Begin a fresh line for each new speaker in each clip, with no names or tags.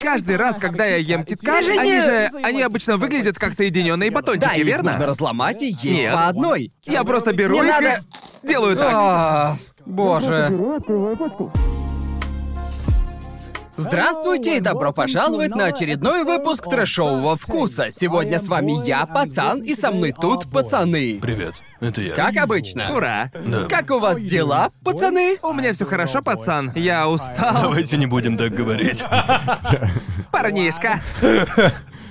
каждый раз, когда я ем
Ты
киткат,
же
они
не-
же... Они обычно выглядят как соединенные
Да,
батончики,
их
верно?
нужно разломать и есть
Нет.
по одной.
Я просто беру
Не
их
надо.
и делаю так.
А, боже. Здравствуйте и добро пожаловать на очередной выпуск трэшового вкуса. Сегодня с вами я, пацан, и со мной тут пацаны.
Привет, это я.
Как обычно.
Ура.
Как у вас дела, пацаны?
У меня все хорошо, пацан. Я устал,
Давайте не будем так говорить.
парнишка.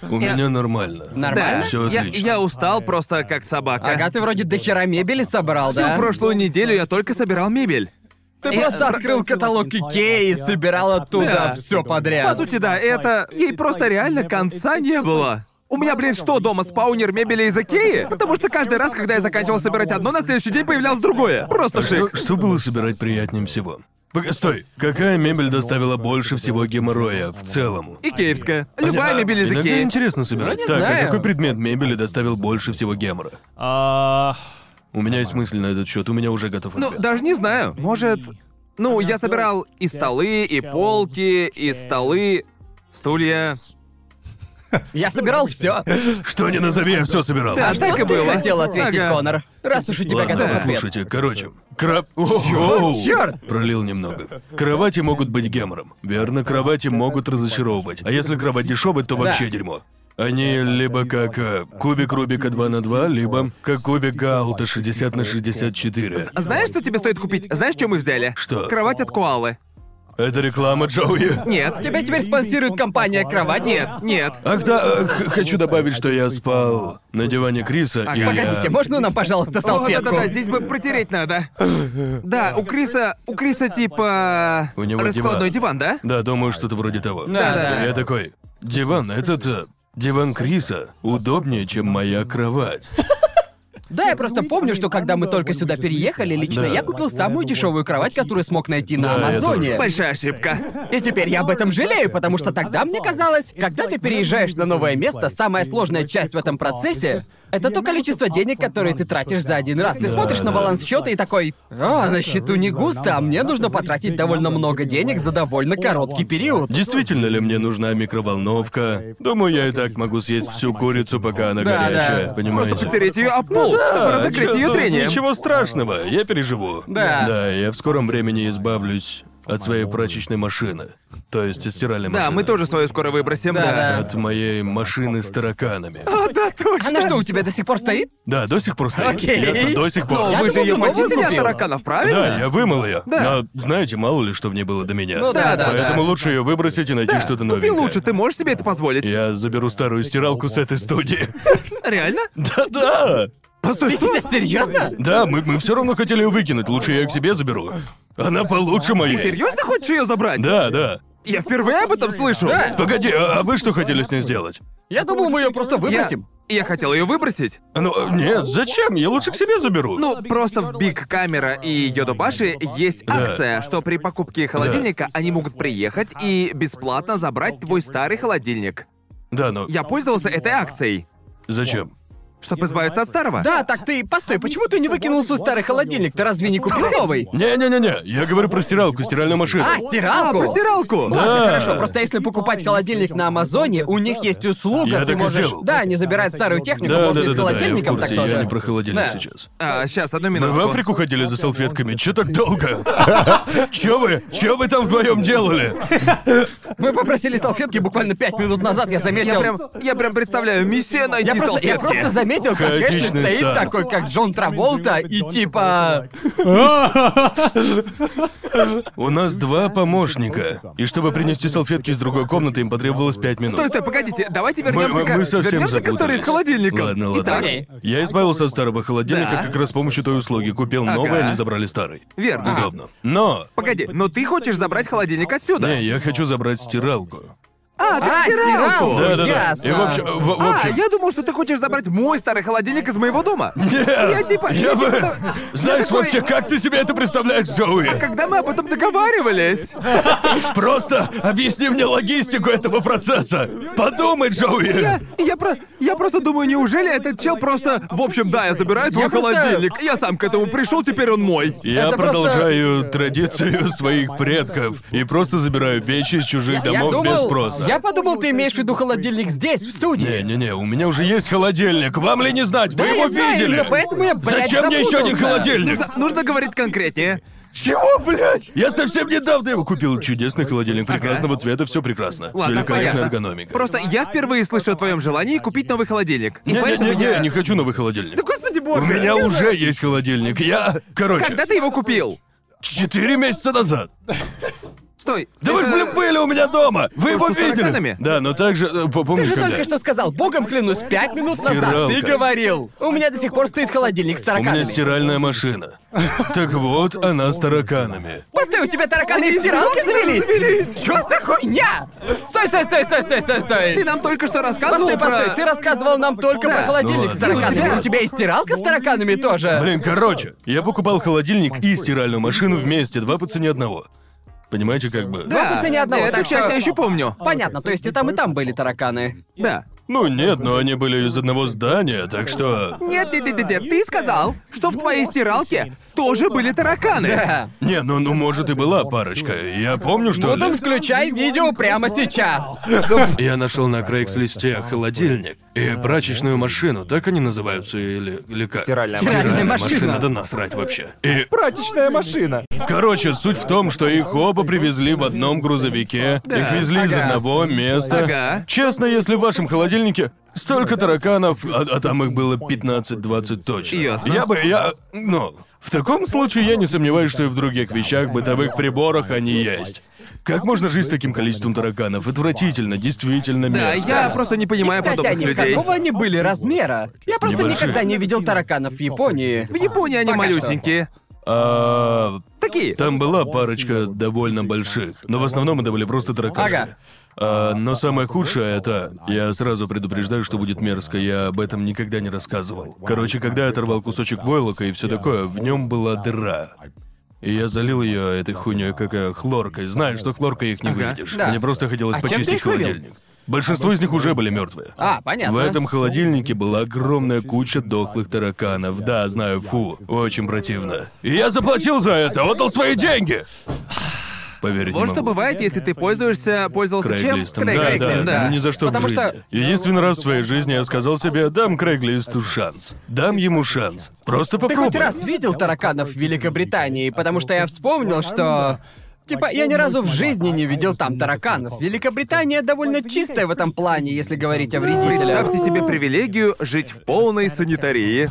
У меня нормально.
Нормально?
Все
я,
отлично.
я устал просто как собака.
Ага, ты вроде до хера мебели собрал,
Всю
да?
прошлую неделю я только собирал мебель.
Ты просто открыл каталог Икеи и собирал оттуда
Да.
все подряд.
По сути, да, это... Ей просто реально конца не было. У меня, блин, что, дома спаунер мебели из Икеи? Потому что каждый раз, когда я заканчивал собирать одно, на следующий день появлялось другое. Просто
А Что,
шик.
что было собирать приятнее всего? Пога- стой, какая мебель доставила больше всего геморроя в целом?
Икеевская. Любая мебель из
Иногда
Икеи. Ну,
интересно собирать.
не
так, а
знаю.
какой предмет мебели доставил больше всего гемора?
А,
У меня есть мысль на этот счет, у меня уже готов
Ну,
ответ.
даже не знаю. Может... Ну, я собирал и столы, и полки, и столы, стулья.
Я собирал все.
Что не назови, я все собирал.
Да, так и было.
хотел ответить,
Ага.
Конор. Раз уж у тебя
Ладно,
готов ответ.
слушайте, короче, краб... Оу!
чёрт!
Пролил немного. Кровати могут быть гемором. Верно, кровати могут разочаровывать. А если кровать дешевая, то вообще дерьмо. Они либо как э, кубик Рубика 2 на 2, либо как кубик Гаута 60 на 64.
Знаешь, что тебе стоит купить? Знаешь, что мы взяли?
Что?
Кровать от коалы.
Это реклама Джоуи.
Нет.
Тебя теперь спонсирует компания кровати.
Нет, нет.
Ах да, э, х- хочу добавить, что я спал на диване Криса, и я-
Погодите, можно нам, пожалуйста,
да,
салфетку?
Ну, да, здесь бы протереть надо. Да, у Криса, у Криса типа
У него
раскладной
диван.
диван, да?
Да, думаю, что-то вроде того.
Да-да.
Я такой, диван этот... э, Диван Криса удобнее, чем моя кровать.
Да, я просто помню, что когда мы только сюда переехали, лично
Да.
я купил самую дешевую кровать, которую смог найти на
Да, я
Амазоне.
Большая ошибка.
И теперь я об этом жалею, потому что тогда мне казалось, когда ты переезжаешь на новое место, самая сложная часть в этом процессе — это то количество денег, которые ты тратишь за один раз. Ты смотришь на
да.
баланс счета и такой, а, на счету не густо, а мне нужно потратить довольно много денег за довольно короткий период.
Действительно ли мне нужна микроволновка? Думаю, я и так могу съесть всю курицу, пока она
Да,
горячая,
да.
понимаете?
Потереть ее об пол, чтобы
А,
разогреть
чё
ее
тут?
трением.
Ничего страшного, я переживу.
Да.
Да, я в скором времени избавлюсь от своей прачечной машины. То есть от стиральной машины.
Да, мы тоже свою скоро выбросим,
Да,
да.
От моей машины с тараканами.
А,
Она А что, у тебя до сих пор стоит?
Да, до сих пор стоит.
Окей.
Ясно, до сих пор.
Но
Я
вы же
думал,
ее
ты новую
почистили от
купила.
тараканов,
Да,
правильно?
я вымыл ее.
Да.
Но, знаете, мало ли, что в ней было до меня.
Ну да, да,
Поэтому
да.
лучше ее выбросить и найти что-то
Купи
новенькое.
лучше, Ну, ты можешь себе это позволить?
Я заберу старую стиралку с этой студии.
Реально?
Да-да!
Постой,
Ты
что?
сейчас серьезно?
Да, мы, мы все равно хотели ее выкинуть, лучше я ее к себе заберу. Она получше моей.
Серьезно хочешь ее забрать?
Да, да.
Я впервые об этом слышу.
Да.
Погоди, а, а вы что хотели с ней сделать?
Я думал, мы ее просто
Я,
выбросим.
я хотел ее выбросить.
Ну, нет, зачем? Я лучше к себе заберу.
Ну, просто в Биг Камера и Йодобаши есть
Да.
акция, что при покупке холодильника они могут приехать и бесплатно забрать твой старый холодильник.
Да, но
Я пользовался этой акцией,
зачем?
чтобы избавиться от старого.
Да, так ты... Постой, почему ты не выкинул свой старый холодильник? Ты разве не купил новый?
Не-не-не-не, я говорю про стиралку, стиральную машину.
А,
А,
стиралку!
про стиралку!
Ладно,
Да.
хорошо, просто если покупать холодильник на Амазоне, у них есть услуга,
Я
ты
так и
можешь.
сделал.
Да, не забирают старую технику,
Да,
можно
да,
и
да,
с
да, да, я в
холодильником
курсе,
так тоже.
я не про холодильник
Да.
сейчас.
А, сейчас, одну
Мы
минуту.
в Африку ходили за салфетками, че так долго? Че вы? Че вы там вдвоем делали?
Мы попросили салфетки буквально пять минут назад, я заметил.
Я прям, я прям представляю, миссия найти
Я просто, я
салфетки.
просто заметил, как Эшли
Хаотичный
стоит
старт.
такой, как Джон Траволта, и типа...
У нас два помощника. И чтобы принести салфетки из другой комнаты, им потребовалось пять минут.
Ну, Стой, стой, погодите, давайте
Мы,
вернемся
мы-
к...
мы совсем
вернемся к истории
запутались.
с холодильником.
Ладно, ладно.
Итак,
Окей.
Я избавился от старого холодильника
Да.
как раз с помощью той услуги. Купил новый,
Ага.
они забрали старый.
Верно.
Удобно. Но...
погоди, но ты хочешь забрать холодильник отсюда?
Не, я хочу забрать стиралку.
А, ты
А,
стиралку!
стиралку.
Да, да, да.
ясно.
И в общем, в, в
А,
общем-
я думал, что ты хочешь забрать мой старый холодильник из моего дома.
Нет!
Я типа- я
бы-
типа то-
Знаешь
я такой-
вообще, как ты себе это представляешь, Джоуи?
Когда мы об этом договаривались.
Просто объясни мне логистику этого процесса. Подумай, Джоуи.
Я, я, про, я просто думаю, неужели этот чел просто... В общем, да, я забираю твой
Я просто-
холодильник. Я сам к этому пришел, теперь он мой.
Я
Это просто- э,
продолжаю традицию своих предков и просто забираю вещи из чужих
Я
домов без
думал,
спроса.
я Я подумал, ты имеешь в виду холодильник здесь, в студии.
Не-не-не, у меня уже есть холодильник. Вам ли не знать? Вы
Да,
его
я знаю,
видели?
именно поэтому я, блядь,
Зачем мне еще один
запутался.
холодильник?
Нужно, нужно говорить конкретнее.
Чего, блядь? Я совсем недавно его купил. Чудесный холодильник прекрасного цвета, все прекрасно.
Ладно,
Великолепная
понятно.
эргономика.
Просто я впервые слышу о твоем желании купить новый холодильник. И поэтому
Не-не-не,
я-
я не хочу новый холодильник.
Да господи
У
боже!
меня уже есть холодильник. Я. Короче,
Когда ты его купил?
четыре месяца назад.
Стой.
Да вы ж,
это-
блин, были у меня дома! Вы его
что, с тараканами?
видели! Да, но также. э, по-
Ты
Помнишь,
же
когда?
только что сказал, богом клянусь, пять минут назад.
Стиралка.
Ты говорил. У меня до сих пор стоит холодильник с
У меня
тараканами.
стиральная машина. Так вот, она с тараканами.
Постой, у тебя тараканы и в стиралке завелись? Чё за хуйня? Стой, стой, стой, стой, стой, стой, стой.
Ты нам только что рассказывал
Постой,
про...
постой, ты рассказывал нам только
Да.
про холодильник с
Ну ладно,
тараканами.
ну ладно.
У тебя и стиралка с тараканами тоже.
Блин, короче, я покупал холодильник и стиральную машину вместе, два по цене одного. Понимаете, как бы?
Да,
по цене одного,
Эту
так
часть
что-
я еще помню.
Понятно, то есть и там, и там были тараканы.
Да.
Ну нет, но они были из одного здания, так что...
Нет, нет, нет, нет, нет, ты сказал, что в твоей стиралке тоже были тараканы.
Да.
Не, ну, ну может и была парочка. Я помню, что...
Вот
ли.
он, включай видео прямо сейчас.
Я нашел на Крейгслисте холодильник и прачечную машину, так они называются или, или как?
Стиральная
машина.
машина. Да насрать вообще. И,
Прачечная машина.
короче, суть в том, что их оба привезли в одном грузовике, их везли из
ага.
одного места.
Ага.
Честно, если в вашем холодильнике столько тараканов, а, а там их было 15-20 точно.
Ясно.
Я бы, я, ну, в таком случае я не сомневаюсь, что и в других вещах, бытовых приборах они есть. Как можно жить с таким количеством тараканов? Отвратительно, действительно
Да,
мерзко.
я просто не понимаю
Кстати,
подобных
они
людей.
какого они были размера? Я просто
Небольшие.
никогда не видел тараканов в Японии.
В Японии они
Пока что.
малюсенькие.
А,
Такие.
Там была парочка довольно больших, но в основном это были просто таракашки.
Ага.
А, но самое худшее это... Я сразу предупреждаю, что будет мерзко, я об этом никогда не рассказывал. Короче, когда я оторвал кусочек войлока и все такое, в нем была дыра. И я залил ее этой хуйней, как э, хлоркой. Знаешь, что хлоркой их не
Ага.
выведешь.
Да.
Мне просто хотелось
А чем ты
почистить
их вывел?
холодильник. Большинство из них уже были мертвые.
А, понятно.
В этом холодильнике была огромная куча дохлых тараканов. Да, знаю, фу, очень противно. И я заплатил за это, отдал свои деньги. Поверить
Вот
не
что
могу.
бывает, если ты пользуешься, пользовался чем?
Крейглистом. Да, да,
Крейглистом, да.
ни за что
Потому
в жизни.
что-
Единственный раз в своей жизни я сказал себе, дам Крейглисту шанс. Дам ему шанс. Просто
Ты
попробуй.
хоть раз видел тараканов в Великобритании? Потому что я вспомнил, что... Типа, я ни разу в жизни не видел там тараканов. Великобритания довольно чистая в этом плане, если говорить о вредителях.
Представьте себе привилегию жить в полной санитарии.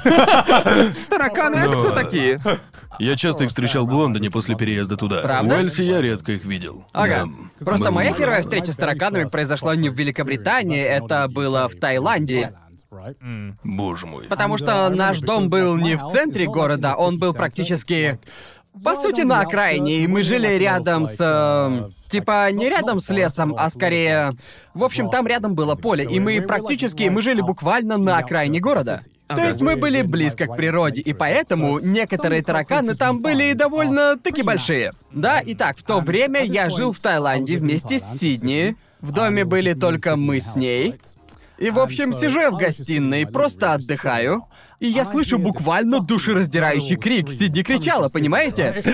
Тараканы, это
Ну,
кто
а-
такие?
Я часто их встречал в Лондоне после переезда туда.
Правда?
В Уэльсе я редко их видел.
Ага.
Да.
Просто
Было
моя
ужасно.
первая встреча с тараканами произошла не в Великобритании, это было в Таиланде.
Боже мой.
Потому что наш дом был не в центре города, он был практически, по сути, на окраине, и мы жили рядом с... эм, Типа, не рядом с лесом, а скорее... В общем, там рядом было поле, и мы практически, мы жили буквально на окраине города. То есть мы были близко к природе, и поэтому некоторые тараканы там были довольно-таки большие. Да, и так, в то время я жил в Таиланде вместе с Сидни. В доме были только мы с ней. И, в общем, сижу я в гостиной, просто отдыхаю, и я слышу буквально душераздирающий крик. Сидни кричала, понимаете?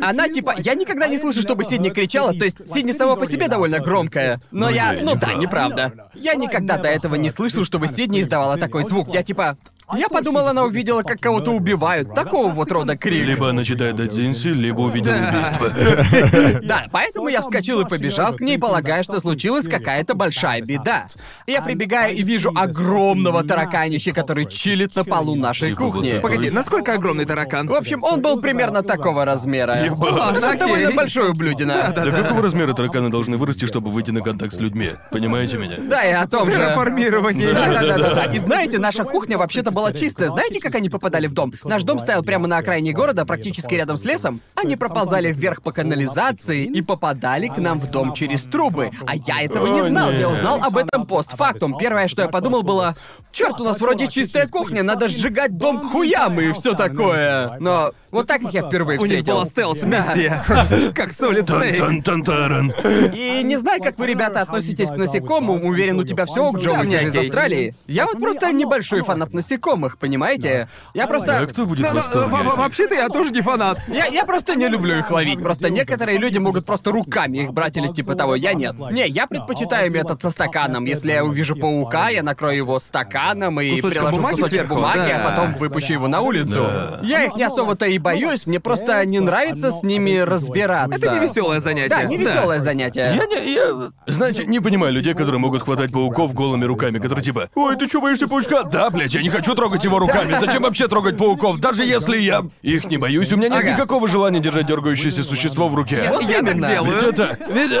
Она типа... Я никогда не слышу, чтобы Сидни кричала, то есть Сидни сама по себе довольно громкая. Но
Ну
я...
не,
Ну да,
неправда.
неправда. Я никогда до этого не слышал, чтобы Сидни издавала такой звук. Я типа... Я подумал, она увидела, как кого-то убивают. Такого вот рода крик.
Либо она читает Дадзинси, либо увидела убийство.
Да, поэтому я вскочил и побежал к ней, полагая, что случилась какая-то большая беда. Я прибегаю и вижу огромного тараканища, который чилит на полу нашей
Типа вот
кухни.
так.
Погоди, насколько огромный таракан?
В общем, он был примерно такого размера.
Ебать.
Это
Окей.
довольно большое ублюдина.
До какого размера тараканы должны вырасти, чтобы выйти на контакт с людьми? Понимаете меня?
Да, и о том же.
Терраформирование.
Да-да-да-да. И знаете, наша кухня вообще-то была чистая. Знаете, как они попадали в дом? Наш дом стоял прямо на окраине города, практически рядом с лесом. Они проползали вверх по канализации и попадали к нам в дом через трубы. А я этого не
О,
знал. Я
нет.
узнал об этом постфактум. Первое, что я подумал, было... Черт, у нас вроде чистая кухня, надо сжигать дом к хуям и все такое. Но вот так их я впервые
У них
встретил.
была стелс-миссия. Как Солид Снейк.
тан тан таран
И не знаю, как вы, ребята, относитесь к насекомым. Уверен, у тебя все ок, Джоуи,
Да,
ты же из
окей.
Австралии. Я вот просто небольшой фанат знакомых, понимаете? Я
А
просто...
кто будет
Да, да,
в восторге?
во- во- вообще-то я тоже не фанат.
Я, я просто не люблю их ловить. Просто некоторые люди могут просто руками их брать или типа того. Я нет. Не, я предпочитаю метод со стаканом. Если я увижу паука, я накрою его стаканом и
Кусочком
приложу
бумаги
кусочек
сверху,
бумаги,
да.
а потом выпущу его на улицу.
Да.
Я их не особо-то и боюсь, мне просто не нравится с ними разбираться.
Это не веселое занятие.
Да, не веселое
Я
Э.
занятие.
не, я, знаете, не понимаю людей, которые могут хватать пауков голыми руками, которые типа, ой, ты чё, боишься паучка? Да, блядь, я не хочу трогать его руками. Зачем вообще трогать пауков? Даже если я их не боюсь, у меня нет
Ага.
никакого желания держать дергающееся существо в руке.
Вот
Я так
именно.
делаю.
Ведь это, ведь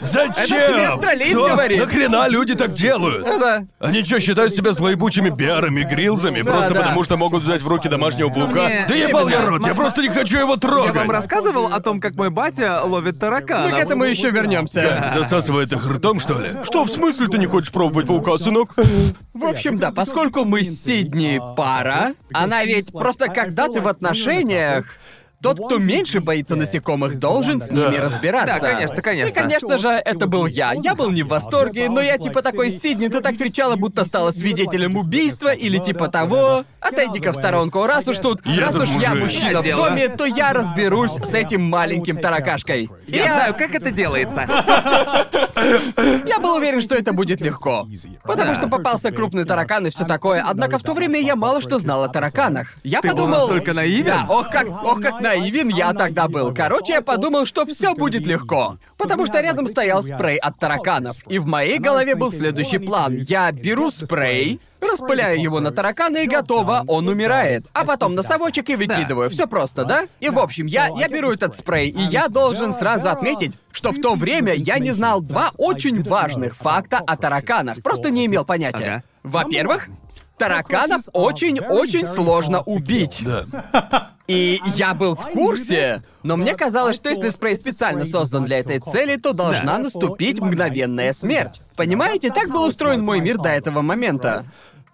зачем?
Это тебе австралиец
Кто-
говорит.
Нахрена люди так делают?
Да.
Они что, считают себя злоебучими пиарами, грилзами, просто
да.
потому что могут взять в
Ну,
руки домашнего паука?
мне-
Да ебал я рот, я просто не хочу его трогать.
Я вам рассказывал о том, как мой батя ловит
Мы
тараканов.
к этому еще вернемся.
Засасывает их ртом, что ли? Что, в смысле ты не хочешь пробовать паука, сынок?
В общем, да, поскольку мы с Сидни пара, она ведь просто когда А ты в отношениях, тот, кто меньше боится насекомых, должен с ними
Да.
разбираться.
Да, конечно, конечно.
И, конечно же, это был я. Я был не в восторге, но я типа такой, Сидни, ты так кричала, будто стала свидетелем убийства или типа того. Отойди-ка в сторонку. Раз уж тут,
Я
раз
тут
уж я
мужик.
мужчина в
Дело.
доме, то я разберусь с этим маленьким таракашкой. И
Я знаю, как это делается.
Я был уверен, что это будет легко. Потому
Да.
что попался крупный таракан и все такое. Однако в то время я мало что знал о тараканах. Я
был
подумал...
настолько наивен?
Да, ох как, ох как наивен я тогда был. Короче, я подумал, что все будет легко. Потому что рядом стоял спрей от тараканов. И в моей голове был следующий план. Я беру спрей, распыляю его на таракана и готово, он умирает. А потом на совочек и выкидываю. Все просто, да? И в общем, я, я беру этот спрей, и я должен сразу отметить, что в то время я не знал два очень важных факта о тараканах. Просто не имел понятия.
Ага.
Во-первых, тараканов очень-очень сложно убить.
Да.
И я был в курсе, но мне казалось, что если спрей специально создан для этой цели, то должна
Да.
наступить мгновенная смерть. Понимаете, так был устроен мой мир до этого момента.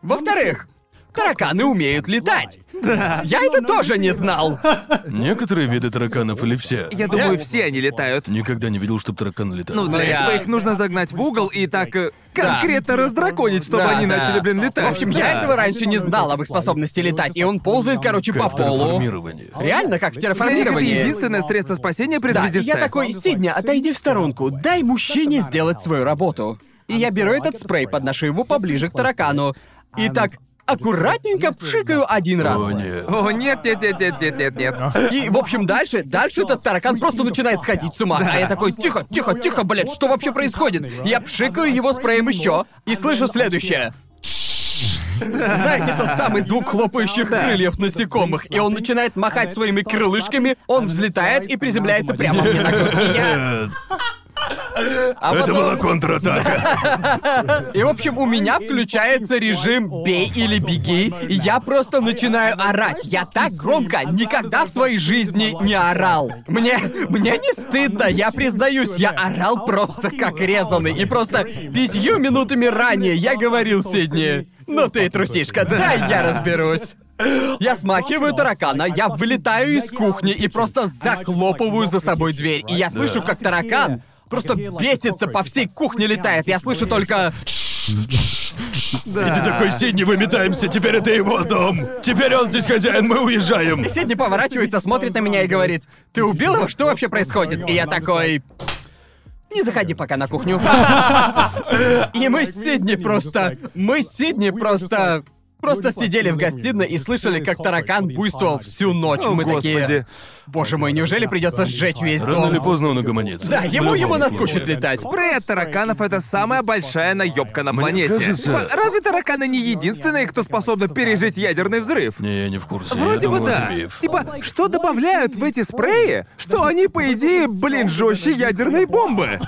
Во-вторых, тараканы умеют летать. Я это тоже не знал.
Некоторые виды тараканов или все?
Я думаю, все они летают.
Никогда не видел, чтобы тараканы летали.
Ну, для
Ну, я-
этого их нужно загнать в угол и так э, конкретно раздраконить, чтобы
Да,
они
да.
начали, блин, летать.
В общем, я
Да.
этого раньше не знал об их способности летать, и он ползает, короче, по
Как в
полу.
терраформировании.
Реально, как в
Для них это
терраформировании.
единственное средство спасения при
Да, и
звездеце.
я такой, Сидня, отойди в сторонку, дай мужчине сделать свою работу. И я беру этот спрей, подношу его поближе к таракану. И так аккуратненько пшикаю один раз.
О, нет.
О, нет, нет, нет, нет, нет, нет, нет.
И, в общем, дальше, дальше этот таракан просто начинает сходить с ума. А я такой, тихо, тихо, тихо, блядь, что вообще происходит? Я пшикаю его спреем еще и слышу следующее. Знаете, тот самый звук хлопающих крыльев насекомых, и он начинает махать своими крылышками, он взлетает и приземляется прямо мне на грудь. И я- А
Это
потом-
была контратака.
и, в общем, у меня включается режим «бей или беги», и я просто начинаю орать. Я так громко никогда в своей жизни не орал. Мне... мне не стыдно, я признаюсь, я орал просто как резанный. И просто пятью минутами ранее я говорил Сидни, «Ну ты и трусишка, дай я разберусь». Я смахиваю таракана, я вылетаю из кухни и просто захлопываю за собой дверь. И я слышу, как таракан просто бесится, по всей кухне летает. Я слышу только...
И ты такой, Сидни, выметаемся, теперь это его дом. Теперь он здесь хозяин, мы уезжаем.
Сидни поворачивается, смотрит на меня и говорит, «Ты убил его? Что вообще происходит?» И я такой... Не заходи пока на кухню. И мы с Сидни просто... Мы с Сидни просто... Просто сидели в гостиной и слышали, как таракан буйствовал всю ночь.
О,
Мы такие...
господи.
Боже мой, неужели придется сжечь весь
Рано или
дом?
поздно он угомонится.
Да, ему
В
ему
любом
наскучит
случае.
летать.
Спрей от тараканов это самая большая наебка на
Мне
планете.
кажется-
П- Разве тараканы не единственные, кто способны пережить ядерный взрыв?
Не, я не в курсе. я
Вроде бы
думал, это
да.
миф.
Типа, что добавляют в эти спреи, что они, по идее, блин, жестче ядерной бомбы.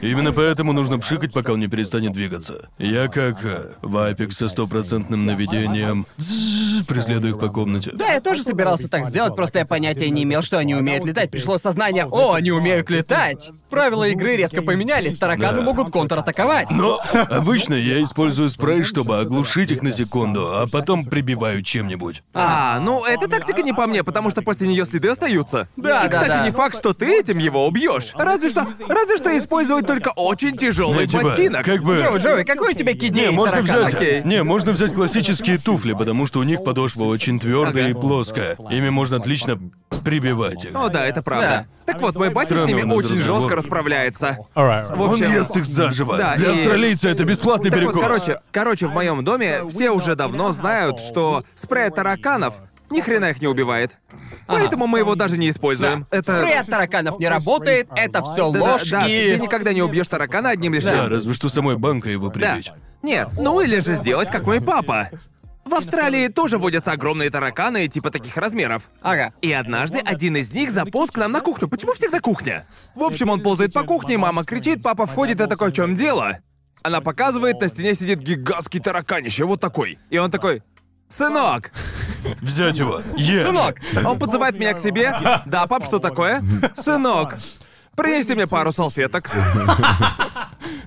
Именно поэтому нужно пшикать, пока он не перестанет двигаться. Я как э, в Апекс со стопроцентным наведением. Бзззз. преследуя их по комнате.
Да, я тоже собирался так сделать, просто я понятия не имел, что они умеют летать. Пришло сознание, о, они умеют летать. Правила игры резко поменялись, тараканы
Да.
могут контратаковать.
Но обычно я использую спрей, чтобы оглушить их на секунду, а потом прибиваю чем-нибудь.
А, ну эта тактика не по мне, потому что после нее следы остаются.
Да,
И,
да,
кстати,
да.
не факт, что ты этим его убьешь. Разве что, разве что использовать только очень тяжелый
Ну, типа,
ботинок.
как бы...
Джоуи, Джоуи, какой у тебя кидей
Не, можно
таракан?
взять.
Окей.
Не, можно взять классические туфли, потому что у них подошва очень твердая и плоская. Ими можно отлично прибивать их.
О, да, это правда. Так вот, мой батя с
Странно,
ними
он из
очень
разговора.
жестко расправляется. В
Он
общем-
ест их заживо.
Да,
Для
и-
австралийца это бесплатный
Так
перекус.
вот, короче, короче, в моем доме все уже давно знают, что спрей от тараканов ни хрена их не убивает. Поэтому мы его даже не используем. Это.
Спрей от тараканов не работает, это все
Да, да,
ложь
да,
и...
ты никогда не убьешь таракана одним лишь.
Да, разве что самой банкой его прибить.
Нет, ну или же сделать, как мой папа. В Австралии тоже водятся огромные тараканы, типа таких размеров.
Ага.
И однажды один из них заполз к нам на кухню. Почему всегда кухня? В общем, он ползает по кухне, мама кричит, папа входит, я такой, в чем дело? Она показывает, на стене сидит гигантский тараканище, вот такой. И он такой, сынок,
Взять его. Ешь.
сынок. Он подзывает меня к себе. Да, пап, что такое? Сынок, принеси мне пару салфеток.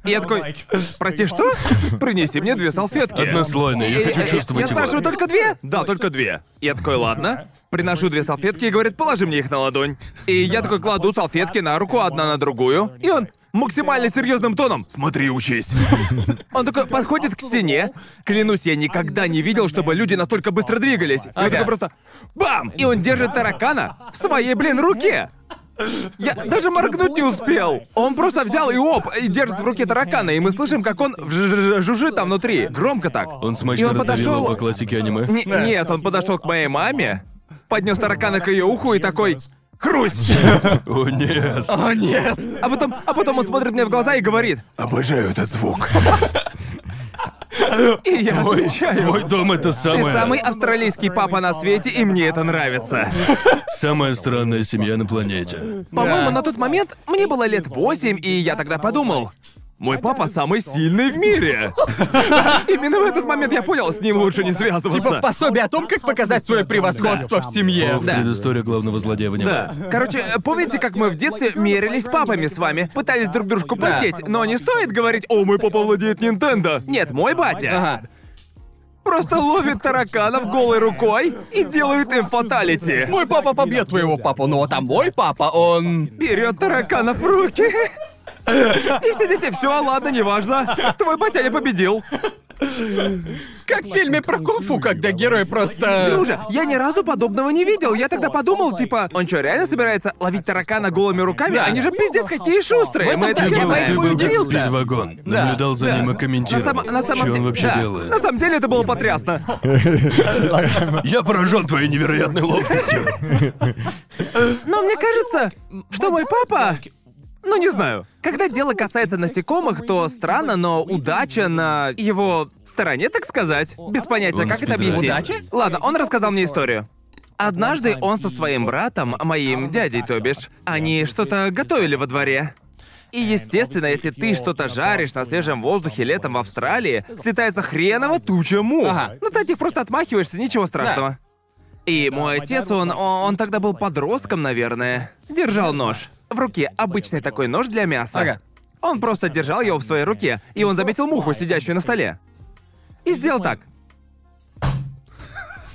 И я такой, прости, что? Принеси мне две салфетки.
Однослойный, я
Э, э,
хочу
э,
чувствовать
Я
его.
спрашиваю, только две? Да, только две. Я такой, ладно. Приношу две салфетки и говорит, положи мне их на ладонь. И я такой кладу салфетки на руку, одна на другую. И он максимально серьезным тоном. Смотри, учись. Он такой подходит к стене. Клянусь, я никогда не видел, чтобы люди настолько быстро двигались. А Я такой просто бам! И он держит таракана в своей, блин, руке. Я даже моргнуть не успел. Он просто взял и оп, и держит в руке таракана, и мы слышим, как он вж- жж- жужжит там внутри. Громко так.
Он
И
смачно
он
раздавил его
подошел-
по классике аниме.
Не- Нет, он подошел к моей маме, поднес таракана к ее уху и такой. Хрусь!
О, нет.
О, нет! А потом, а потом он смотрит мне в глаза и говорит.
Обожаю этот звук.
И я
Твой,
отвечаю.
твой дом это
Ты
самое...
самый австралийский папа на свете, и мне это нравится.
Самая странная семья на планете.
По-моему, на тот момент мне было лет восемь, и я тогда подумал. Мой папа самый сильный в мире. Именно в этот момент я понял, с ним лучше не
Типа
связываться.
пособие о том, как показать свое превосходство в семье.
О, в предыстории главного злодея в аниме.
Да. Короче, э, помните, как мы в детстве мерились папами с вами, пытались друг дружку
Да.
поддеть, но не стоит говорить, о, мой папа владеет Нинтендо. Нет, мой батя
Ага.
просто ловит тараканов голой рукой и делает им фаталити.
Мой папа побьет твоего папу, но вот а мой папа, он...
Берет тараканов в руки. И сидите, все, ладно, неважно. Твой батя не победил.
Как в фильме про кунг-фу, когда герой просто...
Друже, я ни разу подобного не видел. Я тогда подумал, типа, он что, реально собирается ловить таракана голыми руками?
Да.
Они же пиздец какие шустрые.
В
Мы
этом-то
это
Ты
я
все
был,
знаем.
ты
поэтому и
был как
удивился.
спидвагон.
Да,
Наблюдал за
да.
ним и
На,
комментировал.
самом- на самом
Чё
де-
он вообще
да. На
делает?
самом деле это было потрясно.
Я поражен твоей невероятной ловкостью.
Но мне кажется, что мой папа... Ну, не знаю. Когда дело касается насекомых, то странно, но удача на его стороне, так сказать. Без понятия,
Он
как это
спидрайдер.
объяснить.
Удача?
Ладно, он рассказал мне историю. Однажды он со своим братом, моим дядей, то бишь, они что-то готовили во дворе. И естественно, если ты что-то жаришь на свежем воздухе летом в Австралии, слетается хреново туча мух.
Ага.
Ну ты от них просто отмахиваешься, ничего страшного. И мой отец, он, о- он тогда был подростком, наверное, держал нож. В руке обычный такой нож для мяса.
Ага.
Он просто держал его в своей руке, и он заметил муху, сидящую на столе. И сделал так.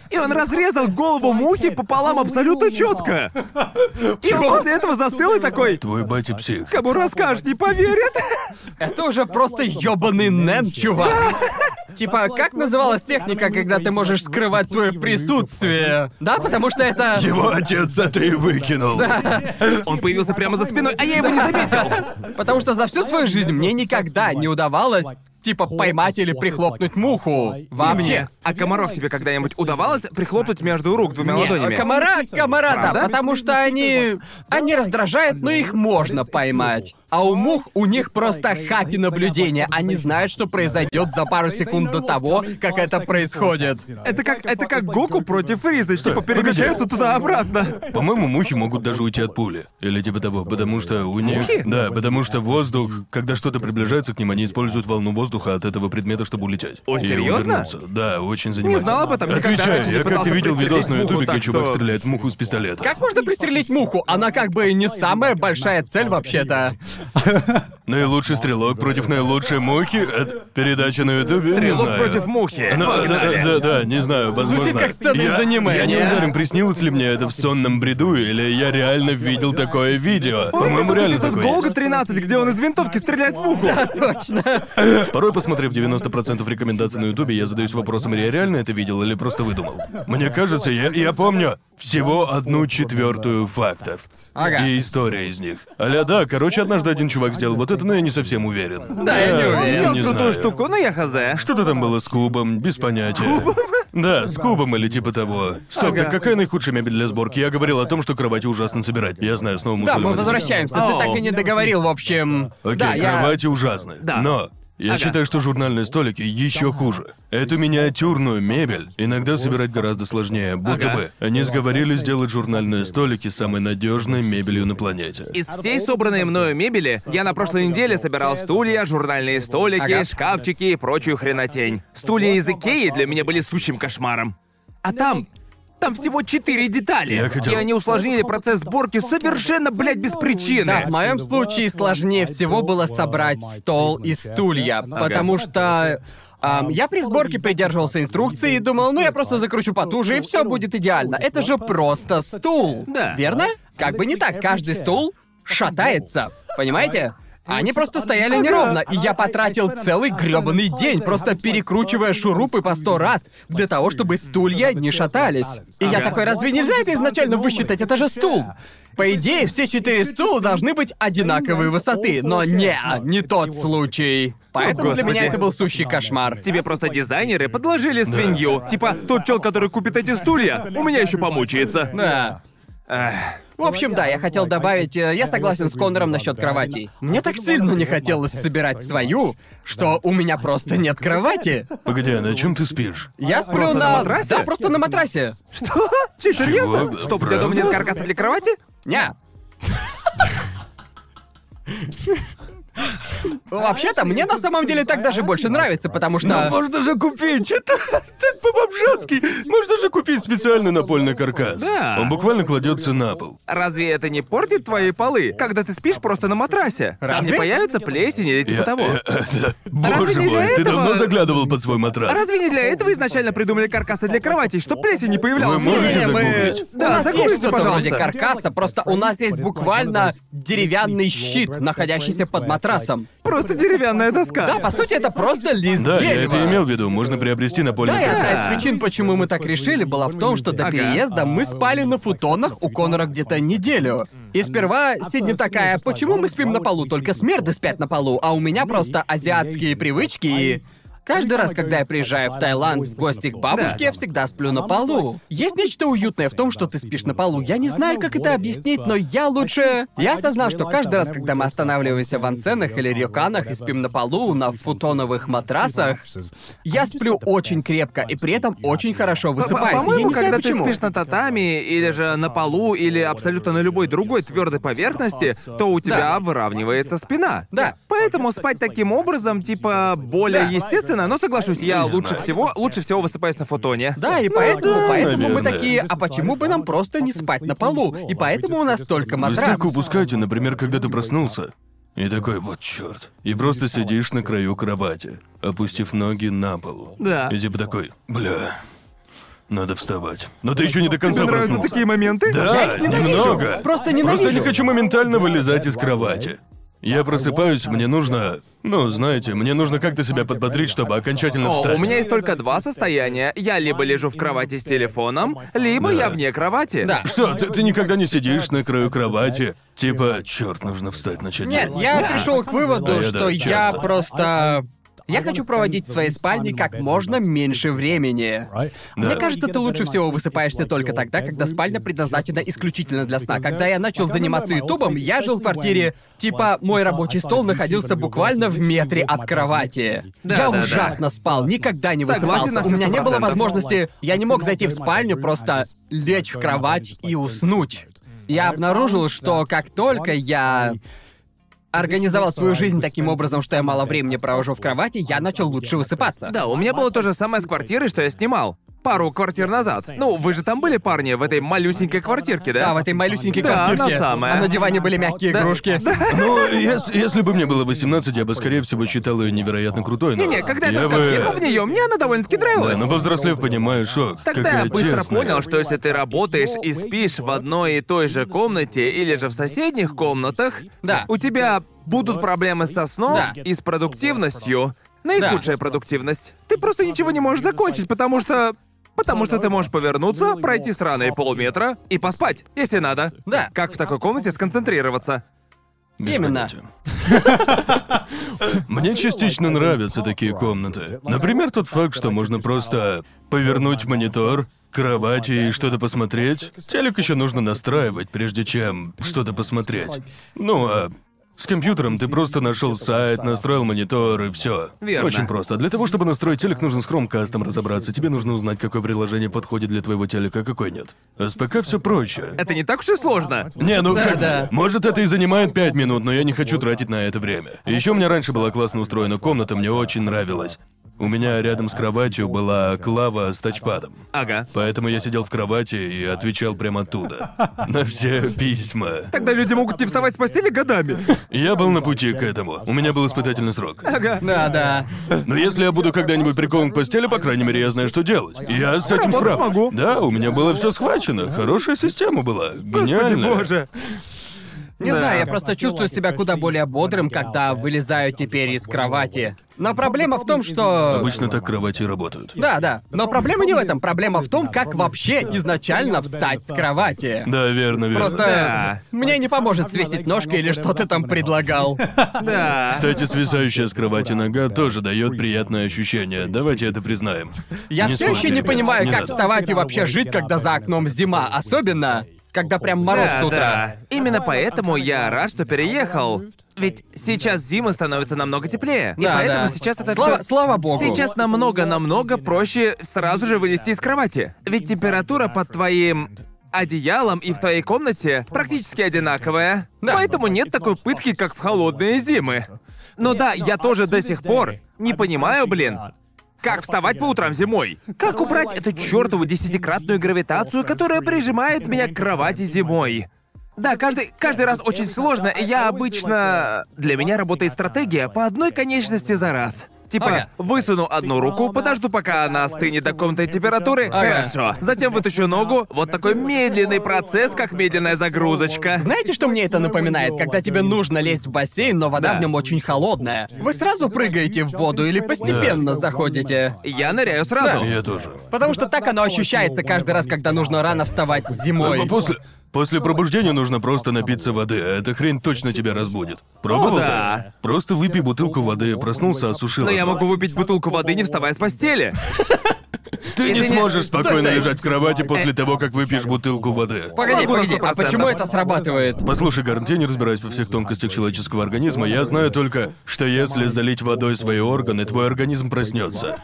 И он разрезал голову мухи пополам абсолютно четко. И он после этого застыл и такой,
Твой батя псих.
кому расскажешь, не поверят.
Это уже просто ёбаный нем, чувак. Типа, как называлась техника, когда ты можешь скрывать свое присутствие? Да, потому что это...
Его отец это и выкинул.
Он появился прямо за спиной, а я его не заметил.
Потому что за всю свою жизнь мне никогда не удавалось, типа, поймать или прихлопнуть муху. Вообще.
Вообще, а комаров тебе когда-нибудь удавалось прихлопнуть между рук двумя
Не,
ладонями?
комара, комара, да,
Правда?
потому что они... Они раздражают, но их можно поймать. А у мух, у них просто хаки наблюдения. Они знают, что произойдет за пару секунд до того, как это происходит.
Это как, это как Гоку против Фриза, типа переключаются туда-обратно.
По-моему, мухи могут даже уйти от пули. Или типа того, потому что у них...
Мухи?
Да, потому что воздух... Когда что-то приближается к ним, они используют волну воздуха от этого предмета, чтобы улететь.
О,
И
серьёзно?
увернуться. Да, очень занимательно.
знал об этом никогда
Отвечаю,
раньше, не
я как-то
пытался
видел видос
пристрелить
на
муху,
ютубе,
так
где чувак
что-
стреляет в муху из пистолета.
Как можно пристрелить муху? Она как бы не самая большая цель вообще-то.
Наилучший стрелок против наилучшей мухи? Это передача на ютубе? Не
Стрелок
знаю.
против мухи.
Ну, да, да,
Погнали.
да, да, не знаю, возможно.
как сцена из
я,
аниме.
Я не
Не?
уверен, приснилось ли мне это в сонном бреду, или я реально видел такое видео. По-моему,
Помните
реально
тот эпизод
такое
Голга
есть.
13, где он из винтовки стреляет в муху?
Точно.
Порой, посмотрев 90% рекомендаций на Ютубе, я задаюсь вопросом, я реально это видел или просто выдумал. Мне кажется, я, я помню всего одну четвертую фактов.
Ага.
И история из них. Аля, да, короче, однажды один чувак сделал вот это, но я не совсем уверен.
Да, я не
Я
уверен.
Он
не
сделал крутую
знаю.
штуку, но я хз.
Что-то там было с кубом, без понятия. Да, с кубом или типа того. Стоп,
Ага.
так какая наихудшая мебель для сборки? Я говорил о том, что кровати ужасно собирать. Я знаю, снова
Да,
мусульман.
мы возвращаемся. Ты так и не договорил, в общем.
Окей,
Да, я...
кровати ужасны.
Да.
Но я
Ага.
считаю, что журнальные столики еще хуже. Эту миниатюрную мебель иногда собирать гораздо сложнее, будто
Ага.
бы они сговорились сделать журнальные столики самой надежной мебелью на планете.
Из всей собранной мною мебели я на прошлой неделе собирал стулья, журнальные столики,
Ага.
шкафчики и прочую хренотень. Стулья из Икеи для меня были сущим кошмаром. А там... Там всего четыре детали.
Я хотел-
И они усложнили процесс сборки совершенно, блядь, без причины.
Да, в моем случае сложнее всего было собрать стол и стулья, потому что ам, я при сборке придерживался инструкции и думал, ну я просто закручу потуже и все будет идеально. Это же просто стул,
Да.
верно? Как бы не так, каждый стул шатается, понимаете? Они просто стояли неровно, и я потратил целый грёбаный день, просто перекручивая шурупы по сто раз, для того, чтобы стулья не шатались. И я такой, разве нельзя это изначально высчитать? Это же стул! По идее, все четыре стула должны быть одинаковой высоты, но не, не тот случай. Поэтому для меня
господи.
это был сущий кошмар.
Тебе просто дизайнеры подложили свинью. Типа, тот чел, который купит эти стулья, у меня еще помучается.
Да. В общем, да, я хотел добавить, э, я согласен с Конором насчет кроватей. Мне так сильно не хотелось собирать свою, что у меня просто нет кровати.
Погоди, а на чем ты спишь?
Я сплю
Просто на
на...
матрасе?
Да, просто на матрасе.
Что? Че, серьезно?
Чего?
Что, у тебя дома нет
Правда?
каркаса для кровати?
Не. Вообще-то, мне на самом деле так даже больше нравится, потому
Ну
что...
можно же купить! Это так по-бомжатски! Можно же купить специальный напольный каркас.
Да.
Он буквально кладется на пол.
Разве это не портит твои полы, когда ты спишь просто на матрасе? Там не
Разве?
появится плесень или типа
Я-
того.
э, э, да. Боже
не для
мой, ты
этого?
давно заглядывал под свой матрас.
Разве не для этого изначально придумали каркасы для кроватей, что плесень не появлялась?
Вы можете
Не, мы-
загуглить?
у
Да,
нас есть
загуглите,
что-то вроде
пожалуйста.
каркаса, просто у нас есть буквально деревянный щит, находящийся под матрасом.
Просто деревянная доска.
Да, по сути, это просто лист
Да, я
дерева.
это имел в виду. Можно приобрести напольный
Да, и
каркас.
одна из причин, почему мы так решили, была в том, что до
Ага.
переезда мы спали на футонах у Конора где-то неделю. И сперва Сидни такая, почему мы спим на полу, только смерды спят на полу, а у меня просто азиатские привычки и... Каждый раз, когда я приезжаю в Таиланд в гости к бабушке,
Да.
я всегда сплю на полу. Есть нечто уютное в том, что ты спишь на полу. Я не знаю, как это объяснить, но я лучше... Я осознал, что каждый раз, когда мы останавливаемся в ансенах или рюканах и спим на полу, на футоновых матрасах, я сплю очень крепко и при этом очень хорошо
По-
высыпаюсь. Я
По-моему,
не знаю,
когда
почему.
ты спишь на татами или же на полу или абсолютно на любой другой твердой поверхности, то у тебя
Да.
выравнивается спина.
Да.
Поэтому спать таким образом, типа, более
Да.
естественно, но соглашусь, я
Не
лучше
знаю.
всего, лучше всего высыпаюсь на футоне.
Да, и поэтому,
да,
поэтому мы
наверное.
такие, а почему бы нам просто не спать на полу? И поэтому у нас только
Вы
матрас.
стык упускаете, например, когда ты проснулся. И такой, вот черт. И просто сидишь на краю кровати, опустив ноги на пол.
Да.
И типа такой, бля, надо вставать. Но ты еще не до конца
Мне нравятся
проснулся.
такие моменты?
Да, немного.
Просто ненавижу.
Просто не хочу моментально вылезать из кровати. Я просыпаюсь, мне нужно... Ну, знаете, мне нужно как-то себя подбодрить, чтобы окончательно
О,
встать.
у меня есть только два состояния. Я либо лежу в кровати с телефоном, либо я вне кровати.
Да.
Что, ты, ты никогда не сидишь на краю кровати? Типа, черт, нужно встать, начать
Нет,
делать».
я пришел к
Да,
выводу,
да,
что я
часто.
просто... Я хочу проводить в своей спальне как можно меньше времени. Мне кажется, ты лучше всего высыпаешься только тогда, когда спальня предназначена исключительно для сна. Когда я начал заниматься Ютубом, я жил в квартире, типа, мой рабочий стол находился буквально в метре от кровати.
Да,
я
да, да.
ужасно спал, никогда не
Согласен на
высыпался. У меня не было
100%.
возможности, я не мог зайти в спальню, просто лечь в кровать и уснуть. Я обнаружил, что как только я организовал свою жизнь таким образом, что я мало времени провожу в кровати, я начал лучше высыпаться.
Да, у меня было то же самое с квартирой, что я снимал. Пару квартир назад. Ну, вы же там были, парни, в этой малюсенькой квартирке, да?
Да, в этой малюсенькой
Да,
квартирке.
она самая.
А на диване были мягкие
Да.
игрушки.
Ну, ес- если бы мне было 18, я бы, скорее всего, считал ее невероятно крутой, но...
Не-не, когда я,
я
только
бы...
въехал в нее, мне она довольно-таки нравилась.
Да, но повзрослев, понимаю, шок.
Тогда
Какая
я быстро
честная.
понял, что если ты работаешь и спишь в одной и той же комнате или же в соседних комнатах,
Да.
у тебя будут проблемы со сном
Да.
и с продуктивностью. Наихудшая
Да.
продуктивность. Ты просто ничего не можешь закончить, потому что... Потому что ты можешь повернуться, пройти сраные полметра и поспать, если надо.
Да.
Как в такой комнате сконцентрироваться?
Без
Именно.
понятия. Мне частично нравятся такие комнаты. Например, тот факт, что можно просто повернуть монитор, кровать и что-то посмотреть. Телек еще нужно настраивать, прежде чем что-то посмотреть. Ну а с компьютером ты просто нашел сайт, настроил монитор и все.
Верно.
Очень просто. Для того, чтобы настроить телек, нужно с хромкастом разобраться. Тебе нужно узнать, какое приложение подходит для твоего телека, а какое нет. А с ПК все проще.
Это не так уж и сложно.
Не, ну
Да,
как...
да.
Может, это и занимает пять минут, но я не хочу тратить на это время. Еще у меня раньше была классно устроена комната, мне очень нравилась. У меня рядом с кроватью была клава с тачпадом.
Ага.
Поэтому я сидел в кровати и отвечал прямо оттуда. На все письма.
Тогда люди могут не вставать с постели годами.
Я был на пути к этому. У меня был испытательный срок.
Ага.
Да, да.
Но если я буду когда-нибудь прикован к постели, по крайней мере, я знаю, что делать. Я с этим
Работать
справлюсь.
могу.
Да, у меня было все схвачено. Хорошая система была.
Господи
Гениально.
боже.
Не
Да.
знаю, я просто чувствую себя куда более бодрым, когда вылезаю теперь из кровати. Но проблема в том, что...
Обычно так кровати и работают.
Да, да. Но проблема не в этом. Проблема в том, как вообще изначально встать с кровати.
Да, верно, верно.
Просто
Да.
мне не поможет свесить ножки или что ты там предлагал.
Да.
Кстати, свисающая с кровати нога тоже дает приятное ощущение. Давайте это признаем.
Я все еще
слушай,
не
ребят,
понимаю, как
надо.
вставать и вообще жить, когда за окном зима, особенно когда прям мороз
Да,
с утра.
да. Именно поэтому я рад, что переехал. Ведь сейчас зима становится намного теплее. и
Да,
поэтому
да.
сейчас это
Слава-
всё-
слава богу.
Сейчас намного-намного проще сразу же вылезти из кровати. Ведь температура под твоим одеялом и в твоей комнате практически одинаковая.
Да.
Поэтому нет такой пытки, как в холодные зимы. Но да, я тоже до сих пор не понимаю, блин, как вставать по утрам зимой? Как убрать эту чертову десятикратную гравитацию, которая прижимает меня к кровати зимой? Да, каждый, каждый раз очень сложно, и я обычно... Для меня работает стратегия по одной конечности за раз. Типа,
Ага.
высуну одну руку, подожду, пока она остынет до комнатной температуры.
Ага.
Хорошо. Затем вытащу ногу. Вот такой медленный процесс, как медленная загрузочка.
Знаете, что мне это напоминает? Когда тебе нужно лезть в бассейн, но вода
Да.
в нем очень холодная. Вы сразу прыгаете в воду или постепенно
Да.
заходите?
Я ныряю сразу.
Я тоже.
Потому что так оно ощущается каждый раз, когда нужно рано вставать зимой.
Но Э, после, после пробуждения нужно просто напиться воды, а эта хрень точно тебя разбудит. Пробовал
О, да.
так? Просто выпей бутылку воды, проснулся, осушил.
Ну,
Но я
одну.
могу выпить бутылку воды, не вставая с постели.
Ты не
ты не-
сможешь спокойно
Стой, стой.
лежать в кровати после
Э,
того, как выпьешь бутылку воды.
Погоди,
Могу на
погоди,
100%.
а почему это срабатывает?
Послушай, Гарнт, я не разбираюсь во всех тонкостях человеческого организма. Я знаю только, что если залить водой свои органы, твой организм проснется.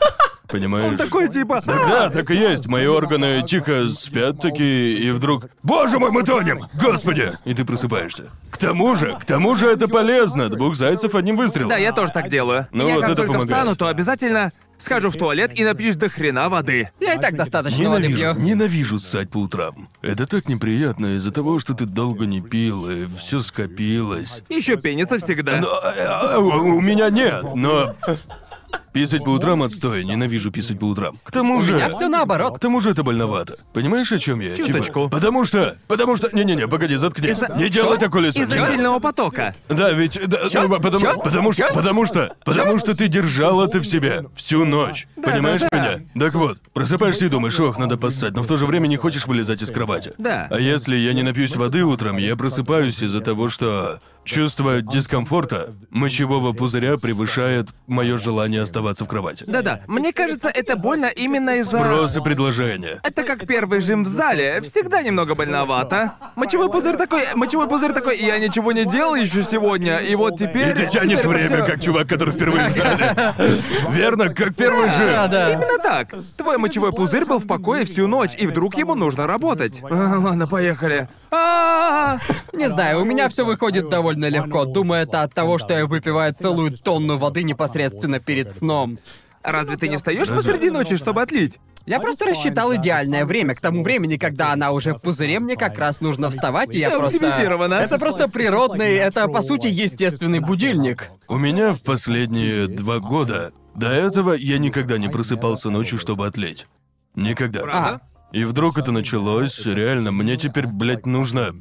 Понимаешь?
типа...
Да, так и есть. Мои органы тихо спят такие, и вдруг... Боже мой, мы тонем! Господи! И ты просыпаешься. К тому же, к тому же это полезно. Двух зайцев одним выстрелом.
Да, я тоже так делаю.
Ну
я
вот
как
это
только
помогает.
встану, то обязательно схожу в туалет и напьюсь до хрена воды.
Я и так достаточно воды
Ненавижу,
пью.
ненавижу ссать по утрам. Это так неприятно из-за того, что ты долго не пил, и все скопилось.
Еще пенится всегда.
Но, э, э, у у меня нет, но... Писать по утрам отстой, ненавижу писать по утрам. К тому же...
меня всё наоборот.
К тому же это больновато. Понимаешь, о чем я? Типа,
Чуточку.
потому что... Потому что... Не-не-не, погоди, заткнись. Не делай такое лицо.
Из-за
не делай.
сильного потока.
Да, ведь... Да,
Чё?
ну, потому,
Чё?
потому что...
Чё?
Потому что... Потому что ты держал это в себе всю ночь. понимаешь
да, да.
меня? Так вот, просыпаешься и думаешь, ох, надо поссать, но в то же время не хочешь вылезать из кровати.
Да.
А если я не напьюсь воды утром, я просыпаюсь из-за того, что... Чувство дискомфорта мочевого пузыря превышает мое желание оставаться в кровати.
Да-да, мне кажется, это больно именно из-за...
Спрос и предложение.
Это как первый жим в зале, всегда немного больновато. Мочевой пузырь такой, мочевой пузырь такой, я ничего не делал еще сегодня, и вот теперь...
И ты тянешь
теперь вот
время,
всё».
как чувак, который впервые в зале. Верно, как первый
Да,
же.
да.
Именно так. Твой мочевой пузырь был в покое всю ночь, и вдруг ему нужно работать. А, ладно, поехали. А,
Не знаю, у меня все выходит довольно легко. Думаю, это от того, что я выпиваю целую тонну воды непосредственно перед сном.
Разве ты не встаешь посреди ночи, чтобы отлить?
Я просто рассчитал идеальное время. К тому времени, когда она уже в пузыре, мне как раз нужно вставать, и я
Всё
просто...
оптимизировано.
Это просто природный, это, по сути, естественный будильник.
У меня в последние два года до этого я никогда не просыпался ночью, чтобы отлить. Никогда.
Правда?
И вдруг это началось, реально, мне теперь, блядь, нужно,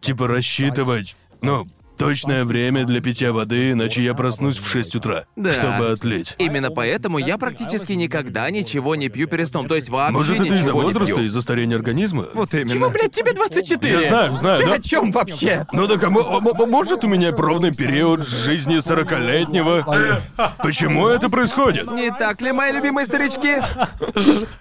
типа, рассчитывать, ну, точное время для питья воды, иначе я проснусь в 6 утра,
Да.
чтобы отлить.
Именно поэтому я практически никогда ничего не пью перед сном, то есть вообще
Может, это из-за
ничего не
возраста,
пью.
из-за старения организма?
Вот именно.
Чего, блядь, тебе 24?
Я знаю, знаю,
Ты
да.
о чем вообще?
Ну так, а мо- а мо- может у меня пробный период жизни 40-летнего? Почему это происходит?
Не так ли, мои любимые старички?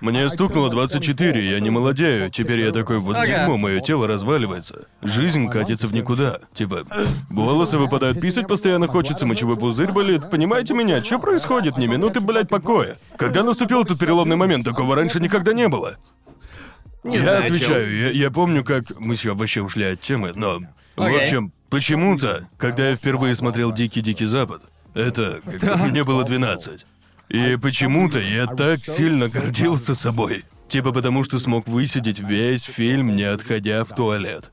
Мне стукнуло 24, я не молодею. Теперь я такой, вот
Ага.
дерьмо, мое тело разваливается. Жизнь катится в никуда. Типа, волосы выпадают, писать постоянно хочется, мочевой пузырь болит. Понимаете меня, что происходит? Ни минуты, блядь, покоя. Когда наступил этот переломный момент, такого раньше никогда не было. я
знаю,
отвечаю, я, я помню, как... Мы сейчас вообще ушли от темы, но... В
Окей.
общем, почему-то, когда я впервые смотрел «Дикий-дикий Запад», это... как бы, мне было 12. И почему-то я так сильно гордился собой. Типа потому, что смог высидеть весь фильм, не отходя в туалет.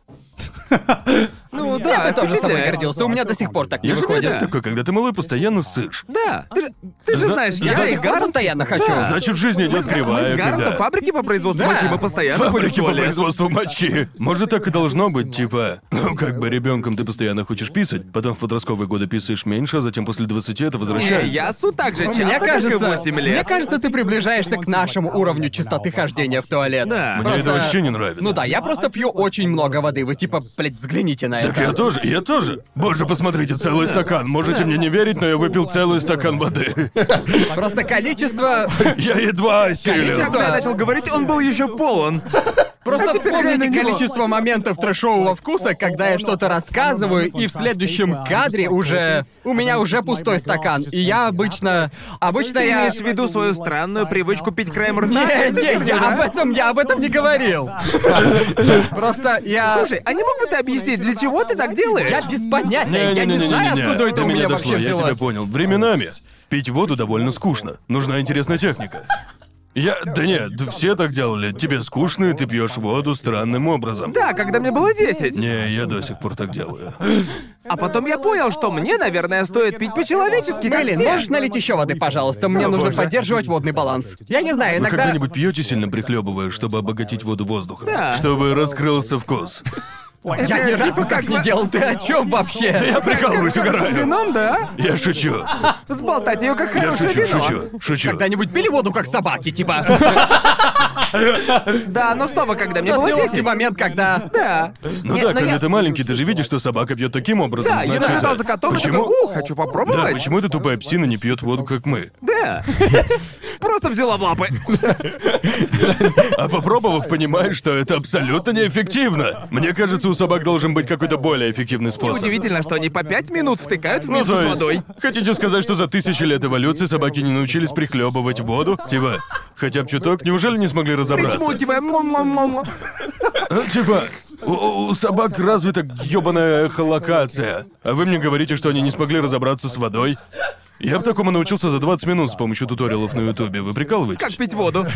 Ну
Я
да,
бы тоже собой
впечатляет.
гордился, у меня до сих пор так не
Я же
выходит.
блядь, такой, когда ты малый, постоянно сышь.
Да, ты, же- ты же
Зна-
знаешь,
Я
Я
я
до
и
сих пор
Гарн...
постоянно хочу.
Значит, жизнь идет
Мы
кривая,
с Гарном
когда...
на фабрике по производству
Да.
мочи мы постоянно ходим в
Фабрики по
туалет.
производству мочи. Может, так и должно быть, типа, ну как бы ребенком ты постоянно хочешь писать, потом в подростковые годы писаешь меньше, а затем после 20 это
Не,
возвращается.
я су так же часто,
Мне кажется,
как и 8 лет.
мне кажется, ты приближаешься к нашему уровню чистоты хождения в туалет.
Да.
Мне
Просто-
это вообще не нравится.
Ну да, я просто пью очень много воды. Вы типа, блядь, взгляните на
Так
это.
я тоже, я тоже. Боже, посмотрите, целый стакан. Можете мне не верить, но я выпил целый стакан воды.
Просто количество.
Я едва осилил.
Количество-
Когда я начал говорить, он был еще полон.
Просто
А теперь глянь на
вспомните
него.
количество моментов трэшового вкуса, когда я что-то рассказываю, и в следующем кадре уже. У меня уже пустой стакан. И я обычно. Обычно
Ты
я.
имеешь в виду свою странную привычку пить крем рта?
Не, не, я об этом, я об этом не говорил. Просто я.
Слушай, а не мог бы ты объяснить, для чего ты так делаешь?
я без понятия, я не знаю, откуда это
До
у
меня
меня
Ну, дошло,
вообще
я тебя
взялось.
понял. Временами. Пить воду довольно скучно. Нужна интересная техника. Я... Да нет, да все так делали. Тебе скучно, и ты пьешь воду странным образом.
Да, когда мне было 10.
Не, я до сих пор так делаю.
А потом я понял, что мне, наверное, стоит пить по-человечески, как
Мэлин,
все. Ну,
можешь налить еще воды, пожалуйста? Мне
О,
нужно
боже.
поддерживать водный баланс. Я не знаю,
Вы
иногда.
Ну, когда-нибудь пьете сильно прихлебывая, чтобы обогатить воду воздухом?
Да.
Чтобы раскрылся вкус.
Я ни разу так не делал. Ты о чем вообще?
Я прикалываюсь,
С
угораю.
вином, да?
Я шучу.
Сболтать ее как
Я
хорошее
шучу,
вино.
шучу, шучу.
Когда-нибудь пили воду как собаки, типа.
Да, но снова, когда мне
Тот
было
неловкий
10.
момент, когда.
Да.
Ну
Нет,
да,
но
когда
я-
ты маленький, ты же видишь, что собака пьет таким образом.
Да, я
ну,
значит,
наблюдал за котом и
почему?
такой, ух, хочу
Да,
попробовать.
почему эта тупая псина не пьет воду, как мы?
Да. Просто взяла в лапы.
А попробовав, понимаешь, что это абсолютно неэффективно. Мне кажется, у собак должен быть какой-то более эффективный способ.
Удивительно, что они по пять минут втыкают в
Ну,
миску
то
с
есть,
водой.
хотите сказать, что за тысячи лет эволюции собаки не научились прихлебывать воду? Типа, хотя бы чуток, неужели не смогли разобраться?
Причмокивая, мам-мам-мам.
А, Типа, у, у собак развита ёбаная эхолокация. А вы мне говорите, что они не смогли разобраться с водой? Я бы такому научился за 20 минут с помощью туториалов на Ютубе. Вы прикалываетесь?
Как пить воду?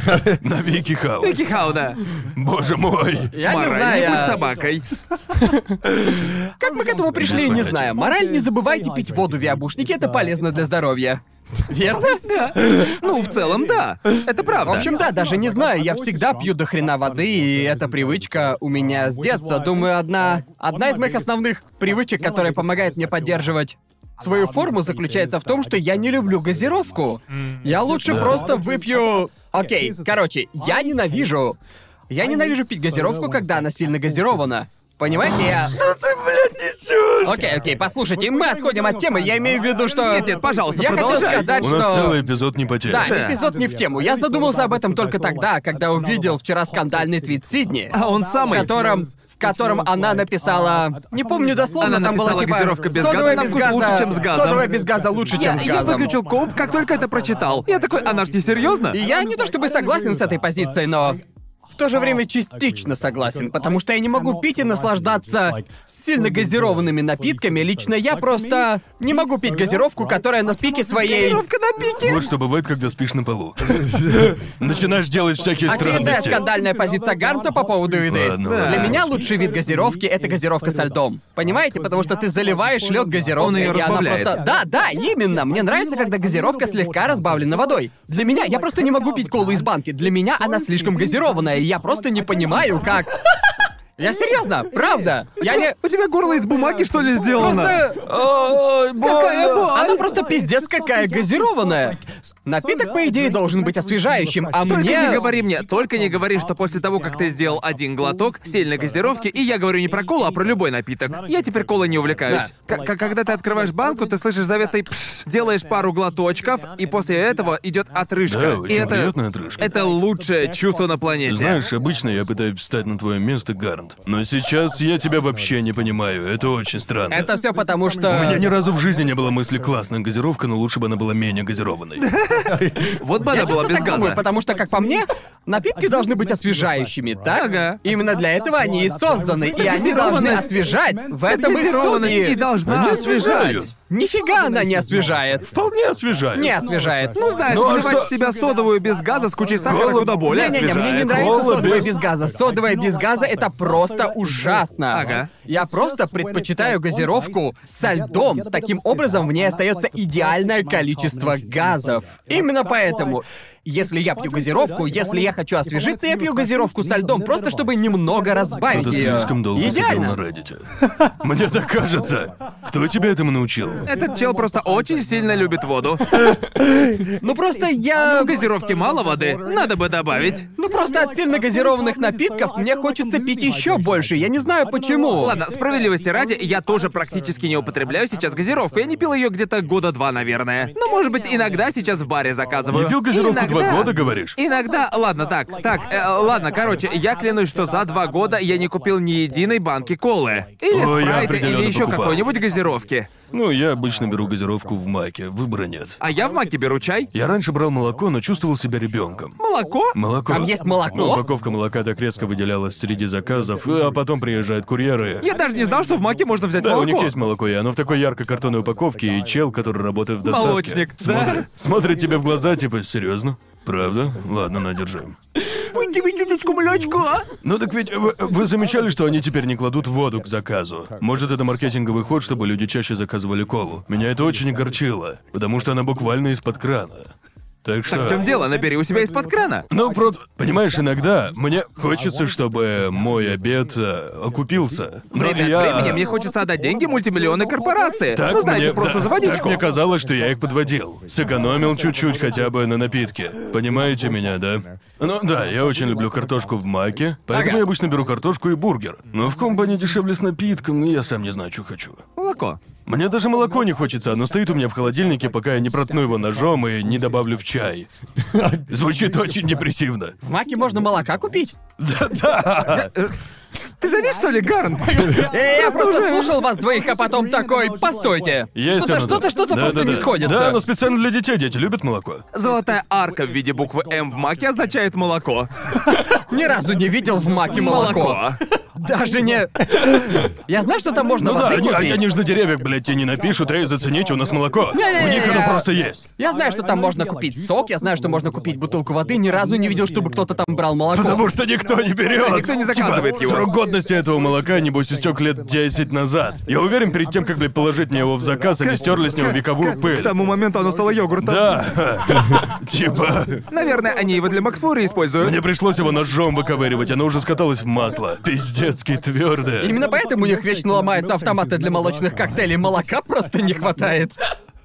На Вики Хау.
Кихау, да.
Боже мой.
Я не
Мораль,
знаю.
не
я-
будь собакой.
Как мы к этому пришли,
Без
не
понятия.
знаю. Мораль, не забывайте пить воду в ябушнике, это полезно для здоровья. Верно?
Да. Ну, в целом, да. Это
В
правда.
общем, да, даже не знаю, я всегда пью до хрена воды, и эта привычка у меня с детства. Думаю, одна, одна из моих основных привычек, которая помогает мне поддерживать свою форму, заключается в том, что я не люблю газировку. Я лучше просто выпью... Окей, короче, я ненавижу... Я ненавижу пить газировку, когда она сильно газирована. Понимаете, я...
Что ты, блядь, несешь?
Окей, окей, послушайте, мы отходим от темы, я имею в виду, что...
Нет, нет, пожалуйста,
Я хотел
продолжай.
сказать,
У нас
что...
целый эпизод не потерян.
Да,
Да.
эпизод не в тему. Я задумался об этом только тогда, когда увидел вчера скандальный твит Сидни.
А он самый.
В котором в котором она написала... Не помню дословно,
Она
там была
написала
типа...
газировка без
«Содовая
газа на
без
вкус
газа-
лучше, чем с газом».
Содовая без газа лучше,
Я,
чем с
я
газом.
выключил комп, как только это прочитал. Я такой, она ж не серьезно?
И я не то чтобы согласен с этой позицией, но в то же время частично согласен, потому что я не могу пить и наслаждаться сильно газированными напитками. Лично я просто не могу пить газировку, которая на пике своей...
Газировка на пике.
Вот что бывает, когда спишь на полу. Начинаешь делать всякие
Очередная
странности.
А скандальная позиция Гарнта по поводу еды.
Ладно, ладно.
Для меня лучший вид газировки — это газировка со льдом. Понимаете? Потому что ты заливаешь лед
Он
газировкой,
её
и она
разбавляет.
просто... Да, да, именно. Мне нравится, когда газировка слегка разбавлена водой. Для меня... Я просто не могу пить колу из банки. Для меня она слишком газированная, и я просто не понимаю, как... Я серьезно, правда. Я не...
У тебя горло из бумаги, что ли, сделано?
Просто-
Ой,
Какая
больно.
Она просто пиздец какая газированная. Напиток, по идее, должен быть освежающим, а
Только
мне...
не говори мне, только не говори, что после того, как ты сделал один глоток сильной газировки, и я говорю не про колу, а про любой напиток. Я теперь колой не увлекаюсь.
Да.
К- к- когда ты открываешь банку, ты слышишь заветный пш, делаешь пару глоточков, и после этого идет отрыжка.
Да, очень
и Э, это,
приятная отрыжка.
это лучшее чувство на планете.
Знаешь, обычно я пытаюсь встать на твое место, Гарнт. Но сейчас я тебя вообще не понимаю. Это очень странно.
Это э, все потому, что...
У меня ни разу в жизни не было мысли «классная газировка, но лучше бы она была менее газированной».
вот бы
Я
она была
часто
без
так
газа.
думаю, потому что, как по мне, напитки должны быть освежающими, так? э?
Ага.
Именно для этого они и созданы, и они должны
Газированность-
освежать. В этом и
газированность
суть.
и должна
Они
освежать.
освежают.
Нифига она не освежает.
Вполне освежает.
Не освежает.
Ну, знаешь,
Ну, а
выливать
что-
в тебя содовую без газа с кучей сахара куда более
Не-не-не, мне не
освежает.
нравится
Кола
содовая
без-
без газа. Содовая без газа — это просто ужасно.
Ага.
Я просто предпочитаю газировку со льдом. Таким образом, мне остается идеальное количество газов. Именно поэтому, если я пью газировку, если я хочу освежиться, я пью газировку со льдом, просто чтобы немного разбавить
Кто-то
ее.
слишком долго сидел на
Идеально.
Reddit. Мне так кажется. Кто тебя этому научил?
Этот чел просто очень сильно любит воду.
Ну просто я...
В газировке мало воды, надо бы добавить.
Ну просто от сильно газированных напитков мне хочется пить еще больше. Я не знаю почему.
Ладно, справедливости ради, я тоже практически не употребляю сейчас газировку. Я не пил ее где-то года два, наверное. Но, может быть, иногда сейчас в баре заказываю.
Не пил газировку два
Иногда.
года, говоришь?
Иногда, ладно, так, так, э, ладно, короче, я клянусь, что за два года я не купил ни единой банки колы. Или
Ой, я
спрайта,
определенно
или еще
покупал.
какой-нибудь газировки.
Ну, я обычно беру газировку в маке, выбора нет.
А я в маке беру чай.
Я раньше брал молоко, но чувствовал себя ребенком.
Молоко?
Молоко.
Там есть молоко?
Упаковка молока так резко выделялась среди заказов, а потом приезжают курьеры.
Я даже не знал, что в маке можно взять
Да,
молоко.
у них есть молоко, и оно в такой ярко-картонной упаковке, и чел, который работает в доставке.
Молочник, да.
Смотрит, смотрит тебе в глаза, типа, серьезно? Правда? Ладно, надержим.
Выкинь чуточку молочка.
Ну так ведь вы, вы замечали, что они теперь не кладут воду к заказу? Может, это маркетинговый ход, чтобы люди чаще заказывали колу? Меня это очень огорчило, потому что она буквально из-под крана. Так что...
Так в чем дело? Набери у себя из-под крана.
Ну, просто, понимаешь, иногда мне хочется, чтобы мой обед э, окупился. Но
Время
я...
от времени мне хочется отдать деньги мультимиллионной корпорации.
Так
ну, знаете,
мне-
просто
да,
за водичку.
так мне казалось, что я их подводил. Сэкономил чуть-чуть хотя бы на напитке. Понимаете меня, да? Ну да, я очень люблю картошку в маке, поэтому
Ага.
я обычно беру картошку и бургер. Но в компании дешевле с напитком, и я сам не знаю, что хочу.
Молоко.
Мне даже молоко не хочется, оно стоит у меня в холодильнике, пока я не протну его ножом и не добавлю в чай. Звучит очень депрессивно.
В маке можно молока купить.
Да-да!
Ты завис, что ли, Гарнт?
Э, Я просто слушал вас двоих, а потом такой, постойте.
Есть
Что-то,
оно
что-то,
там.
что-то
Да,
просто
да,
не
да.
сходится.
Да, ну, но специально для детей. Дети любят молоко.
Золотая арка в виде буквы М в маке означает молоко.
Ни разу не видел в маке молоко. Даже не... Я знаю, что там можно
Ну да,
воды
они,
купить.
они ж на деревьях, блядь, тебе не напишут, эй, зацените, у нас молоко.
Не-не-не,
у них
я-
оно просто есть.
Я знаю, что там можно купить сок, я знаю, что можно купить бутылку воды, ни разу не видел, чтобы кто-то там брал молоко.
Потому что никто не берет.
А
Типа,
Никто не заказывает его.
Срок годности этого молока, небось, истек лет 10 назад. Я уверен, перед тем, как, блядь, положить мне его в заказ, они стерли с него вековую
К
пыль.
тому моменту оно стало йогуртом.
Да. Типа.
Наверное, они его для Макфлури используют.
Мне пришлось его ножом выковыривать, оно уже скаталось в масло. Пиздецки твердое.
Именно поэтому у них вечно ломаются автоматы для молочных коктейлей, молока просто не хватает.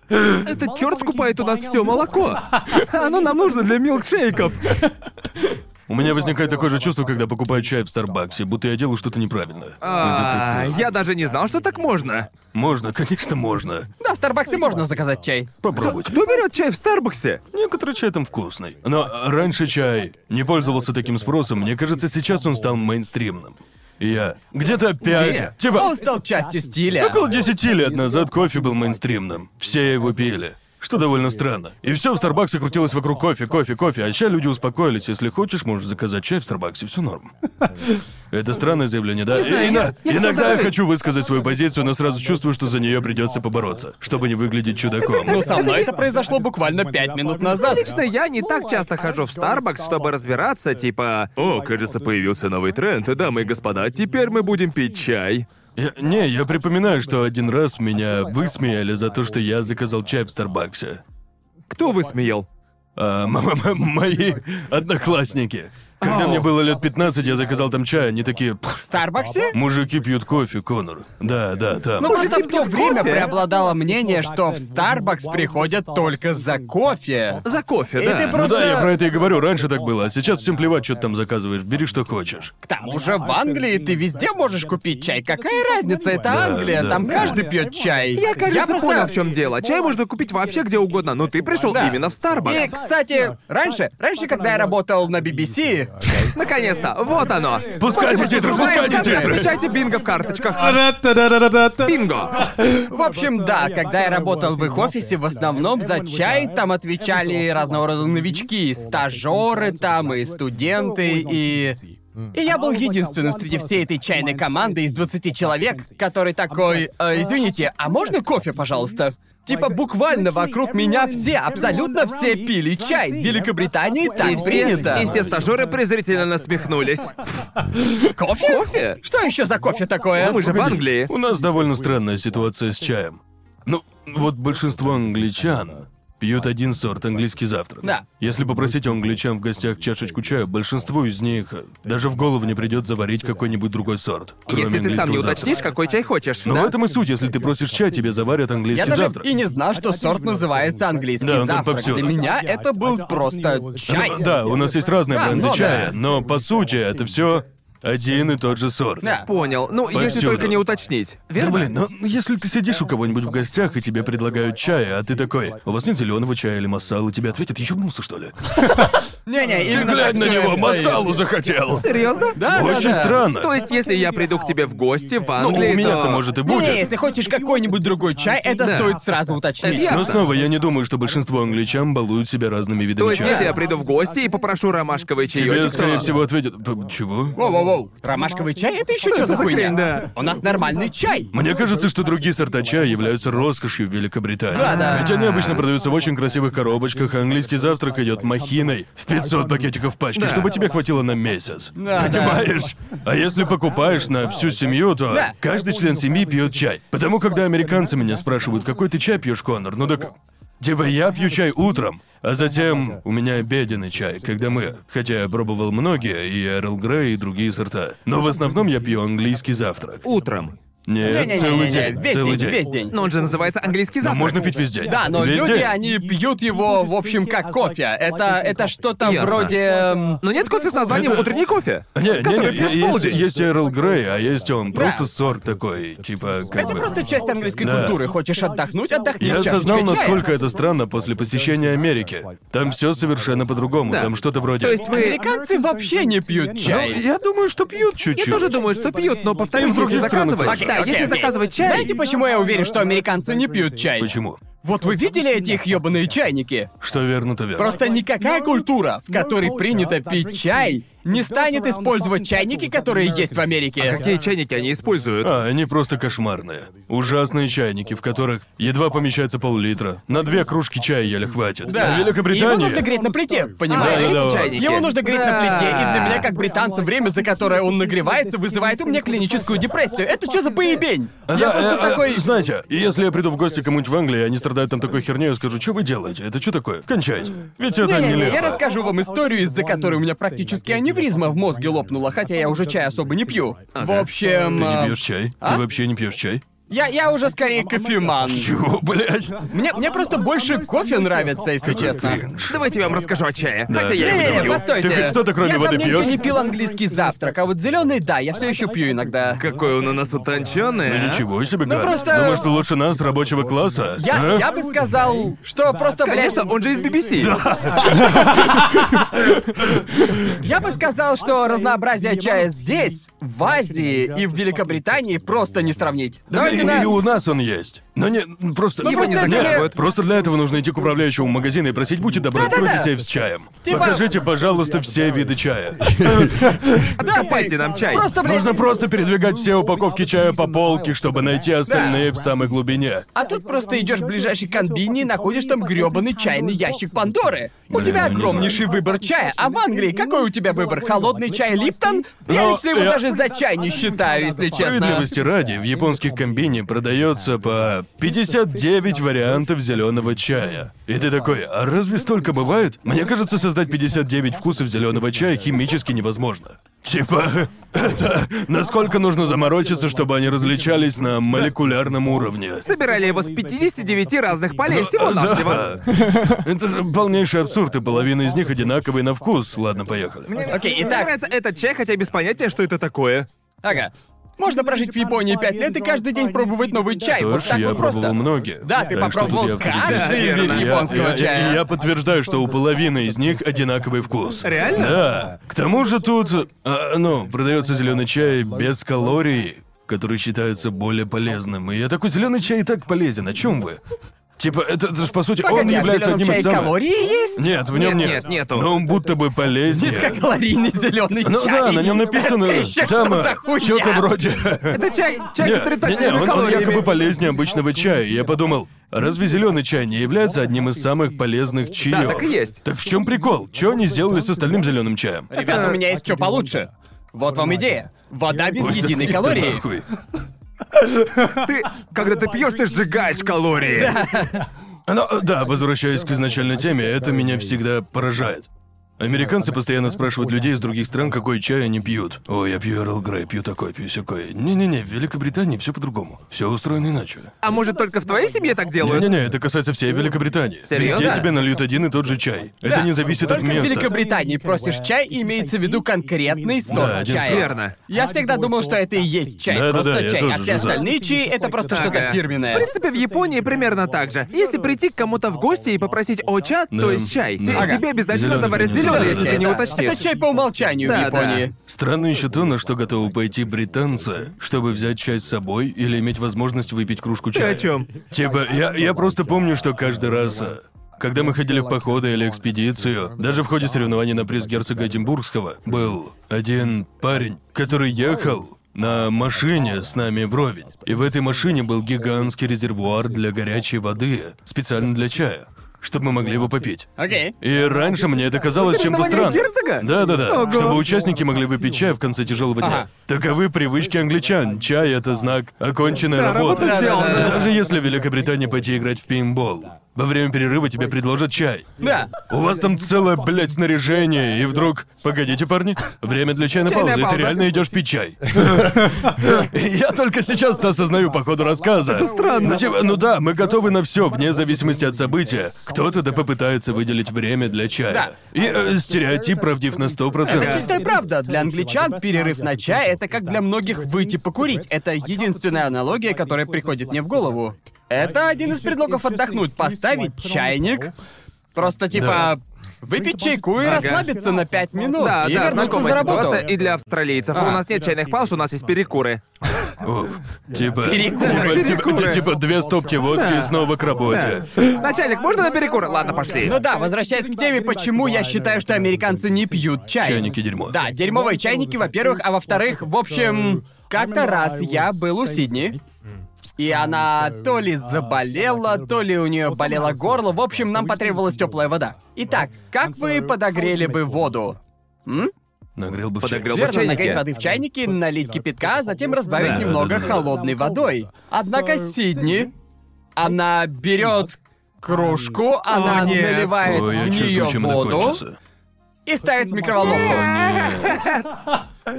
Этот черт скупает у нас все молоко. Оно нам нужно для милкшейков.
У меня возникает такое же чувство, когда покупаю чай в Старбаксе, будто я делаю что-то неправильно.
А,
Это как-то-
я даже не знал, что так можно.
Можно, конечно, можно.
Да, в Старбаксе можно заказать чай.
Попробуйте.
Кто берет чай в Старбаксе?
Некоторый чай там вкусный. Но раньше чай не пользовался таким спросом. Мне кажется, сейчас он стал мейнстримным. И Я. Где-то опять.
Где?
Типа,
Он стал частью стиля.
около 10 лет назад кофе был мейнстримным. Все его пили. Что довольно странно. И все в Старбаксе крутилось вокруг кофе, кофе, кофе. А сейчас люди успокоились. Если хочешь, можешь заказать чай в Старбаксе, все норм. Это странное заявление, да?
знаю,
И- ино-
я- я
Иногда я
добавить.
хочу высказать свою позицию, но сразу чувствую, что за нее придется побороться, чтобы не выглядеть чудаком.
Ну, со мной это произошло буквально пять минут назад.
Лично я не так часто хожу в Starbucks, чтобы разбираться, типа... О, кажется, появился новый тренд. Дамы и господа, теперь мы будем пить чай.
Я- не, я припоминаю, что один раз меня высмеяли за то, что я заказал чай в Старбаксе.
Кто высмеял?
А, м- м- м- мои одноклассники. Когда мне было лет 15, я заказал там чай, они такие...
В Старбаксе?
Мужики пьют кофе, Конор. Да, да, там.
Ну, просто
Мужики
в то
пьют
время
кофе.
преобладало мнение, что в Старбакс приходят только за кофе.
За кофе,
И
да.
ты
Ну
Ну
просто-
да, я про это и говорю, раньше так было, а сейчас всем плевать, что ты там заказываешь, бери что хочешь.
К тому же в Англии ты везде можешь купить чай. Какая разница? Это
Да,
Англия,
да.
там каждый пьет чай.
Я, кажется,
просто-
понял, в чем дело. Чай можно купить вообще где угодно, но ты пришел
Да.
именно в
И,
Starbucks.
кстати, раньше, раньше, когда я работал на BBC,
Наконец-то, вот оно.
Пускайте титры, пускайте
Пожалуйста,
титры!
Отмечайте бинго в карточках. Бинго!
в общем, да, когда я работал в их офисе, в основном за чай там отвечали разного рода новички, стажеры там и студенты, и... И я был единственным среди всей этой чайной команды из 20 человек, который такой, «Э, извините, а можно кофе, пожалуйста? Типа буквально вокруг меня все, абсолютно все пили чай. В
И
Великобритании так
все,
принято.
и все стажеры презрительно насмехнулись.
кофе?
Кофе?
Что еще за кофе такое?
Мы же в Англии.
У нас довольно странная ситуация с чаем. Ну, вот большинство англичан пьют один сорт английский завтрак.
Да.
Если попросить у англичан в гостях чашечку чая, большинству из них э, даже в голову не придет заварить какой-нибудь другой сорт. Кроме
Если ты сам
английского
не
завтрака.
уточнишь, какой чай хочешь.
Но
Ну
да?
Ну, в этом и суть, если ты просишь чай, тебе заварят английский
Я даже
завтрак.
и не знал, что сорт называется английский
Да, он там
завтрак.
повсюду.
Для меня
а
это был просто чай.
Ну, Да, у нас есть разные
Да,
бренды
много.
чая, но по сути это все один и тот же сорт.
Да.
Понял. Ну, если
Повсюду.
только не уточнить.
Да
Верно?
блин, ну ну, если ты сидишь у кого-нибудь в гостях и тебе предлагают чай, а ты такой, у вас нет зеленого чая или масала, тебе ответят, ебнулся что ли?
Не-не,
Ты
именно
глянь
так
на
всё
него,
это стоит.
масалу захотел!
Серьезно?
Да, да,
Очень
да.
странно.
То есть, если я приду к тебе в гости в
Ну,
Англии,
у меня-то,
то-
может, и
Не,
будет.
если хочешь какой-нибудь другой чай, это
Да.
стоит сразу уточнить.
Это я.
Но снова я не думаю, что большинство англичан балуют себя разными
То
видами
есть, если я
чая.
приду в гости и попрошу ромашковый
Тебе,
чаечек,
скорее
то...
всего, ответят. «П- Чего?
Воу-воу-воу. Ромашковый чай это
Что
еще что
это
за
за
хуйня?
хрень, да?
У нас нормальный чай.
Мне кажется, что другие сорта чая являются роскошью в Великобритании.
Да, да.
Хотя они обычно продаются в очень красивых коробочках, а английский завтрак идет махиной в 500 пакетиков пачки, чтобы тебе хватило на месяц.
Да, да.
Понимаешь? А если покупаешь на всю семью, то
Да.
каждый член семьи пьет чай. Потому когда американцы меня спрашивают, какой ты чай пьешь, Конор, ну так... Типа я пью чай утром, а затем у меня обеденный чай, когда мы... Хотя я пробовал многие, и Эрл Грей, и другие сорта. Но в основном я пью английский завтрак.
Утром.
Нет, целый
Не-не-не-не,
день.
весь
целый
день, весь день.
Но он же называется английский
Но
завтрак.
Ну, можно пить весь день.
Да, но
Весь
люди,
день.
они пьют его, в общем, как кофе. Это, это что-то
Ясно.
вроде... эм,
Но нет кофе с названием
Это-
«Утренний кофе».
Не, не,
который
не,
пьешь
е- А, есть,
полдень.
есть Эрл Грей, а есть он. Просто сорт такой, типа, как
Это
бы.
просто часть английской
Да.
культуры. Хочешь отдохнуть, отдохни.
Я
чашечкой
осознал,
чая.
насколько это странно после посещения Америки. Там все совершенно по-другому.
Да.
Там что-то вроде.
То есть вы...
Американцы вообще не пьют
Ну,
чай.
я думаю, что пьют
Я
чуть-чуть.
тоже думаю, что пьют, но повторюсь,
в других
если
странах
заказывать.
тоже.
да,
Окей,
если
окей.
заказывать чай.
Знаете, почему я уверен, что американцы не пьют чай?
Почему?
Вот вы видели эти их ёбаные чайники?
Что верно, то верно.
Просто никакая культура, в которой принято пить чай, не станет использовать чайники, которые есть в Америке.
Какие чайники они используют?
А, они просто кошмарные. Ужасные чайники, в которых едва помещается пол-литра. На две кружки чая еле хватит.
Да.
А в Великобритании...
Его нужно греть на плите,
А,
понимаешь?
эти
да, да.
чайники.
Его нужно греть на плите, и для меня,
Да.
как британца, время, за которое он нагревается, вызывает у меня клиническую депрессию. Это что за поебень? Я
Да,
просто
э, э,
такой...
Знаете, и если я приду в гости к кому-нибудь в Англии, и они страдают там такой херней, я скажу, что вы делаете? Это что такое? Кончайте. Ведь это
Не-не-не,
нелепо.
я расскажу вам историю, из-за которой у меня практически аневризма в мозге лопнула, хотя я уже чай особо не пью. В
Ага.
общем...
Ты не
а,
пьешь чай?
а?
Ты вообще не пьешь чай?
Я, я уже скорее кофеман.
Чего, блядь? Ну,
Мне, мне просто больше кофе нравится, если честно.
Давайте я вам расскажу о чае. Хотя я
Не,
Э,
его
не,
люблю.
постойте.
Ты хоть что-то, кроме
я
воды,
давненько
пьёшь?
не пил английский завтрак, а вот зеленый, да, я все еще пью иногда.
Какой он у нас утонченный. а?
Э?
Ничего себе, ну,
просто-
Думаешь, ты лучше нас, рабочего класса?
Я,
а?
я бы сказал, что просто, блядь,
Конечно, он же из BBC.
я бы сказал, что разнообразие чая здесь, в Азии и в Великобритании просто не сравнить.
Да
Давайте
и,
на...
и у нас он есть. Но не, ну, просто...
Ну,
Его
просто
не
это не-
заказывают. Просто для этого нужно идти к управляющему магазина и просить, будьте добры,
Да-да-да.
откройте сейф с чаем.
Типа-
Покажите, пожалуйста, все виды чая.
Откопайте нам чай.
Просто, блядь,
Нужно просто передвигать все упаковки чая по полке, чтобы найти остальные в самой глубине.
А тут просто идешь в ближайший конбини и находишь там грёбаный чайный ящик Пандоры. У
Блин,
тебя
ну не
огромнейший выбор чая, а в Англии какой у тебя выбор? Холодный чай Липтон? Я
Но
лично его
Ну, я-
даже за чай не считаю, если честно.
Справедливости ради, в японских комбине продается по 59 вариантов зеленого чая. И ты такой, а разве столько бывает? Мне кажется, создать 59 вкусов зеленого чая химически невозможно. Типа, это насколько нужно заморочиться, чтобы они различались на молекулярном уровне?
Собирали его с 59 разных полей всего-навсего.
Да. Типа, Это же полнейший абсурд, и половина из них одинаковые на вкус. Ладно, поехали.
Окей,
Мне
итак,
нравится этот чай, хотя без понятия, что это такое.
ага. Можно прожить в Японии пять лет и каждый день пробовать новый чай.
Что
вот
ж,
так
я ну,
вот
пробовал
просто.
многие.
Да, ты
Так что тут
попробовал
я в кредите.
каждый
Да,
вид
верно.
японского
я,
чая.
и я подтверждаю, что у половины из них одинаковый вкус.
Реально?
Да. К тому же тут, а, ну, продается зеленый чай без калорий, который считается более полезным. И я такой зеленый чай и так полезен. О чем вы? Типа, это, это же по сути, он
Погоди, а в
является
зелёном
одним
чае
из самых.
калории есть?
Нет, в
Нет,
нем нет.
нет, нету.
Но он будто бы полезнее.
Низкокалорийный зеленый
Ну
чай.
да, на нем написано.
Это ещё
там
что за
э,
хуйня?
чё-то вроде.
Это чай, чай
Ну,
с
Не, не,
отрицательными
он, он
калориями.
якобы полезнее обычного чая. И Я подумал, разве зеленый чай не является одним из самых полезных чаев?
так и есть.
Так в чем прикол? Чё они сделали с остальным зеленым чаем?
Ребята, у меня есть что получше. Вот вам идея. Вода без
Ой,
единой
заткнись ты
калории.
нахуй.
Ты, когда ты пьешь, ты сжигаешь калории.
Ну, да, возвращаясь к изначальной теме, это меня всегда поражает. Американцы постоянно спрашивают людей из других стран, какой чай они пьют. Ой, я пью Эрл Грей, пью такой, пью сякой. Не-не-не, в Великобритании все по-другому. Все устроено иначе.
А может, только в твоей семье так делают?
Не-не-не, это касается всей Великобритании.
Серьёзно?
Везде тебе нальют один и тот же чай. Это
Да.
не зависит от
Только в
места.
Великобритании просишь чай, и имеется в виду конкретный сорт
Да, один
чая.
сорт.
Верно.
Я всегда думал, что это и есть чай,
Да-да-да,
просто
я
чай, а
тоже
все
же за.
остальные чаи это просто
Ага.
что-то
В
фирменное.
принципе, в Японии примерно так же. Если прийти к кому-то в гости и попросить о ча, то
Да.
есть чай, те-
Ага.
тебе обязательно
Зелёный
заварят зеленый, если
принесут. Да,
ты не
Это-
уточнишь.
Это чай по умолчанию в
Да,
Японии.
Странно еще то, на что готовы пойти британцы, чтобы взять чай с собой или иметь возможность выпить кружку чая.
о чём?
Типа, я, я просто помню, что каждый раз, э, когда мы ходили в походы или экспедицию, даже в ходе соревнований на приз герцога Эдинбургского, был один парень, который ехал на машине с нами вровень. И в этой машине был гигантский резервуар для горячей воды, специально для чая, чтобы мы могли его попить.
Окей.
И раньше мне это казалось чем-то странным.
Соревнования герцога?
Да, да, да.
Ого.
Чтобы участники могли выпить чай в конце тяжелого дня.
Ага.
Таковы привычки англичан. Чай это знак оконченной
Да,
работы.
работа
сделана. Да-да-да.
Даже если в Великобритании пойти играть в пейнтбол, во время перерыва тебе предложат чай.
Да.
У вас там целое, блядь, снаряжение, и вдруг... Погодите, парни, время для чайной
Чайная
паузы, и
пауза.
ты реально идешь пить чай. И Я только сейчас это осознаю по ходу рассказа. Это
странно.
Ну, типа, ну да, мы готовы на все, вне зависимости от события. Кто-то да попытается выделить время для чая. И э, стереотип правдив на сто
Это
процентов.
чистая правда. Для англичан перерыв на чай — это как для многих выйти покурить. Это единственная аналогия, которая приходит мне в голову. Это один из предлогов отдохнуть, поставить чайник, просто типа выпить чайку и
Ага.
расслабиться на пять минут
Да,
и
да,
вернуться за
знакомая
работу.
ситуация и для австралийцев.
А.
У нас нет чайных пауз, у нас есть перекуры.
О, Типа,
Перекуры.
типа, типа,
Перекуры.
ти- типа две стопки водки и снова к работе.
Начальник, можно на перекуры? Ладно, пошли.
Ну да, возвращаясь к теме, почему я считаю, что американцы не пьют чай.
Чайники дерьмо.
Да, дерьмовые чайники, во-первых, а во-вторых, в общем, как-то раз я был у Сидни. И она то ли заболела, то ли у нее болело горло. В общем, нам потребовалась теплая вода. Итак, как вы подогрели бы воду?
Нагрел бы в чай.
Подогрел бы.
Верно,
чайнике.
нагреть воды в чайнике, налить кипятка, затем разбавить
Да,
немного
да, да, да.
холодной водой. Однако Сидни, она берет кружку, она
нет.
наливает
Ой, я
в нее
чувствую, чем это
воду
кончится.
и ставит в микроволновку.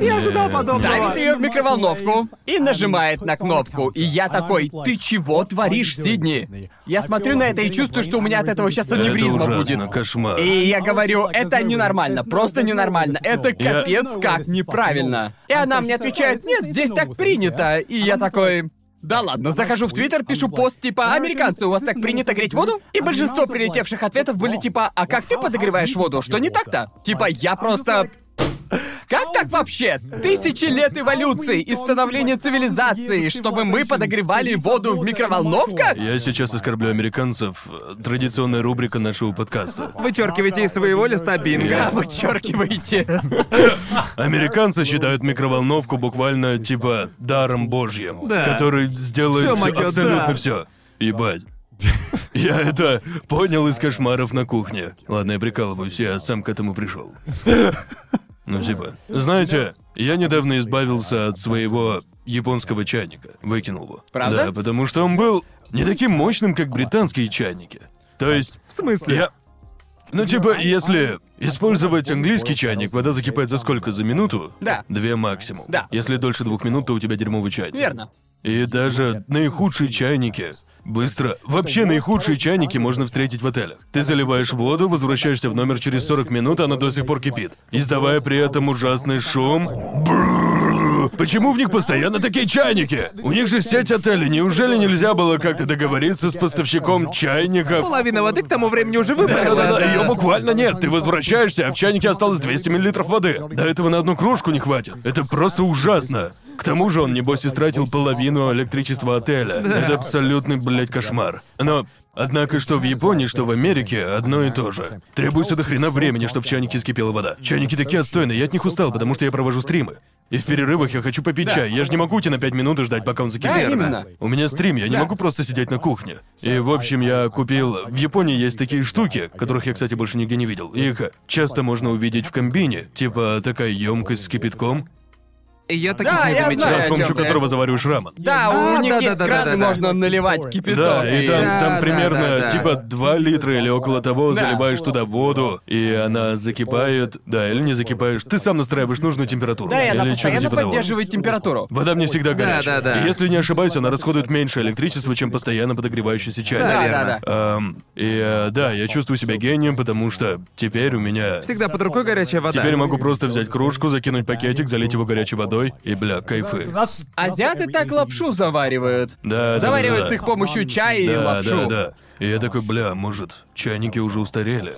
Я ожидал подобного.
Ставит ее в микроволновку и нажимает на кнопку. И я такой, ты чего творишь, Сидни? Я смотрю на это и чувствую, что у меня от этого сейчас
Это
аневризма
ужасно,
будет.
кошмар.
И я говорю, это ненормально, просто ненормально, это
Я-
капец как неправильно. И она мне отвечает, нет, здесь так принято. И я такой, да ладно, захожу в Твиттер, пишу пост типа «Американцы, у вас так принято греть воду?» И большинство прилетевших ответов были типа «А как ты подогреваешь воду? Что не так-то?» Типа «Я просто...» Как так вообще? Тысячи лет эволюции и становления цивилизации, чтобы мы подогревали воду в микроволновках?
Я сейчас оскорблю американцев. Традиционная рубрика нашего подкаста.
Вычеркивайте из своего листа
Да,
бинго.
вычеркивайте.
Американцы считают микроволновку буквально типа даром божьим,
Да.
который сделает
Всё,
всё-
Макё,
абсолютно
да.
все. Ебать. Я это понял из кошмаров на кухне. Ладно, я прикалываюсь, я сам к этому пришел. Ну типа, знаете, я недавно избавился от своего японского чайника, выкинул его.
Правда?
Да, потому что он был не таким мощным, как британские чайники. То есть
В смысле?
я... Ну, типа, если использовать английский чайник, вода закипает за сколько? За минуту?
Да.
Две максимум.
Да.
Если дольше двух минут, то у тебя дерьмовый чайник.
Верно.
И даже наихудшие чайники быстро... Вообще, наихудшие чайники можно встретить в отелях. Ты заливаешь воду, возвращаешься в номер через 40 минут, она до сих пор кипит, издавая при этом ужасный шум. Бррр. Почему в них постоянно такие чайники? У них же сеть отелей. Неужели нельзя было как-то договориться с поставщиком чайников?
Половина воды к тому времени уже
Да, да, да,
выбрала.
ее буквально нет. Ты возвращаешься, а в чайнике осталось 200 миллилитров воды. До этого на одну кружку не хватит. Это просто ужасно. К тому же он, небось, истратил половину электричества отеля. Это абсолютный, блядь, кошмар. Но Однако, что в Японии, что в Америке, одно и то же. Требуется до хрена времени, чтобы в чайнике скипела вода. Чайники такие отстойные, я от них устал, потому что я провожу стримы. И в перерывах я хочу попить чай. Я же не могу идти на 5 минут и ждать, пока он закипит.
Да, именно.
У меня стрим, я не могу просто сидеть на кухне. И, в общем, я купил... В Японии есть такие штуки, которых я, кстати, больше нигде не видел. Их часто можно увидеть в комбине. Типа такая емкость с кипятком,
Я таких
Да,
не
я
замечал.
знаю.
с помощью
тёплая.
которого завариваешь рамен.
Да,
А,
у них
да,
есть
да, да,
краны,
да, да.
можно наливать кипяток.
Да, и там,
Да,
там
да,
примерно
да, да.
типа 2 литра или около того
Да.
заливаешь туда воду, и она закипает, да, или не закипаешь. Ты сам настраиваешь нужную температуру.
Да, и она
или чё-то
постоянно
типа того.
поддерживает температуру.
Вода мне всегда горячая.
да, да.
И Если не ошибаюсь, она расходует меньше электричества, чем постоянно подогревающийся чайник.
Да,
Наверное.
да, да.
Эм, и э, да, я чувствую себя гением, потому что теперь у меня...
Всегда под рукой горячая вода.
Теперь могу просто взять кружку, закинуть пакетик, залить его горячей водой, и, бля, кайфы.
Азиаты так лапшу заваривают.
Да, да,
Заваривают
да,
с
да.
их помощью чая и
да,
лапшу.
Да, да. И я такой, бля, может, чайники уже устарели.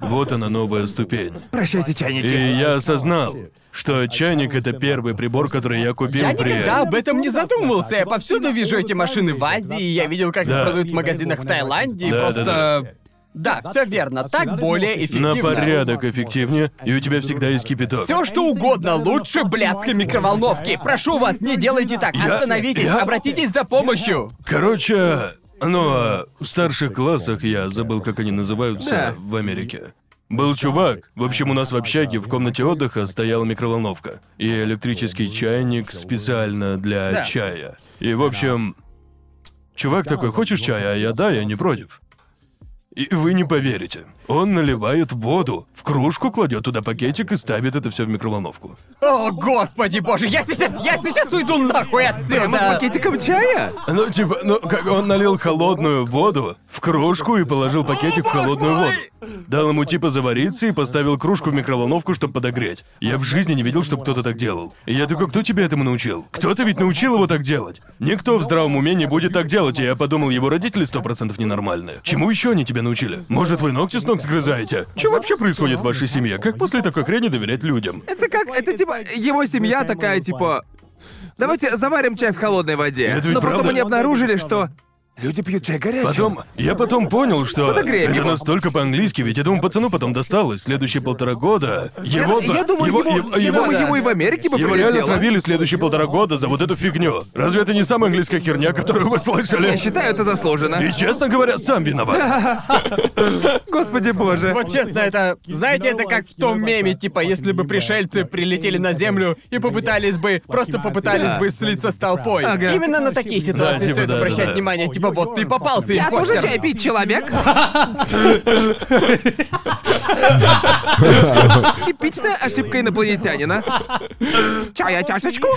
Вот она, новая ступень.
Прощайте,
И
чайники.
я осознал, что чайник — это первый прибор, который я купил
Я
при...
никогда об этом не задумывался. Я повсюду вижу эти машины в Азии, и я видел, как
Да.
их продают в магазинах в Таиланде, и
Да, да,
просто...
да.
Да, все верно. Так более эффективно.
На порядок эффективнее, и у тебя всегда есть кипяток.
Все что угодно лучше блядской микроволновки. Прошу вас, не делайте так.
Я-
Остановитесь,
я-
обратитесь за помощью.
Короче, ну, а в старших классах я забыл, как они называются
Да.
в Америке. Был чувак, в общем, у нас в общаге в комнате отдыха стояла микроволновка и электрический чайник специально для
Да.
чая. И, в общем, чувак такой, хочешь чая? А я, да, я не против. И вы не поверите. Он наливает воду, в кружку кладет туда пакетик и ставит это все в микроволновку.
О, господи боже, я сейчас, я сейчас уйду нахуй отсюда.
Прямо с пакетиком чая?
Ну, типа, ну, как он налил холодную воду в кружку и положил пакетик в холодную воду. Дал ему типа завариться и поставил кружку в микроволновку, чтобы подогреть. Я в жизни не видел, чтобы кто-то так делал. И я такой, кто тебя этому научил? Кто-то ведь научил его так делать. Никто в здравом уме не будет так делать, и я подумал, его родители сто процентов ненормальные. Чему еще они тебя научили? Может, вы ногти с ног сгрызаете? Что вообще происходит в вашей семье? Как после такой хрени доверять людям?
Это как, это типа, его семья такая, типа... Давайте заварим чай в холодной воде.
Это ведь
Но потом
правда.
они обнаружили, что люди пьют чай горячим.
Потом, я потом понял, что
Подогреем
это
его.
настолько по-английски, ведь этому пацану потом досталось следующие полтора года.
Я,
Его, бы-
я думаю,
его,
его,
его-
я
его-
думаю,
да.
его и в Америке бы
его реально
прилетело.
травили следующие полтора года за вот эту фигню. Разве это не самая английская херня, которую вы слышали?
Я считаю, это заслуженно.
И, честно говоря, сам виноват.
Господи боже.
Вот честно, это... Знаете, это как в том меме, типа, если бы пришельцы прилетели на Землю и попытались бы... Просто попытались
Да.
бы слиться с толпой.
Ага.
Именно на такие ситуации
типа,
стоит
да, да,
обращать
да.
внимание. Типа, вот ты попался,
Я
импостер.
тоже чай пить человек. Типичная ошибка инопланетянина. Чая чашечку?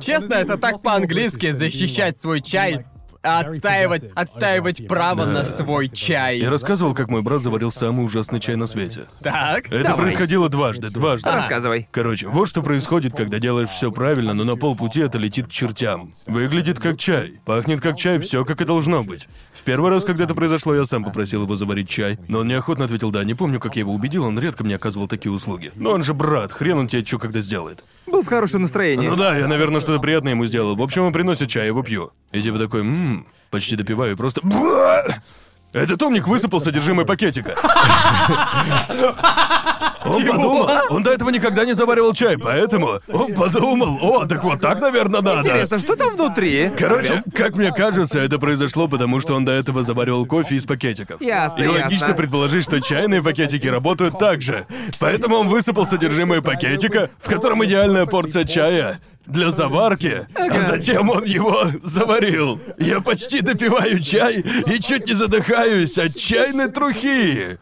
Честно, это так по-английски защищать свой чай, а отстаивать, отстаивать право на свой чай.
Я рассказывал, как мой брат заварил самый ужасный чай на свете.
Так.
Это происходило дважды, дважды.
Рассказывай.
Короче, вот что происходит, когда делаешь все правильно, но на полпути это летит к чертям. Выглядит как чай, пахнет как чай, все как и должно быть. В первый раз, когда это произошло, я сам попросил его заварить чай, но он неохотно ответил «да». Не помню, как я его убедил, он редко мне оказывал такие услуги. Но он же брат, хрен он тебе чё когда сделает.
Был в хорошем настроении.
Ну да, я, наверное, что-то приятное ему сделал. В общем, он приносит чай, я его пью. И типа такой, ммм, почти допиваю и просто... «Бра!» Этот умник высыпал содержимое пакетика. Он подумал, он до этого никогда не заваривал чай, поэтому он подумал, о, так вот так, наверное, надо.
Интересно, что там внутри?
Короче, как мне кажется, это произошло, потому что он до этого заваривал кофе из пакетиков.
Ясно,
И логично
ясно.
предположить, что чайные пакетики работают так же. Поэтому он высыпал содержимое пакетика, в котором идеальная порция чая для заварки, а затем он его заварил. Я почти допиваю чай и чуть не задыхаюсь от чайной трухи.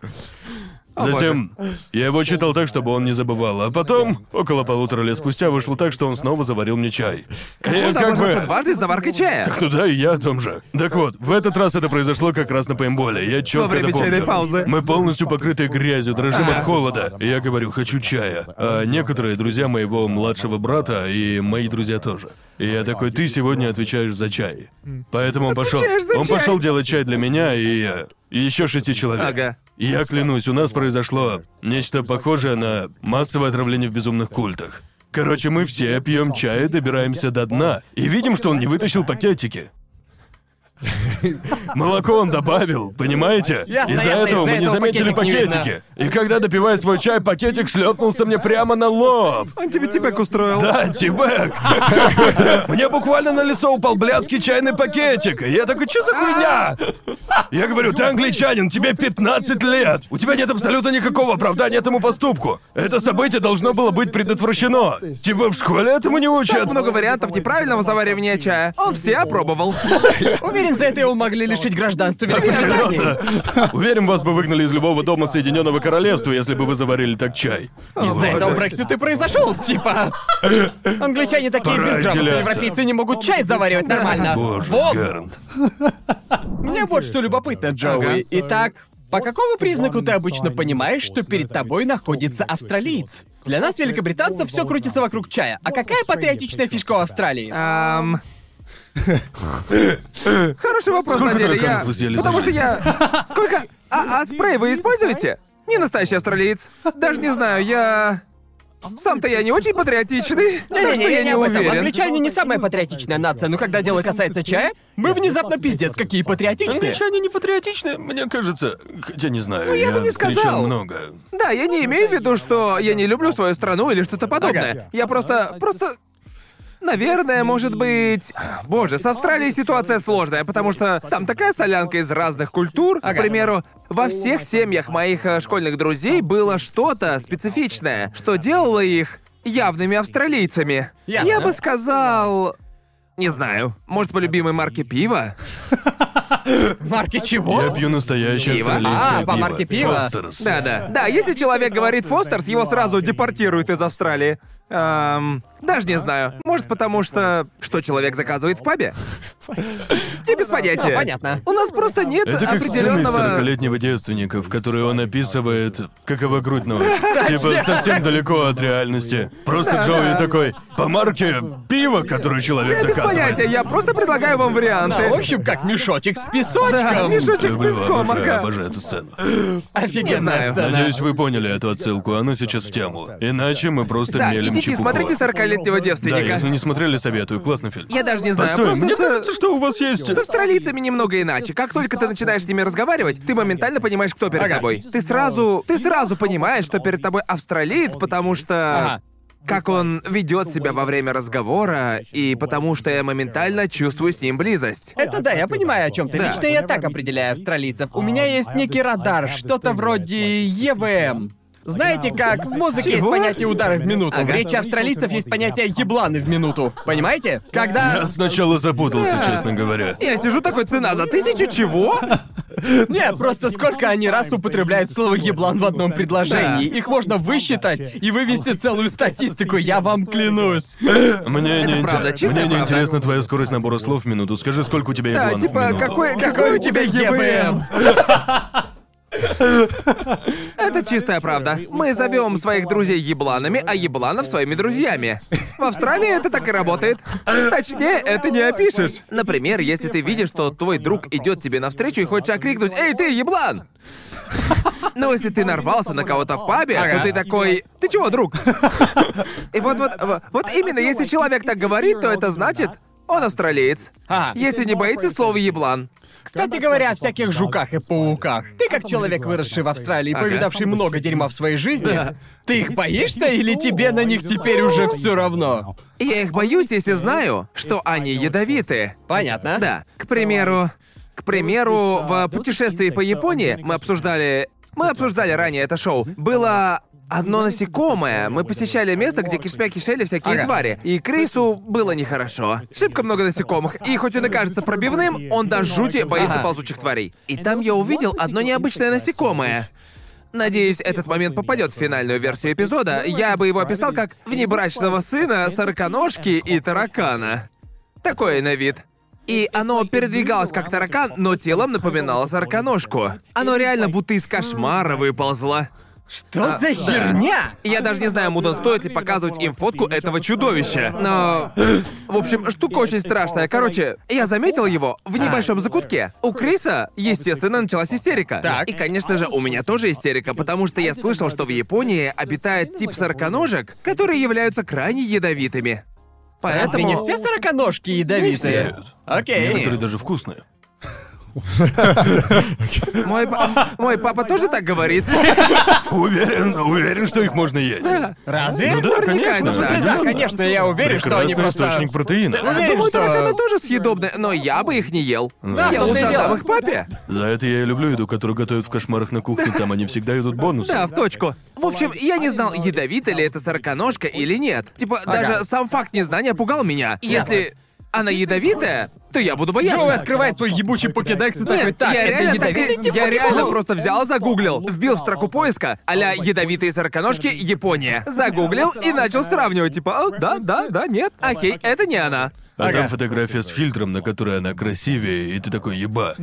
Затем я его читал так, чтобы он не забывал, а потом, около полутора лет спустя, вышло так, что он снова заварил мне чай. Я
Можно
как бы...
обожаться дважды с заваркой чая.
Так ну да, и я о том же. Так вот, в этот раз это произошло как раз на пейнтболе. Я четко
время
это помню.
чайной паузы.
Мы полностью покрыты грязью, дрожим от холода. И Я говорю, хочу чая. А некоторые друзья моего младшего брата и мои друзья тоже. И я такой, ты сегодня отвечаешь за чай. Поэтому он пошел.
Отвечаешь за
Он
чай.
пошел делать чай для меня и еще шести человек.
Ага.
Я клянусь, у нас произошло нечто похожее на массовое отравление в безумных культах. Короче, мы все пьем чай, добираемся до дна и видим, что он не вытащил пакетики. Молоко он добавил, понимаете?
Ясно,
из-за
ясно,
этого
из-за
мы не
этого
заметили
пакетик не
пакетики. И когда допивая свой чай, пакетик шлепнулся мне прямо на лоб.
Он тебе тибек устроил.
Да, Тибек! Мне буквально на лицо упал блядский чайный пакетик. И я такой, что за хуйня? Я говорю, ты англичанин, тебе 15 лет. У тебя нет абсолютно никакого оправдания этому поступку. Это событие должно было быть предотвращено. Типа в школе этому не учат.
Много вариантов неправильного заваривания чая. Он все опробовал.
Уверен, за это его могли лишить гражданства Великобритании.
Уверен, вас бы выгнали из любого дома Соединенного Королевства, если бы вы заварили так чай.
Из-за этого Брексит и произошел, типа. Англичане такие
Пора
безграмотные,
отделяться.
европейцы не могут чай заваривать нормально.
Боже,
вот,
Гарнт.
мне вот что любопытно, Джоуи.
Ага.
Итак, по какому признаку ты обычно понимаешь, что перед тобой находится австралиец? Для нас, великобританцев, все крутится вокруг чая. А какая патриотичная фишка у Австралии?
Ам. Хороший вопрос,
Сколько
на деле.
тараканов
Я...
вы съели за
Потому что
жизнь?
я... Сколько... А, а спрей вы используете? Не настоящий австралиец. Даже не знаю, я... Сам-то я не очень патриотичный, так что я не
об этом.
уверен.
Англичане не самая патриотичная нация, но когда дело касается чая, мы внезапно пиздец какие патриотичные.
Англичане не патриотичны, мне кажется. Хотя не знаю,
Ну, я бы не
встречал
сказал.
много.
Да, я не имею в виду, что я не люблю свою страну или что-то подобное.
Ага.
Я просто... просто... Наверное, может быть... Боже, с Австралией ситуация сложная, потому что там такая солянка из разных культур. К примеру, во всех семьях моих э, школьных друзей было что-то специфичное, что делало их явными австралийцами.
Ясно.
Я бы сказал... Не знаю, может, по любимой марке пива?
Марки чего?
Я пью настоящее
Пиво?
австралийское
А,
пиво.
по марке пива.
Фостерс.
Да-да. Да, если человек говорит Фостерс, его сразу депортируют из Австралии. Эм, даже не знаю. Может, потому что... Что человек заказывает в пабе? Тебе без понятия.
Ну, понятно.
У нас просто нет
Это как сцена из
определенного...
40-летнего девственника, в которой он описывает, какова грудь на ощупь. Типа совсем далеко от реальности. Просто Джоуи такой, по марке пива, которое человек
Я без понятия,
заказывает.
я просто предлагаю вам варианты.
Да, в общем, как мешочек с
Да,
песочком.
мешочек с
Люблю,
песком,
обожаю,
ага.
обожаю эту сцену.
Не знаю.
Офигенная сцена.
Надеюсь, вы поняли эту отсылку, она сейчас в тему. Иначе мы просто
Да,
мелем
идите,
чепуху.
смотрите 40-летнего
Да,
девственника.
если не смотрели, советую. Классный фильм.
Я даже не знаю,
Постой,
просто
мне
с-
кажется, что у вас есть...
С австралийцами немного иначе. Как только ты начинаешь с ними разговаривать, ты моментально понимаешь, кто перед
Ага.
тобой. Ты сразу, ты сразу понимаешь, что перед тобой австралиец, потому что
Ага.
как он ведет себя во время разговора, и потому что я моментально чувствую с ним близость.
Это да, я понимаю, о чем ты.
Да.
Лично я так определяю австралийцев. У меня есть некий радар, что-то вроде ЕВМ. Знаете, как в музыке есть
Чего?
понятие удары в минуту. В
Ага.
речи австралийцев есть понятие ебланы в минуту. Понимаете? Когда...
Я сначала запутался, честно говоря.
Я сижу такой, цена за тысячу чего?
Нет, просто сколько они раз употребляют слово «еблан» в одном предложении.
Да.
Их можно высчитать и вывести целую статистику, я вам клянусь.
Мне не, интер-
правда, чистая
мне не
правда.
интересна твоя скорость набора слов в минуту. Скажи, сколько у тебя
Да,
ебланов в
типа,
минуту?
какой,
Какой у тебя Эм»? ЕБМ?
Это чистая правда. Мы зовем своих друзей ебланами, а ебланов своими друзьями. В Австралии это так и работает. Точнее, это не опишешь. Например, если ты видишь, что твой друг идет тебе навстречу и хочешь окрикнуть «Эй, ты, еблан!» Но если ты нарвался на кого-то в пабе,
Ага.
то ты такой «Ты чего, друг?» И вот, вот, в- вот именно, если человек так говорит, то это значит, он австралиец.
А.
Если не боится слова «еблан».
Кстати говоря, о всяких жуках и пауках. Ты как человек, выросший в Австралии, и
Ага.
повидавший много дерьма в своей жизни, ты их боишься или тебе на них теперь уже все равно?
Я их боюсь, если знаю, что они ядовиты.
Понятно.
Да. К примеру, к примеру, в путешествии по Японии мы обсуждали, мы обсуждали ранее это шоу. Было одно насекомое. Мы посещали место, где кишмя кишели всякие
Ага.
твари. И крысу было нехорошо. Шибко много насекомых. И хоть он и кажется пробивным, он до жути боится
Ага.
ползучих тварей. И там я увидел одно необычное насекомое. Надеюсь, этот момент попадет в финальную версию эпизода. Я бы его описал как внебрачного сына, сороконожки и таракана. Такое на вид. И оно передвигалось как таракан, но телом напоминало сороконожку. Оно реально будто из кошмара выползло. А,
Что за херня?
И Я даже не знаю, Мудан, стоит ли показывать им фотку этого чудовища. Но... В общем, штука очень страшная. Короче, я заметил его в небольшом закутке. У Криса, естественно, началась истерика.
Так.
И, конечно же, у меня тоже истерика, потому что я слышал, что в Японии обитает тип сороконожек, которые являются крайне ядовитыми.
Разве
Поэтому...
не все сороконожки ядовитые?
Некоторые
Окей.
даже вкусные.
Мой, па- мой папа тоже так говорит.
Уверен, уверен, что их можно есть.
Ну
Разве? Ну,
да, конечно,
В смысле, да,
определенно.
конечно, я уверен, что они
Прекрасный
просто...
источник протеина.
Уверен,
Думаю,
что-
тараканы тоже съедобны, но я бы их не ел.
Да,
я
в том-то и
лучше отдам
дело.
их папе.
За это я и люблю еду, которую готовят в кошмарах на кухне. Там они всегда идут бонусы.
Да, в точку. В общем, я не знал, ядовита ли это сороконожка или нет. Типа, даже сам факт незнания пугал меня. Если она ядовитая, то я буду
Джоуи
бояться.
открывает свой ебучий покедекс и такой,
Нет,
так,
я
это
реально, так и-
ядовитый тип
я
вот
реально
такой».
просто взял, загуглил, вбил в строку поиска а-ля ядовитые сороконожки Япония. Загуглил и начал сравнивать, типа, «А, да, да, да, нет, окей, это не она.
А
Ага.
там фотография с фильтром, на которой она красивее, и ты такой еба.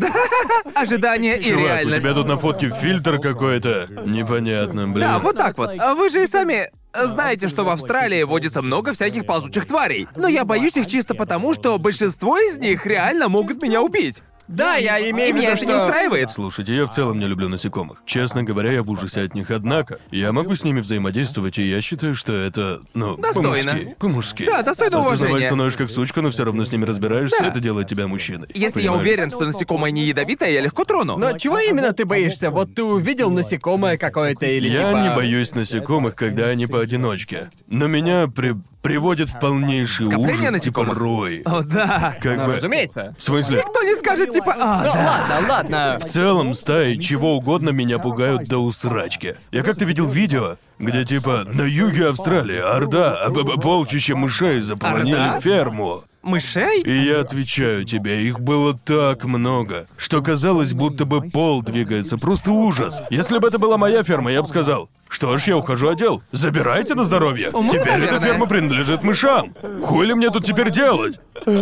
Ожидание и
Чувак, у
реальность.
тебя тут на фотке фильтр какой-то. Непонятно, блин.
Да, вот так вот. А Вы же и сами знаете, что в Австралии водится много всяких ползучих тварей. Но я боюсь их чисто потому, что большинство из них реально могут меня убить.
Да, я
И
имею в
меня
виду,
это не
что...
устраивает.
Слушайте, я в целом не люблю насекомых. Честно говоря, я в ужасе от них, однако. Я могу с ними взаимодействовать, и я считаю, что это, ну,
Достойно.
по-мужски. По-мужски.
Да, достойно
Осознавать,
уважения.
что ноешь как сучка, но все равно с ними разбираешься, это делает тебя мужчиной.
Если я
Понимаешь?
уверен, что насекомое не ядовитое, я легко трону.
Но чего именно ты боишься? Вот ты увидел насекомое какое-то или
Я
типа...
не боюсь насекомых, когда они поодиночке. Но меня при- приводит в полнейший
Скопление
ужас, типа
насекомых?
рой.
О, да.
Как
Ну,
бы-
разумеется.
В смысле?
Кто не скажет, типа, а,
Ну,
да.
ладно, ладно.
В целом, стаи чего угодно меня пугают до усрачки. Я как-то видел видео, где типа на юге Австралии орда, а б- б- полчища мышей заполонили
Орда?
ферму.
мышей?
И я отвечаю тебе, их было так много, что казалось, будто бы пол двигается. Просто ужас. Если бы это была моя ферма, я бы сказал, что ж, я ухожу отдел. Забирайте на здоровье.
Умру,
теперь эта
наверное.
ферма принадлежит мышам. Хули мне тут теперь делать?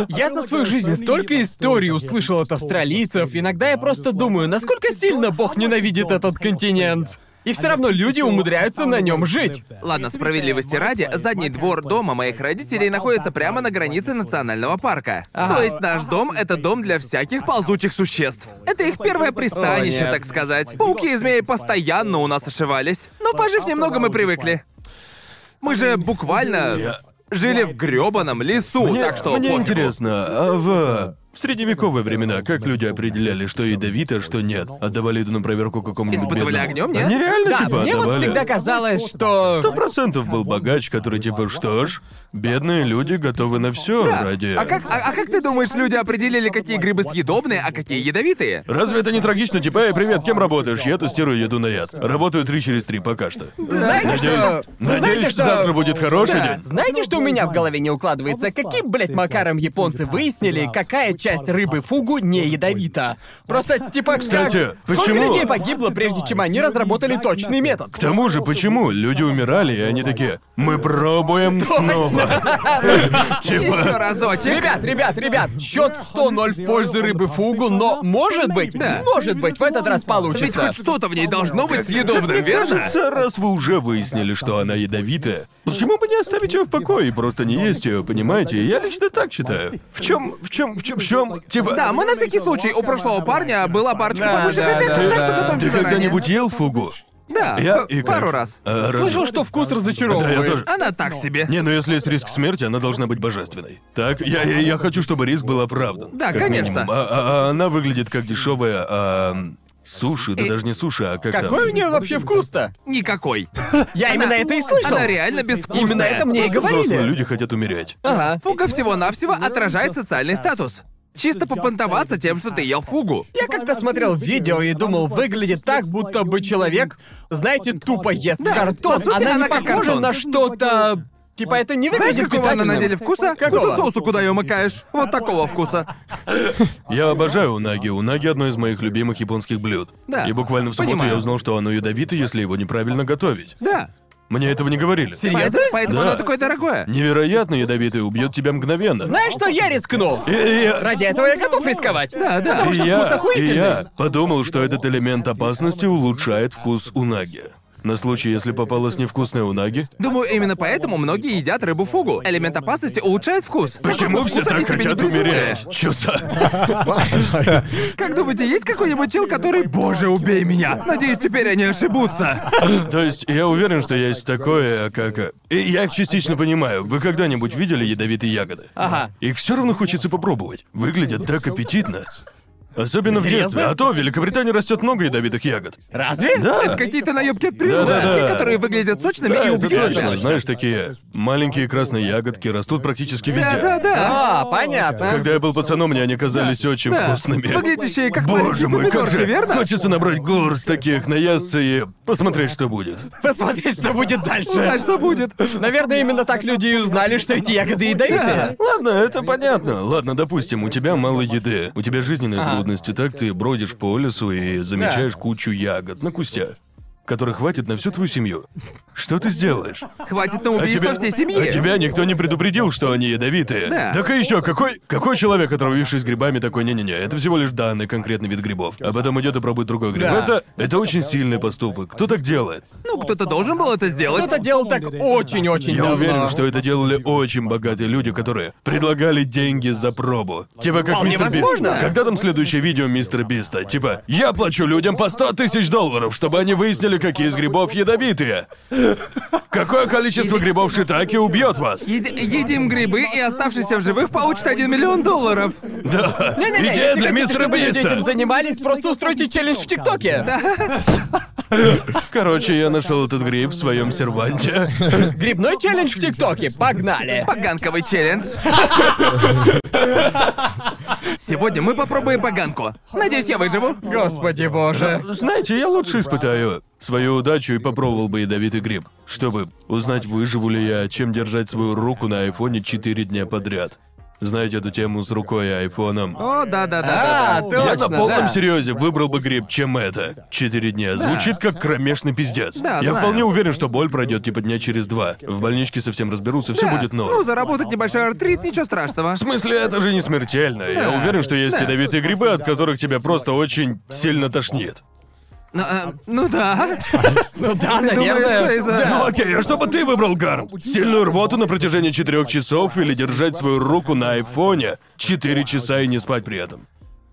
Я за свою жизнь столько историй услышал от австралийцев, иногда я просто думаю, насколько сильно Бог ненавидит этот континент. И все равно люди умудряются на нем жить.
Ладно, справедливости ради, задний двор дома моих родителей находится прямо на границе национального парка. То есть наш дом — это дом для всяких ползучих существ. Это их первое пристанище,
О, нет.
так сказать. Пауки и змеи постоянно у нас ошивались. Но пожив немного, мы привыкли. Мы же буквально
Я-
жили в грёбаном лесу,
Мне,
так что
мне
пофигу.
интересно, а в, в средневековые времена как люди определяли, что ядовито, что нет? Отдавали еду на проверку какому-нибудь
Испытывали
бедному?
огнем, нет?
Они реально
Да,
типа
мне вот
отдавали.
всегда казалось, что...
Сто процентов был богач, который типа, что ж, бедные люди готовы на все ради...
А как, а, а как ты думаешь, люди определили, какие грибы съедобные, а какие ядовитые?
Разве это не трагично? Типа, эй, привет, кем работаешь? Я тестирую еду на яд. Работаю три через три пока что.
Знаете, что...
Надеюсь,
Знаете, что...
завтра будет хороший
Да.
день.
Знаете, что у меня в голове не укладывается? Каким, блядь, макаром японцы выяснили, какая часть рыбы фугу не ядовита. Просто типа как-
Кстати,
Сколько
почему?
людей погибло, прежде чем они разработали точный метод?
К тому же, почему люди умирали, и они такие, мы пробуем снова.
Еще разочек.
Ребят, ребят, ребят, счет 100-0 в пользу рыбы фугу, но может быть,
Да.
может быть, в этот раз
Ведь
получится.
хоть что-то в ней должно быть съедобным,
Мне
верно?
кажется, раз вы уже выяснили, что она ядовитая, почему бы не оставить ее в покое и просто не есть ее, понимаете? Я лично так считаю. В чем, в чем, в чем, в чем, типа...
Да, А, мы на всякий случай. У прошлого парня была парочка
Да,
побольше
да,
конфет,
да,
так
да.
что готовьте
Ты
заранее.
когда-нибудь ел фугу?
Да,
Я
п-
и как?
пару раз.
А, раз-
Слышал, что вкус
Да, я тоже.
разочаровывает.
Она так себе.
Не, ну если есть риск смерти, она должна быть божественной. Так, я, я, я хочу, чтобы риск был оправдан.
Да,
Как
конечно.
минимум. А, а- а она выглядит как дешевая а, суши, да
И-
даже не суши, а как
Какой у
там.
нее вообще вкус-то?
Никакой.
Я именно это и слышал.
Она реально безвкусная.
Именно это мне и
Взрослые
говорили.
люди хотят умереть.
Ага.
Фуга всего-навсего отражает социальный статус. Чисто попонтоваться тем, что ты ел фугу.
Я как-то смотрел видео и думал, выглядит так, будто бы человек, знаете, тупо ест
Да,
картон.
по сути,
она,
она
не
как
похожа
картон.
на что-то... Типа это не выглядит
Знаешь, какого она на
питательным.
деле вкуса?
Какого?
Вкуса соуса, куда ее макаешь. Вот такого вкуса.
Я обожаю унаги. Унаги одно из моих любимых японских блюд.
Да.
И буквально в субботу
Понимаю.
я узнал, что оно ядовито, если его неправильно готовить.
Да.
Мне этого не говорили.
Серьезно?
Поэт- Поэтому
Да.
оно такое дорогое.
Невероятно ядовитое убьет тебя мгновенно.
Знаешь, что я рискнул?
И- и я-
Ради этого я готов рисковать.
Да, да.
Потому
И
что вкус
я, и
охуительный.
я подумал, что этот элемент опасности улучшает вкус унаги. На случай, если попалась невкусная унаги.
Думаю, именно поэтому многие едят рыбу фугу. Элемент опасности улучшает вкус.
Почему
Какого
все
вкуса
так
они себе не
хотят
придумали?
умереть? Чё за...
Как думаете, есть какой-нибудь чел, который... Боже, убей меня! Надеюсь, теперь они ошибутся.
То есть, я уверен, что есть такое, как... И я их частично понимаю. Вы когда-нибудь видели ядовитые ягоды?
Ага.
Их все равно хочется попробовать. Выглядят так аппетитно. Особенно в детстве.
Серьёзно?
А то в Великобритании растет много ядовитых ягод.
Разве?
Да.
Какие-то наебки от природы.
Да-да-да.
Те, которые выглядят сочными
Да,
и
это
убьют
точно.
тебя.
Знаешь, такие маленькие красные ягодки растут практически везде.
Да-да-да.
А, понятно.
Когда я был пацаном, мне они казались очень вкусными.
Выглядящие как
Боже
маленькие
мой, как
помидорки,
же
верно?
хочется набрать горсть таких, наесться и посмотреть, что будет.
Посмотреть, что будет дальше.
Узнать, что будет.
Наверное, именно так люди и узнали, что эти ягоды ядовитые.
Ладно, это понятно. Ладно, допустим, у тебя мало еды, у тебя жизненные трудности, так ты бродишь по лесу и замечаешь кучу ягод на кустях, которых хватит на всю твою семью. Что ты сделаешь?
Хватит на
А
Ну, убийство
тебя,
всей семьи.
а тебя никто не предупредил, что они ядовитые.
Да.
Так и еще, какой, какой человек, отравившись грибами, такой, не-не-не, это всего лишь данный конкретный вид грибов. А потом идет и пробует другой гриб.
Да.
Это, это очень сильный поступок. Кто так делает?
Ну, кто-то должен был это сделать.
Кто-то делал так очень-очень
Я
давно.
уверен, что это делали очень богатые люди, которые предлагали деньги за пробу. Типа как
Вполне
мистер Бист.
возможно.
Когда там следующее видео мистера Биста? Типа, я плачу людям по 100 тысяч долларов, чтобы они выяснили, какие из грибов ядовитые. Какое количество грибов шитаки убьет вас?
Еди- едим грибы, и оставшийся в живых получит 1 миллион долларов.
Да.
Не-не-не,
Идея
если
для
хотите,
мистера
чтобы люди
Биста.
этим занимались, просто устройте челлендж в ТикТоке.
Короче, я нашел этот гриб в своем серванте.
Грибной челлендж в ТикТоке. Погнали.
Поганковый челлендж. Сегодня мы попробуем поганку. Надеюсь, я выживу.
Господи боже.
Э, Знаете, я лучше испытаю свою удачу и попробовал бы ядовитый гриб, чтобы узнать, выживу ли я, чем держать свою руку на айфоне 4 дня подряд. Знаете эту тему с рукой и айфоном?
О, да-да-да.
А,
я
точно,
на полном
да.
серьезе выбрал бы гриб, чем это. Четыре дня. Звучит как кромешный пиздец.
Да,
я
знаю.
вполне уверен, что боль пройдет типа дня через два. В больничке совсем разберутся, все
Да.
будет норм.
Ну, заработать небольшой артрит, ничего страшного.
В смысле, это же не смертельно. Я уверен, что есть ядовитые грибы, от которых тебя просто очень сильно тошнит.
Ну, э, ну да.
Ну да,
Думаешь, что
наверное.
из-за-
Ну окей, а что бы ты выбрал, Гарм? Сильную рвоту на протяжении четырех часов или держать свою руку на айфоне четыре часа и не спать при этом?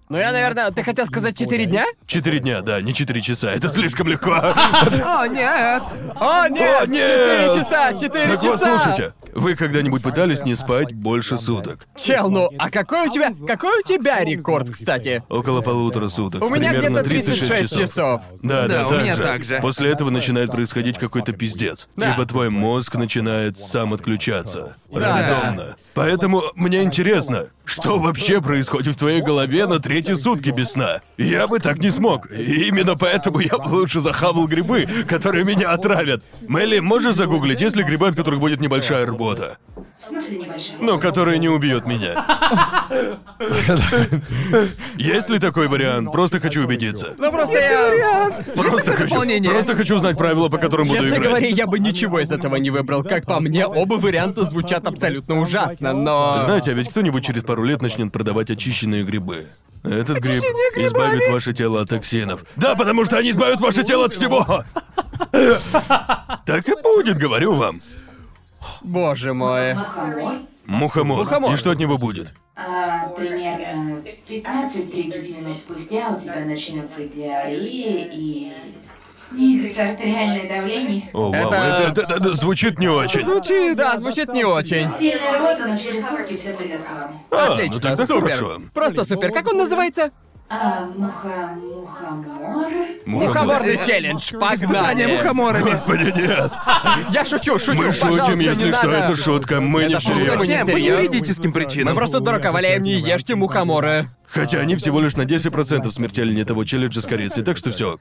Ну я, наверное, ты хотел сказать 4 дня?
Четыре дня, да, не четыре часа, это слишком легко.
О, нет.
О, нет!
О, нет!
4 часа! 4
Так вот,
часа!
слушайте, вы когда-нибудь пытались не спать больше суток?
Чел, ну, а какой у тебя. Какой у тебя рекорд, кстати?
Около полутора суток,
У меня
примерно
где-то 36
часов.
часов.
Да, да,
Да, у
так
меня
же.
так же.
После этого начинает происходить какой-то пиздец.
Да.
Типа твой мозг начинает сам отключаться.
Да.
Рандомно. Поэтому мне интересно, что вообще происходит в твоей голове на третьи сутки без сна? Я бы так не смог. И именно поэтому я бы лучше захавал грибы, которые меня отравят. Мелли, можешь загуглить, есть ли грибы, от которых будет небольшая рвота?
В смысле небольшая?
Ну, которые не убьют меня. Есть ли такой вариант? Просто хочу убедиться.
Ну просто я...
Просто хочу,
дополнение.
просто хочу узнать правила, по которым буду
Честно
играть.
говоря, я бы ничего из этого не выбрал. Как по мне, оба варианта звучат абсолютно ужасно, но...
Знаете, а ведь кто-нибудь через пару лет начнет продавать очищенные грибы. Этот гриб избавит ваше тело от токсинов. Да, потому что они избавят ваше тело от всего! Так и будет, говорю вам.
Боже мой.
Махомор,
Мухомор.
Мухомор.
И что от него будет?
а, примерно 15-30 минут спустя у тебя начнется диарея и снизится артериальное давление.
О, вау,
Это-
это, это- это звучит не очень.
Звучит, да, звучит не очень.
Сильная работа, но через сутки все придет к вам.
А, ну
Отлично,
тогда
супер.
хорошо.
Просто супер. Как он называется?
А, муха, мухомор?
Мухоморный
Э,
челлендж.
Испытание
Погнали.
мухоморами.
Господи, нет.
Я шучу, шучу.
Мы
Пожалуйста,
шутим,
не
если что,
надо.
это шутка. Мы не
шутка,
всерьез.
мы не
По
Серьёзно?
юридическим
Мы
причинам.
просто дурака валяем, не ешьте мухоморы.
Хотя они всего лишь на 10% смертельнее того челленджа с корицей, так что все.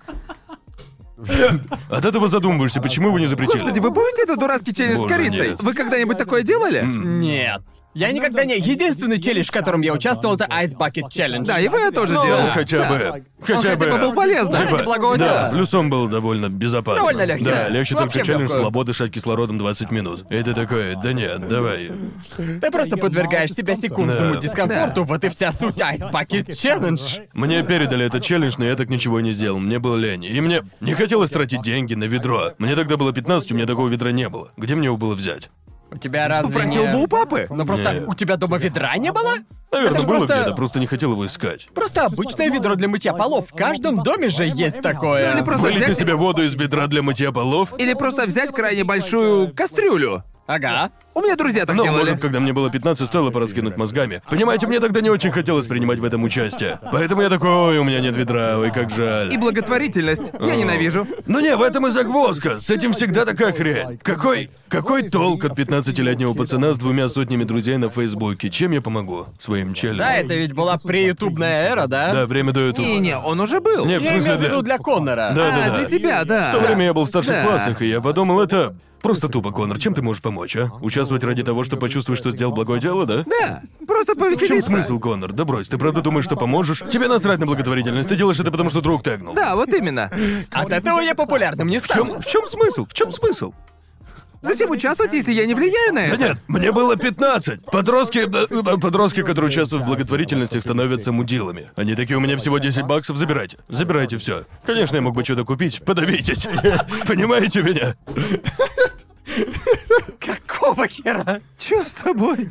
От этого задумываешься, почему его не запретили.
Господи, вы помните этот дурацкий челлендж с
Боже,
корицей?
нет.
Вы когда-нибудь такое делали?
Нет. Я никогда не... Единственный челлендж, в котором я участвовал, это Ice Bucket Challenge.
Да, его я тоже
Ну,
делал.
хотя бы. Хотя,
хотя бы был полезным.
типа,
Ради благого
да,
дела.
плюсом был довольно безопасно.
а Довольно легкий,
Да,
да.
легче
Вообще
только челлендж
легкую.
слабо дышать кислородом 20 минут. И ты такой, да нет, давай.
Ты просто подвергаешь себя секундному
Да.
дискомфорту, вот и вся суть Ice Bucket Challenge.
Мне передали этот челлендж, но я так ничего не сделал. Мне было лень. И мне не хотелось тратить деньги на ведро. Мне тогда было 15, у меня такого ведра не было. Где мне его было взять?
У тебя разве
Попросил
не-
бы у папы.
Ну просто
Нет.
у тебя дома ведра не было?
Наверное,
Это ж
было
просто-
где-то, просто не хотел его искать.
Просто обычное ведро для мытья полов. В каждом доме же есть такое.
Ну или просто
Вылить на
взять...
себя воду из бедра для мытья полов?
Или просто взять крайне большую кастрюлю.
Ага.
У меня друзья так
Ну,
делали.
может, когда мне было 15, стоило пораскинуть мозгами. Понимаете, мне тогда не очень хотелось принимать в этом участие. Поэтому я такой, ой, у меня нет ведра, ой, как жаль.
И благотворительность. Я ненавижу.
Ну не, в этом и загвоздка. С этим всегда такая хрень. Какой, какой толк от 15-летнего пацана с двумя сотнями друзей на Фейсбуке? Чем я помогу? Своим челлем?
Да, это ведь была преютубная эра, да?
Да, время до этого.
Не-не, он уже был.
Не, в
Я
смысле,
имел в виду для Коннора.
Да,
А,
да, да.
для тебя, да.
В то время я был в старших
Да.
классах, и я подумал, это просто тупо, Конор. Чем ты можешь помочь, а? Участвовать ради того, что почувствуешь, что сделал благое дело, да?
Да, просто
В чем
повеселиться.
смысл, Конор? Да брось, ты правда думаешь, что поможешь? Тебе насрать на благотворительность, ты делаешь это потому, что друг тегнул.
Да, вот именно.
От этого я популярным не
В
стал.
чем, в чем смысл? В чем смысл?
Зачем участвовать, если я не влияю на
Да
это?
нет, мне было 15. Подростки, да, э, подростки, которые участвуют в благотворительности, становятся мудилами. Они такие, у меня всего 10 баксов, забирайте. Забирайте все. Конечно, я мог бы что-то купить. Подавитесь. Понимаете меня?
Какого хера?
Чё с тобой?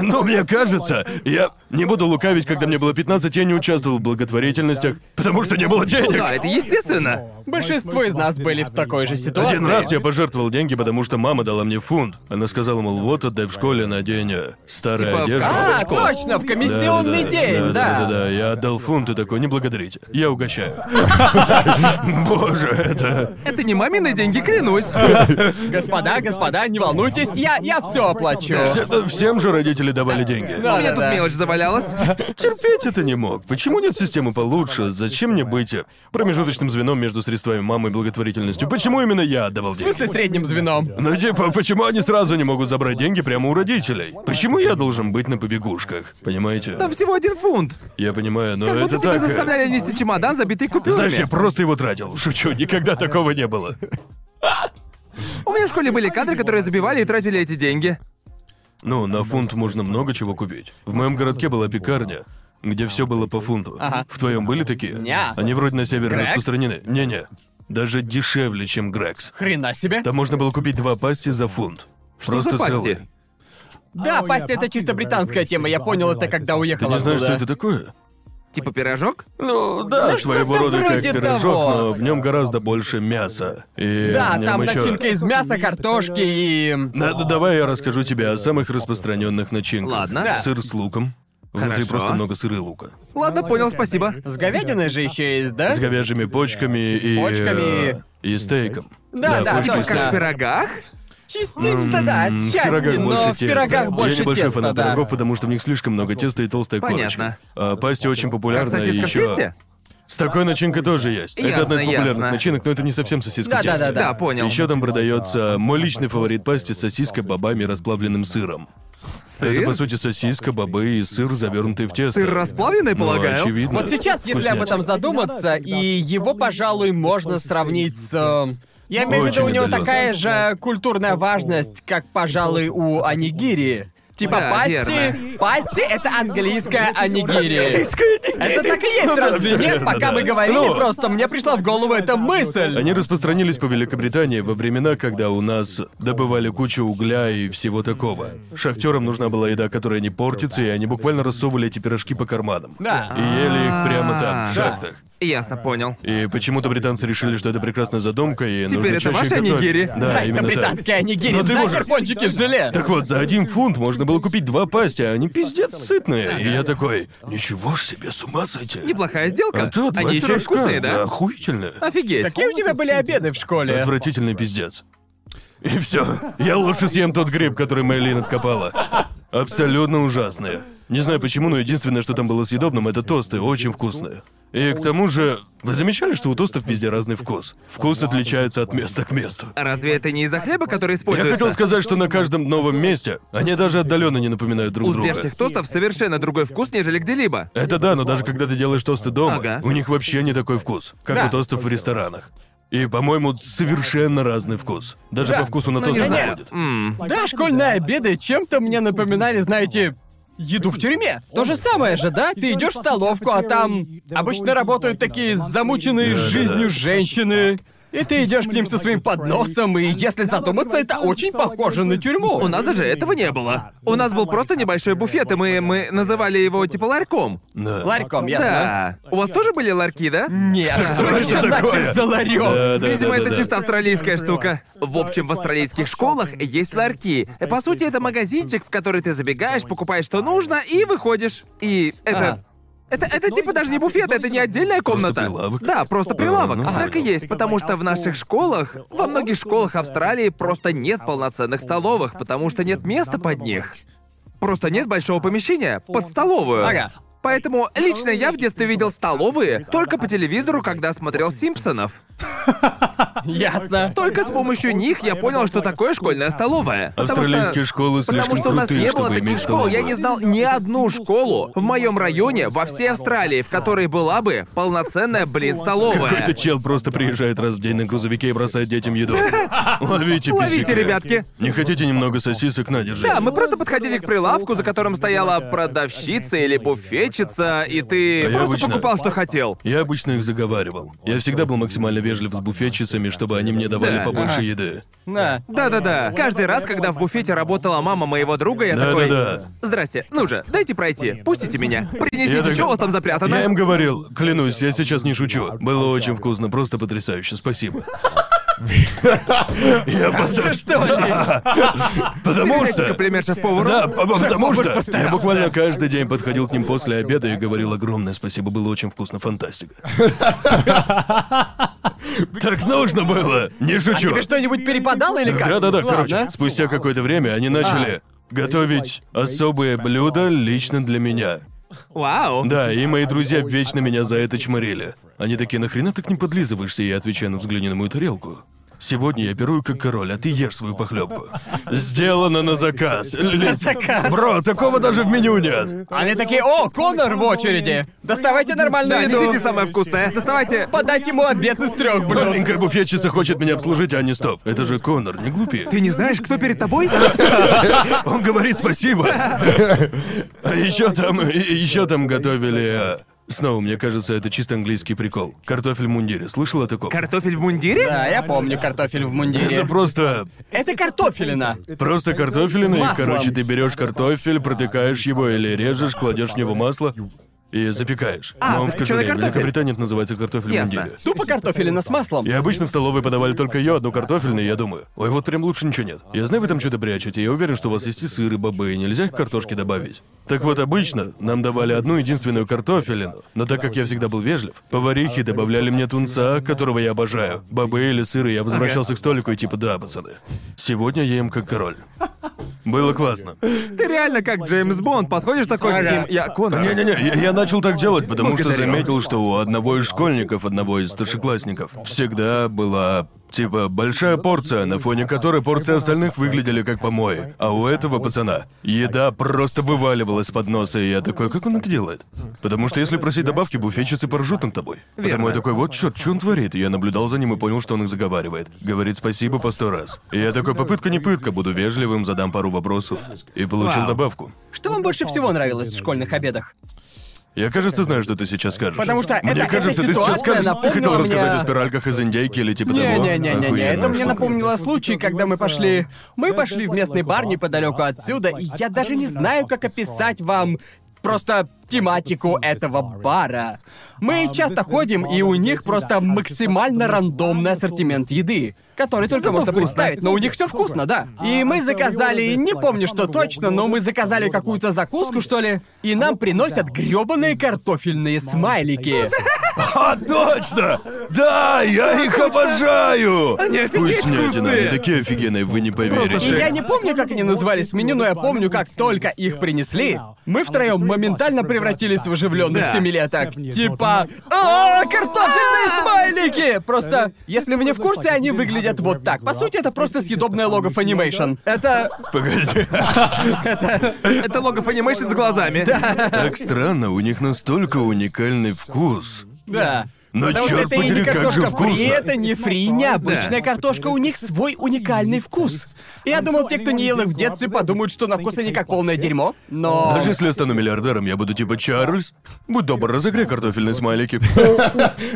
Но мне кажется, я не буду лукавить, когда мне было 15, я не участвовал в благотворительностях, потому что не было денег.
Ну Да, это естественно.
Большинство из нас были в такой же ситуации.
Один раз я пожертвовал деньги, потому что мама дала мне фунт. Она сказала, мол, вот отдай в школе на день э, старая
Типа в
одежда.
А,
Бабочку.
точно, в комиссионный день, да.
Да, да, я отдал фунт и такой, не благодарите. Я угощаю. Боже, это...
Это не мамины деньги, клянусь.
Господа, господа, не волнуйтесь, я, я все оплачу.
это Всем же родители давали деньги.
У меня тут
Да-да-да.
мелочь завалялась.
Терпеть это не мог. Почему нет системы получше? Зачем мне быть э, промежуточным звеном между средствами мамы и благотворительностью? Почему именно я отдавал
В смысле
деньги?
средним звеном?
Ну типа, почему они сразу не могут забрать деньги прямо у родителей? Почему я должен быть на побегушках? Понимаете?
Там всего один фунт.
Я понимаю, но
Как
это
будто тебя
так. э,
заставляли нести чемодан, забитый купюрами.
Знаешь, я просто его тратил. Шучу, никогда такого не было.
У меня в школе были кадры, которые забивали и тратили эти деньги.
Ну, на фунт можно много чего купить. В моем городке была пекарня, где все было по фунту.
Ага.
В твоем были такие?
Ня.
Они вроде на севере
Грекс?
распространены. Не-не. Даже дешевле, чем Грекс.
Хрена себе.
Там можно было купить два пасти за фунт.
Что за
Просто
пасти?
целые.
Да, пасть это чисто британская тема, я понял это, когда
Ты
уехал
не знаешь, что
оттуда.
это такое?
Типа пирожок?
Ну, да, своего
что-то
рода как
вроде
пирожок,
того.
но в нем гораздо больше мяса. И
Да,
в нем
там
еще...
начинка из мяса, картошки и...
Надо, давай я расскажу тебе о самых распространенных начинках.
Ладно. Да.
Сыр с луком. Внутри
Хорошо.
просто много сыра и лука.
Ладно, понял, спасибо. Типа
С говядиной же еще есть, да?
С говяжьими почками и...
Э? Почками.
э, И стейком.
Да, да,
почки и
только.
стейк.
Как в пирогах?
Частично, да,
М,
отчасти,
в пирогах
но
больше
в
теста.
пирогах больше
Я небольшой
теста,
фанат
да.
пирогов, потому что в них слишком много теста и толстая корочка.
Понятно.
А пасти очень популярна
Как сосиска
и
в
ещё-
тесте?
С такой начинкой тоже есть.
Ясно,
это одна из популярных
ясно.
начинок, но это не совсем сосиска в
Да-да-да-да.
тесте.
Да, понял.
Еще там продается мой личный фаворит пасти сосиска бобами и расплавленным сыром. Это,
Сыр?
по сути, сосиска, бобы и сыр, завернутые в тесто.
Сыр расплавленный,
Ну,
полагаю?
очевидно.
Вот сейчас, если об
Вкуснятина.
этом задуматься, и его, пожалуй, можно сравнить с... эм, Я имею в виду, у
Очень
него
отдалённо.
такая же культурная важность, как, пожалуй, у анигири. Типа
Да,
пасти...
верно.
Пасти — это английская анигири. Это так и есть, разве
Ну, да,
нет?
верно,
Пока
да.
мы говорили,
Ну.
просто мне пришла в голову эта мысль.
Они распространились по Великобритании во времена, когда у нас добывали кучу угля и всего такого. Шахтерам нужна была еда, которая не портится, и они буквально рассовывали эти пирожки по карманам.
Да.
И ели их прямо там,
А, Да.
в шахтах.
Ясно, понял.
И почему-то британцы решили, что это прекрасная задумка, и нужно
Теперь это
чаще
ваши
готовить.
анигири?
Да,
Да, это
именно
британские
так.
анигири.
Но ты
нахер
можешь-
пончики с желе.
Так вот, за один фунт можно было купить два пасти, а они пиздец сытные. И я такой, ничего ж себе, с ума сойти.
Неплохая сделка.
А то два
Они еще и
пирожка,
вкусные, да?
Охуительно.
Офигеть.
Какие у тебя были обеды в школе?
Отвратительный пиздец. И все. Я лучше съем тот гриб, который Мэйлин откопала. Абсолютно ужасные. Не знаю почему, но единственное, что там было съедобным, это тосты, очень вкусные. И к тому же, вы замечали, что у тостов везде разный вкус? Вкус отличается от места к месту.
Разве это не из-за хлеба, который
Я
используется?
хотел сказать, что на каждом новом месте они даже отдаленно не напоминают друг
У
друга.
здешних тостов совершенно другой вкус, нежели где-либо.
Это да, но даже когда ты делаешь тосты дома,
Ага.
у них вообще не такой вкус, как
Да.
у тостов в ресторанах. И, по-моему, совершенно разный вкус. Даже
Да.
по вкусу на
Ну,
тост
не
не
знаю.
будет.
М,
Да, школьные обеды чем-то мне напоминали, знаете, еду в тюрьме. То же самое же, да? Ты идешь в столовку, а там обычно работают такие замученные
Да-да-да.
жизнью женщины. И ты идешь к ним со своим подносом, и если задуматься, это очень похоже на тюрьму.
У нас даже этого не было. У нас был просто небольшой буфет, и мы, мы называли его типа ларьком.
Да.
Ларьком, ясно.
Да. У вас тоже были ларьки, да?
Нет, что
это
еще нахер
такое?
за ларек?
Да, да,
Видимо,
да,
это
да.
чисто австралийская штука. В общем, в австралийских школах есть ларьки. По сути, это магазинчик, в который ты забегаешь, покупаешь, что нужно, и выходишь. И это... Это, это типа даже не буфет, это не отдельная комната.
прилавок.
Да, просто прилавок.
ну,
так и есть, потому что в наших школах, во многих школах Австралии просто нет полноценных столовых, потому что нет места под них. Просто нет большого помещения под столовую.
Ага.
Поэтому лично я в детстве видел столовые только по телевизору, когда смотрел Симпсонов.
Ясно.
Только с помощью них я понял, что такое школьная столовая. Потому что-
Австралийские школы
Потому
слишком
что у нас
крутые,
не было
чтобы
таких
иметь
школ.
столовую.
Я не знал ни одну школу в моем районе во всей Австралии, в которой была бы полноценная, блин,
Какой-то
столовая.
чел просто приезжает раз в день на грузовике и бросает детям еду. Ловите,
Ловите,
пиздюки.
ребятки.
Не хотите немного сосисок? На, держи.
Да, мы просто подходили к прилавку, за которым стояла продавщица или буфетчица, и ты
А я
просто
обычно-
покупал, что хотел.
Я обычно их заговаривал. Я всегда был максимально вежлив с буфетчицами, чтобы они мне давали
Да.
побольше
Ага.
еды.
На.
Да-да-да. Каждый раз, когда в буфете работала мама моего друга, я такой...
Да-да-да.
Здрасте, ну же, дайте пройти, пустите меня, принесите,
Я так-
что у вас там запрятано.
Я им говорил, клянусь, я сейчас не шучу. Было очень вкусно, просто потрясающе, спасибо. Я
Ну
поста-
что ли?
Потому
Передайте
что...
комплимент шеф-повару.
Да, по- по- потому
повар
что я
постарался.
буквально каждый день подходил к ним после обеда и говорил огромное спасибо, было очень вкусно, фантастика. Так нужно было, не шучу.
А Тебе что-нибудь перепадало или как?
Да-да-да, короче,
Ладно. А.
спустя какое-то время они начали готовить особые блюда лично для меня.
Вау.
Да, и мои друзья вечно меня за это чморили. Они такие, нахрена так не подлизываешься? И я отвечаю, ну взгляни на мою тарелку. Сегодня я пирую как король, а ты ешь свою похлебку. Сделано на заказ. На
заказ.
Бро, такого даже в меню нет.
Они такие, о, Конор в очереди. Доставайте нормальную
Да,
еду.
несите самое вкусное. Доставайте.
Подать ему обед из трех блюд.
Маленькая буфетчица хочет меня обслужить, а не стоп. Это же Конор, не глупи.
Ты не знаешь, кто перед тобой?
Он говорит спасибо. А еще там, еще там готовили. э, Снова, мне кажется, это чисто английский прикол. Картофель в мундире. Слышал о таком?
Картофель в мундире?
Да, я помню картофель в мундире.
Это просто
Это картофелина.
Просто картофелина, и,
маслом.
короче, ты берешь картофель, протыкаешь его или режешь, кладешь в него масло. и запекаешь.
А,
Мам, в
запечённый
кожуре.
картофель.
Великобритания это называется картофель в
Ясно.
мундире.
Тупо картофелина с маслом.
И обычно в столовой подавали только ее одну картофельную, и я думаю, ой, вот прям лучше ничего нет. Я знаю, вы там что-то прячете, я уверен, что у вас есть и сыр, и бобы, и нельзя их к картошке добавить. Так вот, обычно нам давали одну единственную картофелину, но так как я всегда был вежлив, поварихи добавляли мне тунца, которого я обожаю, бобы или сыр, и я возвращался к столику и типа, да, пацаны, сегодня я им как король. Было классно.
Ты реально как Джеймс Бонд, подходишь такой к ним. Я Конор.
Не-не-не, я, я начал так делать, потому что
Благодарю.
заметил, что у одного из школьников, одного из старшеклассников, всегда была типа большая порция, на фоне которой порции остальных выглядели как помои. А у этого пацана еда просто вываливалась под носа, и я такой, как он это делает? Потому что если просить добавки, буфетчицы поржут над тобой. Потому я такой, вот черт, что он творит? И Я наблюдал за ним и понял, что он их заговаривает. Говорит спасибо по сто раз. И я такой, попытка не пытка, буду вежливым, задам пару вопросов. И получил
Вау.
добавку.
Что вам больше всего нравилось в школьных обедах?
Я, кажется, знаю, что ты сейчас скажешь.
Потому что
Мне
это- эта
кажется, ты
ситуация
сейчас скажешь, ты хотел
напомнила
рассказать
мне-
о спиральках из индейки или типа того.
Не-не-не-не-не, это
Охуенная
мне
штука.
напомнило случай, когда мы пошли... Мы пошли в местный бар неподалеку отсюда, и я даже не знаю, как описать вам просто тематику этого бара. Мы часто ходим, и у них просто максимально рандомный ассортимент еды, который только можно представить, но у них все вкусно, да. И мы заказали, не помню что точно, но мы заказали какую-то закуску, что ли, и нам приносят грёбаные картофельные смайлики.
А, точно! Да,
А,
я их обожаю!
Они офигеть
Вкуснятина,
вкусные!
они такие офигенные, вы не
И я
поверите.
не помню, как они назывались в меню, но я помню, как только их принесли, мы втроем моментально превратились в оживленных
Да.
семилеток. Типа, «А, картофельные смайлики! Просто, если вы не в курсе, они выглядят вот так. По сути, это просто съедобное лого Funimation. Это...
Погоди.
Это логов анимейшн с глазами.
Так странно, у них настолько уникальный вкус.
Да.
Но
Потому что
черт
это и
подери,
не
как же
картошка фри,
вкусно!
это не фри, не
Да.
обычная картошка, у них свой уникальный вкус. Я думал, те, кто не ел их в детстве, подумают, что на вкус они как полное дерьмо, но...
Даже если я стану миллиардером, я буду типа Чарльз. Будь добр, разогрей картофельные смайлики.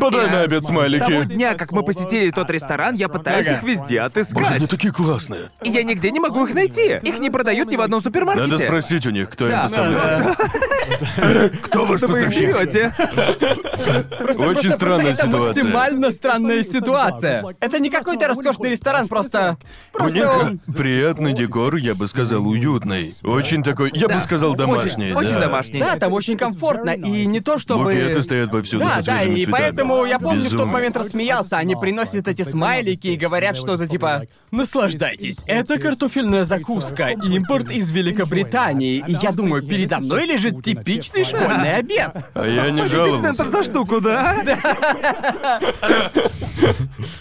Подай на обед
Того
смайлики.
дня, как мы посетили тот ресторан, я пытаюсь
Ага.
их везде
Боже, они
отыскать.
такие классные.
И Я нигде не могу их найти. Их не продают ни в одном супермаркете.
Надо спросить у них, кто им
Да,
э,
доставляет. Кто ваш
Вы их
поставщик?
берете.
Очень
Просто-
странная
просто Это
ситуация.
максимально странная ситуация. Это не какой-то роскошный ресторан, просто...
У них
Просто он...
приятный декор, я бы сказал, уютный. Очень такой, я бы
Да.
сказал,
Очень-
домашний.
очень
да.
домашний.
Да, там очень комфортно, и не то чтобы...
Букеты стоят повсюду
Да,
со
да,
свежими
и
цветами.
поэтому я помню, в тот
Безумие.
момент рассмеялся. Они приносят эти смайлики и говорят что-то типа «Наслаждайтесь, это картофельная закуска, импорт из Великобритании». И я думаю, передо мной лежит типичный школьный обед.
А я не
10
жаловался.
центов за штуку, да?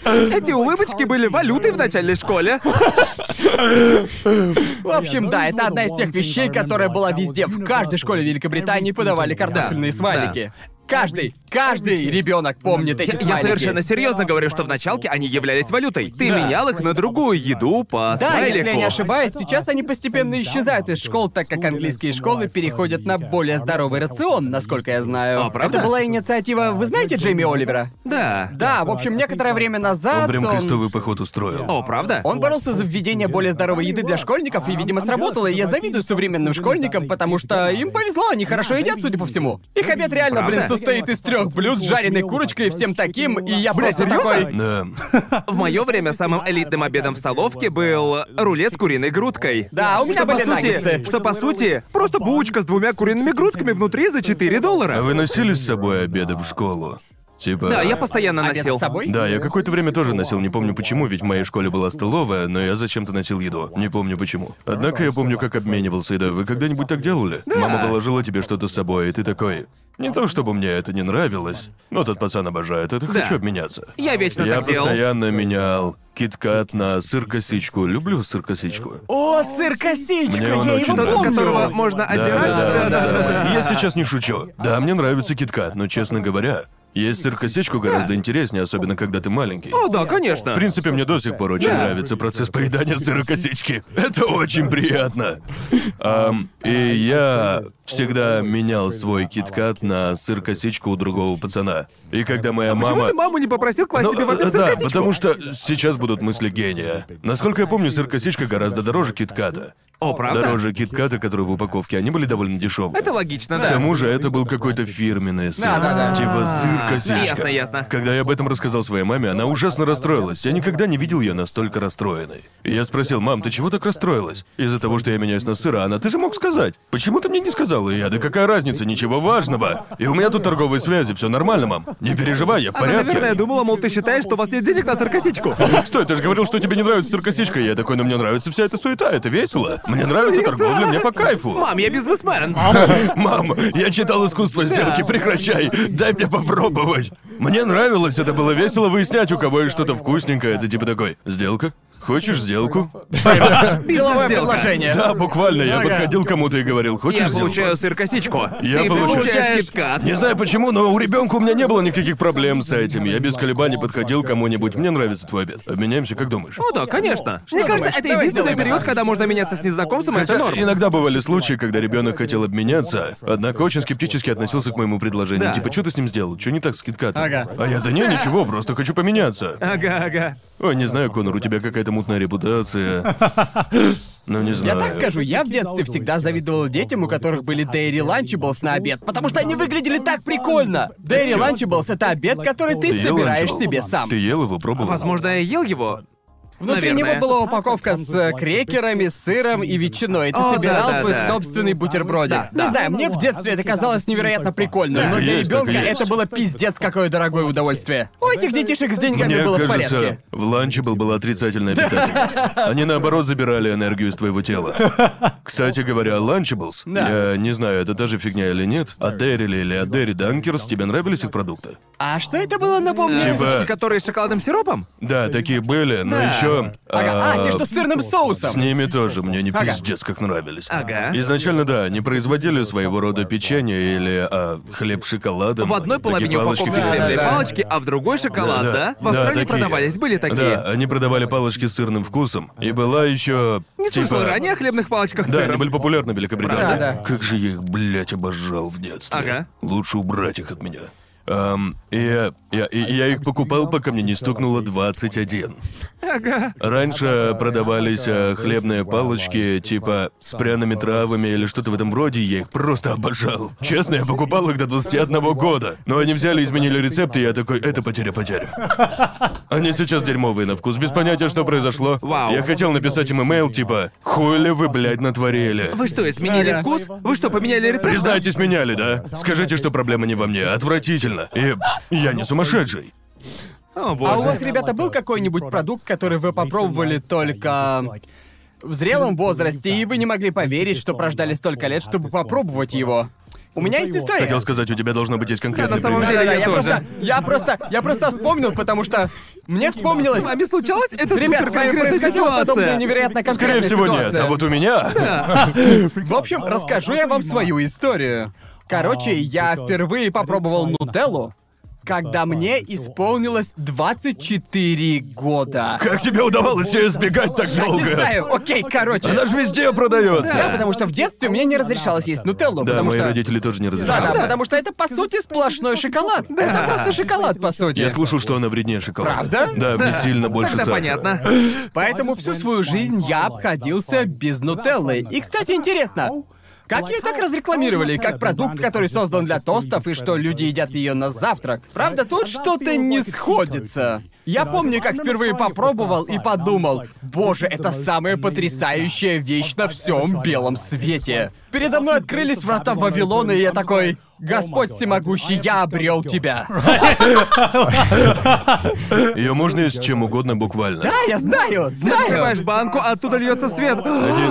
Эти улыбочки были валютой в начальной школе.
В общем, да, это одна из тех вещей, которая была везде. В каждой школе Великобритании подавали картофельные
Да,
смайлики. Каждый, каждый ребенок помнит эти
Я, я
смайлики.
совершенно серьезно говорю, что в началке они являлись валютой. Ты менял их на другую еду по
Да,
смайлику.
если я не ошибаюсь, сейчас они постепенно исчезают из школ, так как английские школы переходят на более здоровый рацион, насколько я знаю.
А, правда?
Это была инициатива, вы знаете Джейми Оливера?
Да.
Да, в общем, некоторое время назад
Он прям
он-
крестовый поход устроил.
О, правда?
Он боролся за введение более здоровой еды для школьников, и, видимо, сработало. И я завидую современным школьникам, потому что им повезло, они хорошо едят, судя по всему. Их обед реально, блин,
Правда?
состоит из трех блюд с жареной курочкой и всем таким, и я просто
серьёзно?
такой...
Да.
В мое время самым элитным обедом в столовке был рулет с куриной грудкой.
Да, у меня
Что, по
были
сути-
наггетсы.
Что по сути, просто булочка с двумя куриными грудками внутри за 4
А
доллара.
вы носили с собой обеды в школу? Типа...
Да, я постоянно
Обед
носил.
с собой?
Да, я какое-то время тоже носил, не помню почему, ведь в моей школе была столовая, но я зачем-то носил еду. Не помню почему. Однако я помню, как обменивался едой. Вы когда-нибудь так делали? Мама положила тебе что-то с собой, и ты такой... Не то чтобы мне это не нравилось, но тот пацан обожает это, хочу обменяться.
Я вечно
Я
так делал.
постоянно менял киткат на сыр-косичку. Люблю сыр-косичку.
О, сыр-косичка,
Мне он
я
очень
его
Тот,
нравится.
помню!
которого можно
Да,
отдирать.
да, да,
Да-да-да.
да. Я сейчас не шучу. Да, мне нравится киткат, но, честно говоря, Есть сыркосечку гораздо интереснее, особенно когда ты маленький.
О, да, конечно.
В принципе, мне до сих пор очень нравится процесс поедания сырокосички. Это очень приятно. Ам, и я всегда менял свой киткат на сыр-косичку у другого пацана. И когда моя
А Почему
мама...
ты маму не попросил класть
Ну,
тебе в
э,
обед
да,
сыр-косичку?
потому что сейчас будут мысли гения. Насколько я помню, сыр-косичка гораздо дороже китката.
О, правда?
Дороже китката, который в упаковке, они были довольно дешевые.
Это логично,
К
да.
тому же это был какой-то фирменный сыр.
Да-да-да.
Типа сыр-косичка.
Ясно, ясно.
Когда я об этом рассказал своей маме, она ужасно расстроилась. Я никогда не видел ее настолько расстроенной. И я спросил, мам, ты чего так расстроилась? Из-за того, что я меняюсь на сыр, а она, ты же мог сказать. Почему ты мне не сказала? И я, да какая разница, ничего важного. И у меня тут торговые связи, все нормально, мам. Не переживай, я в
Она,
порядке.
наверное, думала, мол, ты считаешь, что у вас нет денег на сыр-косичку.
Стой, ты же говорил, что тебе не нравится сыр-косичка. Я такой, ну мне нравится вся эта суета, это весело. Мне нравится торговля, мне по кайфу.
Мам, я бизнесмен.
Мам, я читал искусство сделки, прекращай, дай мне попробовать. Мне нравилось, это было весело выяснять, у кого есть что-то вкусненькое. Ты типа такой, сделка? Хочешь сделку?
Деловое
Бизнес-сделка.
предложение.
Да, буквально, я
Ага.
подходил к кому-то и говорил,
Я
хочешь сделку?
получаю сыр-косичку.
Я
ты
получаю-
получаешь киткат.
Не знаю почему, но у ребенка у меня не было никаких проблем с этим. Я без колебаний подходил к кому-нибудь. Мне нравится твой обед. Обменяемся, как думаешь?
Ну да, конечно. Мне
думаешь?
кажется, это
Давай
единственный
сделаем
период,
это.
когда можно меняться с незнакомцем, и
Хотя
это норм.
иногда бывали случаи, когда ребенок хотел обменяться, однако очень скептически относился к моему предложению.
Да.
Типа, что ты с ним сделал? Что не так с киткатом?
Ага.
А я, да не, ничего, просто хочу поменяться.
Ага, ага.
Ой, не знаю, Конор, у тебя какая-то мутная репутация. Ну, не
Я
знаю.
так скажу, я в детстве всегда завидовал детям, у которых были Dairy Lunchables на обед, потому что они выглядели так прикольно. Dairy Lunchables — это обед, который ты
Ты ел
собираешь
Lunchables?
себе сам.
Ты ел его, пробовал?
Возможно, я ел его.
Внутри
Наверное.
него была упаковка с э, крекерами, сыром и ветчиной. Ты
О,
собирал
да-да-да.
свой собственный бутербродик.
Да, да.
Не знаю, мне в детстве это казалось невероятно прикольным,
Так
но
и
для
есть,
ребенка
так и есть.
это было пиздец какое дорогое удовольствие. У этих детишек с деньгами
Мне
было в
кажется,
порядке.
в ланчебл была отрицательная питательность. Они наоборот забирали энергию из твоего тела. Кстати говоря, о ланчеблс,
Да.
я не знаю, это даже фигня или нет, от Дэрили или от Дэри Данкерс, тебе нравились их продукты?
А что это было, напомню?
Типа-
Штучки, которые с шоколадным сиропом?
Да, такие были, но еще.
Ага, а, те,
э,
что с сырным
С
соусом.
ними тоже мне не
Ага.
пиздец как нравились.
Ага.
Изначально, да, они производили своего рода печенье или а, хлеб с шоколадом.
В одной
такие
половине
палочки
упаковки
Да,
хлебные
да, да.
палочки, а в другой шоколад, да?
Да-да.
В Австралии
Да, такие.
продавались, были такие.
Да, они продавали палочки с сырным вкусом. И была еще.
Не слышал ранее о хлебных палочках с
Типа- Да, они
сыром.
были популярны в Великобритании.
Правда. Да.
Как же я их, блядь, обожал в детстве.
Ага.
Лучше убрать их от меня. Ам, и я, я, и я их покупал, пока мне не стукнуло 21.
Ага.
Раньше продавались э, хлебные палочки, типа с пряными травами или что-то в этом роде, я их просто обожал. Честно, я покупал их до 21 года. Но они взяли и изменили рецепт, и я такой, это потеря-потеря. Они сейчас дерьмовые на вкус, без понятия, что произошло.
Вау.
Я хотел написать им имейл, типа, хуй ли вы, блядь, натворили?
Вы что, изменили
Ага.
вкус? Вы что, поменяли рецепт?
Признайтесь, меняли, да? Скажите, что проблема не во мне, отвратительно. И я не сумасшедший.
О, боже.
А у вас, ребята, был какой-нибудь продукт, который вы попробовали только в зрелом возрасте, и вы не могли поверить, что прождали столько лет, чтобы попробовать его? У меня есть история.
Хотел сказать, у тебя должно быть есть конкретный
на самом
пример.
деле,
Да-да-да,
я тоже.
Просто, я просто, я просто вспомнил, потому что мне вспомнилось.
С
А
вами случалось? Это
Ребят,
супер
с вами происходила подобная невероятно
Скорее
конкретная
всего, нет,
ситуация.
а вот у меня...
В общем, расскажу я вам свою историю. Короче, я впервые попробовал нутеллу, когда мне исполнилось 24 года.
Как тебе удавалось ее избегать так долго?
Не знаю, окей, короче.
Она же везде
Да,
продается.
потому что в детстве мне не разрешалось есть нутеллу,
Да,
потому
мои
что...
родители тоже не разрешали.
Да, да, потому что это, по сути, сплошной шоколад. Это просто шоколад, по сути.
Я слышал, что она вреднее шоколада.
Правда?
Да, в ней сильно больше
Тогда
сахара.
понятно.
Поэтому всю свою жизнь я обходился без нутеллы. И, кстати, интересно, как ее так разрекламировали, как продукт, который создан для тостов, и что люди едят ее на завтрак? Правда, тут что-то не сходится. Я помню, как впервые попробовал и подумал, боже, это самая потрясающая вещь на всем белом свете. Передо мной открылись врата Вавилона, и я такой, Господь всемогущий, я обрел тебя.
Ее можно есть с чем угодно буквально.
Да, я знаю, знаю.
Открываешь банку, а оттуда льется свет.
Один,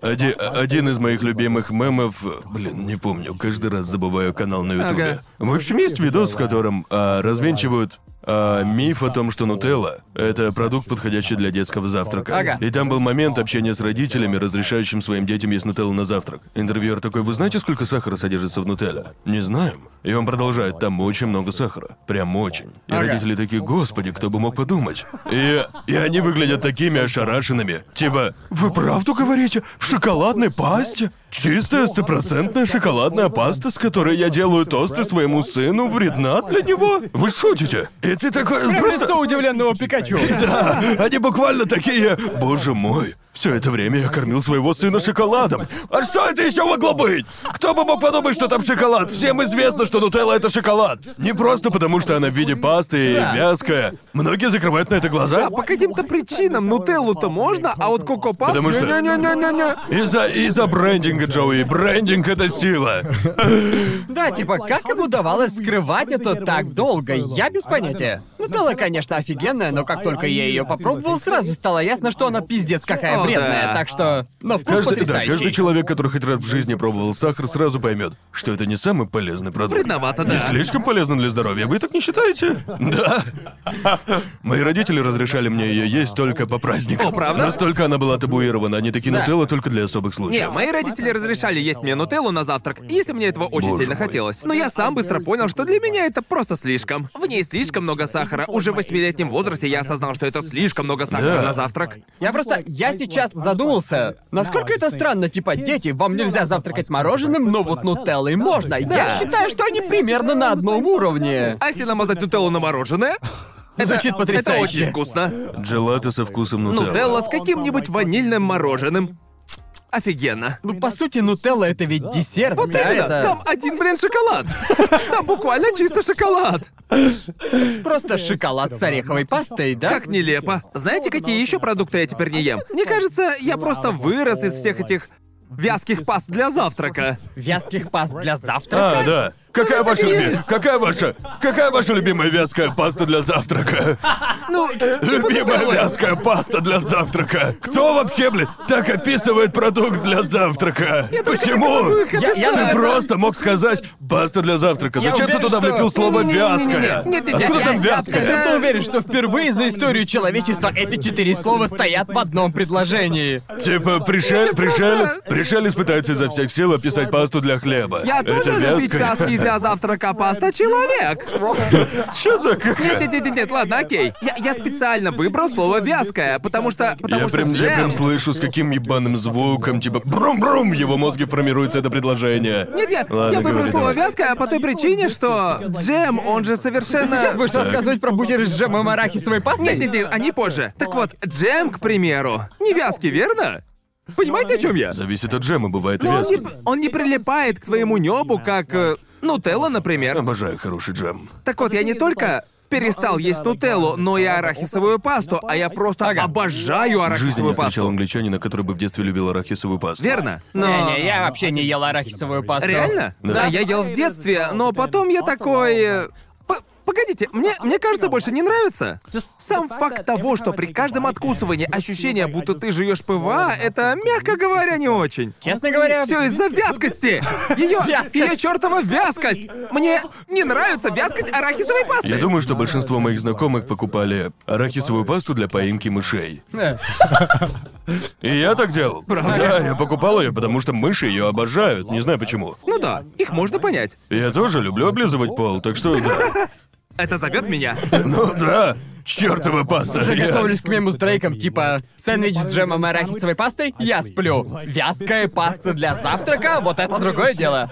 оди- один из моих любимых мемов, блин, не помню, каждый раз забываю канал на Ютубе.
Ага.
В общем, есть видос, в котором а, развенчивают а, миф о том, что нутелла — это продукт, подходящий для детского завтрака.
Ага.
И там был момент общения с родителями, разрешающим своим детям есть нутеллу на завтрак. Интервьюер такой, вы знаете, сколько сахара содержится в нутелле? Не знаем. И он продолжает, там очень много сахара. Прям очень. И
Ага.
родители такие, господи, кто бы мог подумать. И, и они выглядят такими ошарашенными. Типа, вы правду говорите? В шоколадной пасте? Чистая стопроцентная шоколадная паста, с которой я делаю тосты своему сыну, вредна для него? Вы шутите? И ты такой, просто...
Лицо удивленного Пикачу.
Да, они буквально такие. Боже мой, все это время я кормил своего сына шоколадом. А что это еще могло быть? Кто бы мог подумать, что там шоколад? Всем известно, что нутелла это шоколад. Не просто потому, что она в виде пасты и
Да.
вязкая. Многие закрывают на это глаза.
По каким-то причинам нутеллу-то можно, а вот коко пасту...
Потому что-
Не-не-не-не-не.
Из-за из-за брендинга, Джоуи. Брендинг это сила.
Да, типа, как им удавалось скрывать это так долго? Я без понятия. Нутелла, конечно, офигенная, но как только я ее попробовал, сразу стало ясно, что она пиздец какая
О,
вредная.
да.
Так что, на вкус
Каждый, да, каждый
потрясающий.
человек, который хоть раз в жизни пробовал сахар, сразу поймет, что это не самый полезный продукт.
Вредновато,
Не
да.
слишком полезно для здоровья, вы так не считаете? Да. Мои родители разрешали мне ее есть только по праздникам.
О, правда?
Настолько она была табуирована, они такие
Да.
нутелла только для особых
Не,
случаев.
мои родители разрешали есть мне нутеллу на завтрак, если мне этого очень
Боже
сильно
мой.
хотелось. Но я сам быстро понял, что для меня это просто слишком. В ней слишком много сахара. Уже в восьмилетнем возрасте я осознал, что это слишком много сахара
Да.
на завтрак.
Я просто, я сейчас задумался, насколько это странно, типа, дети, вам нельзя завтракать мороженым, но вот нутеллой можно. Я
Да.
считаю, что они примерно на одном уровне.
А если намазать нутеллу на мороженое?
Звучит
Это
потрясающе.
очень вкусно.
Джелато со вкусом
Нутелла
нутелла.
с каким-нибудь ванильным мороженым. Офигенно.
Ну, по сути, нутелла это ведь десерт,
Вот
да,
именно,
это
там один, блин, шоколад. Там буквально чисто шоколад.
просто шоколад с ореховой пастой, да?
Как нелепо. Знаете, какие еще продукты я теперь не ем? Мне кажется, я просто вырос из всех этих вязких паст для завтрака.
Вязких паст для завтрака?
А, да. Какая ваша
и
люби- Какая ваша? Какая ваша любимая вязкая паста для завтрака?
Ну,
Любимая вязкая паста для завтрака. Кто вообще, блин, так описывает продукт для завтрака? Почему?
Я- я-
Ты
это-
просто мог сказать паста для завтрака.
Я
Зачем ты
уверен,
туда
что-
влепил слово
Не-не-не-не-не.
вязкая?
Нет-нет-нет,
Откуда
я-
там
я
вязкая?
абсолютно-
Я уверен, что впервые за историю человечества эти четыре слова стоят в одном предложении.
Типа пришель, пришелец, пришелец пытается изо всех сил описать пасту для хлеба.
Я
Это
тоже любить
вязкая.
таски для завтрака паста человек.
Чё за какая?
Нет, нет, нет, нет, ладно, окей. Я, я специально выбрал слово вязкое, потому что. Потому
Я
что
прям, я
джем-
прям слышу, с каким ебаным звуком, типа брум-брум, в его мозге формируется это предложение.
Нет, я,
Ладно,
я выбрал
говори,
слово
давай.
вязкое по той причине, что джем, он же совершенно.
Сейчас будешь рассказывать про бутеры с джемом и арахисовой пастой?
Нет, нет, нет, они позже. Так вот, джем, к примеру, не вязкий, верно? Понимаете, о чем я?
Зависит от джема, бывает
Но Ну, он типа, не,
вязкий.
он не прилипает к твоему небу, как э, нутелла, например.
Обожаю хороший джем.
Так вот, я не только перестал есть нутеллу, но и арахисовую пасту, а я просто обожаю
В жизни не
арахисовую
встречал
пасту.
англичанина, который бы в детстве любил арахисовую пасту.
Верно? Но...
Не-не, я вообще не ел арахисовую пасту.
Реально?
Да.
Да, я ел в детстве, но потом я такой... э, «П- Погодите, мне, мне кажется, больше не нравится. Сам факт того, что при каждом откусывании ощущение, будто ты жуешь ПВА, это, мягко говоря, не очень.
Честно говоря,
Все из-за вязкости! Ее,
Вязкость.
ее чертова вязкость! Мне не нравится вязкость арахисовой пасты!
Я думаю, что большинство моих знакомых покупали арахисовую пасту для поимки мышей.
Да.
И я так делал. Да, я покупал ее, потому что мыши ее обожают. Не знаю почему.
Ну да, их можно понять.
Я тоже люблю облизывать пол, так что да.
Это зовет меня.
Ну да, чертова паста.
Я
Я-
готовлюсь к мему с Дрейком, типа «Сэндвич с джемом и арахисовой пастой? Я сплю. Вязкая паста для завтрака? Вот это другое дело».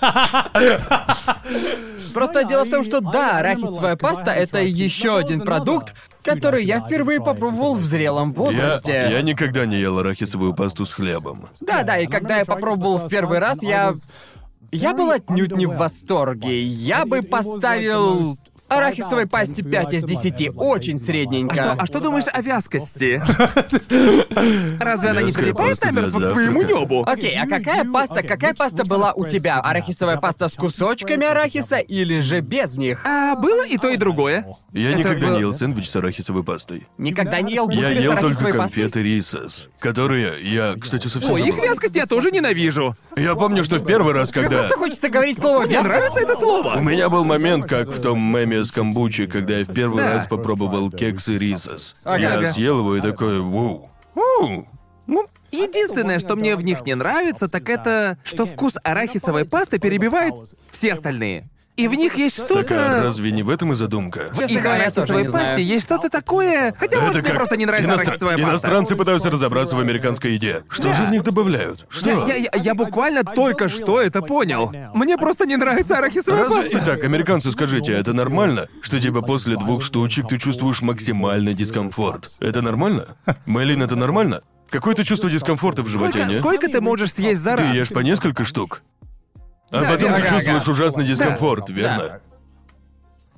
Просто дело в том, что да, арахисовая паста — это еще один продукт, который я впервые попробовал в зрелом
Я,
возрасте.
я никогда не ел арахисовую пасту с хлебом.
Да, да, и когда я попробовал в первый раз, я... Я был отнюдь не в восторге. Я бы поставил арахисовой пасте 5 из 10. Очень средненько.
Что- а что думаешь о вязкости? Разве она не
Вязкая
прилипает
паста для
намертво к твоему
завтрака.
небу?
Окей, а какая паста, какая паста была у тебя? Арахисовая паста с кусочками арахиса или же без них?
А было и то, и другое.
Я
Это
никогда
был-
не ел сэндвич с арахисовой пастой.
Никогда не ел
Я
бутеры с
ел только
арахисовой пастой?
конфеты Рисос, которые я, кстати, совсем
Ой, их
забыл.
вязкость я тоже ненавижу.
Я помню, что в первый раз, когда...
Просто хочется говорить слово
Мне
«вязкость».
нравится это
У
слово.
меня был момент, как в том меме с камбучи, когда я в первый
Да.
раз попробовал кексы Рисос.
Ага,
я
ага.
съел его и такой, вау. Вау.
Ну, единственное, что мне в них не нравится, так это, что вкус арахисовой пасты перебивает все остальные. и в них есть
Так а
что-то...
разве не в этом и задумка?
В
Честно
их
говоря, я тоже
арахисовой
не знаю.
пасте есть что-то такое... Хотя, может, мне
как
просто не нравится
иностран-
арахисовая паста.
Иностранцы пытаются разобраться в американской еде. Что же в них добавляют? Что?
Я, я- я- я буквально только что это понял. Мне просто не нравится арахисовая
Разве-
паста.
Итак, американцы, скажите, это нормально, что типа после двух штучек ты чувствуешь максимальный дискомфорт? Это нормально? Мэйлин, это нормально? Какое-то чувство дискомфорта в животе,
Сколько,
не?
сколько ты можешь съесть за
Ты
раз?
ешь по несколько штук, а
Да,
потом
да,
ты
ага,
чувствуешь ужасный дискомфорт,
Да.
верно?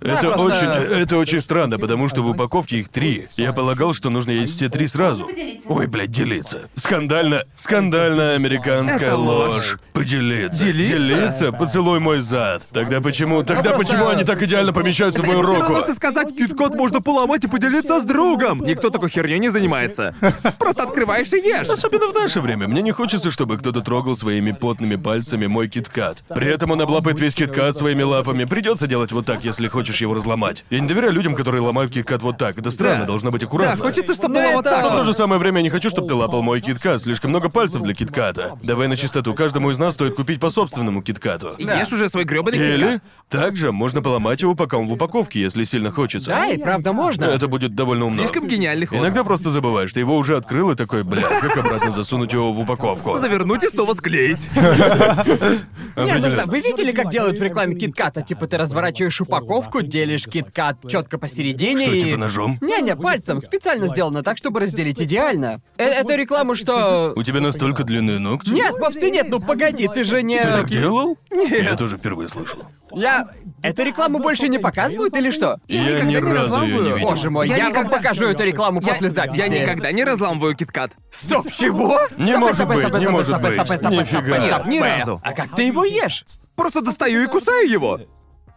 Да,
Это
просто-
очень, это очень странно, потому что в упаковке их три. Я полагал, что нужно есть все три сразу.
Поделиться.
Ой, блядь, делиться. Скандально, скандальная американская
Это ложь.
ложь. Поделиться.
Делиться?
Делиться? Поцелуй мой зад. Тогда почему, тогда
просто-
почему они так идеально помещаются в
Это
мою
всё равно,
руку?
что сказать, кит-кот можно поломать и поделиться с другом. Никто такой херней не занимается. Просто открываешь и ешь.
Особенно в наше время. Мне не хочется, чтобы кто-то трогал своими потными пальцами мой киткат. При этом он облапает весь киткат своими лапами. Придется делать вот так, если хочешь его разломать. Я не доверяю людям, которые ломают киткат вот так. Это странно,
Да.
должно быть
Да,
аккуратно.
хочется, чтобы
Но
было вот
это-
так.
Но в
вот.
то же самое время я не хочу, чтобы ты лапал мой киткат. Слишком много пальцев для китката. Давай на чистоту. Каждому из нас стоит купить по собственному киткату.
Ешь уже свой грёбаный
Или
кит-кат.
также можно поломать его, пока он в упаковке, если сильно хочется.
Да, и правда можно.
Это будет довольно умно.
Слишком гениальный ход.
Иногда просто забываешь, ты его уже открыл и такой, бля, как обратно засунуть его в упаковку?
Завернуть и снова склеить.
Не, ну что,
Определенно.
вы видели, как делают в рекламе китката? Типа ты разворачиваешь упаковку, делишь киткат четко посередине
Что,
и...
типа ножом?
Не-не, пальцем. Специально сделано так, чтобы разделить идеально. Э- это реклама, что...
У тебя настолько длинные ногти?
Нет, вовсе нет, ну погоди, ты же не...
Ты так делал? Нет. Я тоже впервые слышал.
Я...
«А,
Эту рекламу больше не показывают или что?
Я
Я
никогда
ни
не
разу ее не
разламываю.
видел.
Э, Боже мой,
Я
я,
никогда-
вам покажу эту рекламу после записи.
Я никогда не разламываю кит-кат.
Стоп, чего?
Не
Стоп,
может
стоп,
быть,
стоп,
не
стоп,
может
стоп,
быть.
стоп, стоп, стоп,
Нифига.
стоп,
Нет,
стоп.
ни разу.
А как ты его ешь?
Просто достаю и кусаю его.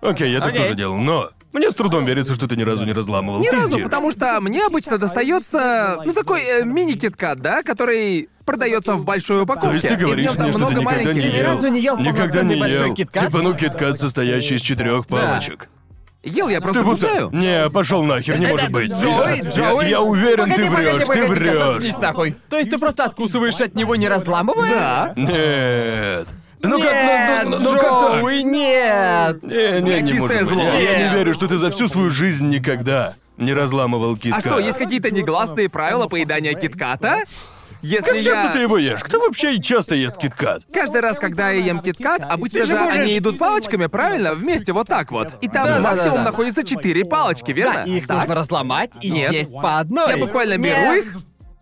Окей, я так
Окей.
тоже делал, но мне с трудом верится, что ты ни разу не разламывал.
Ни
Пиздец.
разу, потому что мне обычно достается, ну, такой э, мини-киткат, да, который продается в большой упаковке.
То есть ты
И в нём
говоришь
там
мне, что
много
ты никогда не
маленьких.
Ты ни
ел?
разу не ел
никогда не
полноценный большой
ел.
киткат?
Типа ну киткат, состоящий из четырех палочек.
Ел, я просто
Ты будто-
кусаю.
Не, пошел нахер, не может быть.
Джоуи,
Я-
Джоуи.
Я, уверен,
Погоди,
ты
погоди,
врешь,
погоди,
ты
заткнись
врешь.
нахуй. То есть ты просто откусываешь от него, не разламывая?
Да.
Нет. Ну
Нет,
как, ну, ну, ну, ну как так?
Джоуи, нет.
Э, Не, не,
Ну, Я
не может
чистое
быть.
зло.
Я, я
Нет.
не верю, что ты за всю свою жизнь никогда не разламывал
А
киткат.
что, есть какие-то негласные правила поедания китката? Если
Как
я...
часто ты его ешь? Кто вообще и часто ест киткат?
Каждый раз, когда я ем киткат, обычно
Ты же
же
можешь-
они идут палочками, правильно? Вместе вот так вот. И там
Да, да,
максимум
да, да.
находится четыре палочки, верно?
Да, и их
Так?
нужно разломать и
Нет.
есть по одной.
Я буквально беру
Нет.
их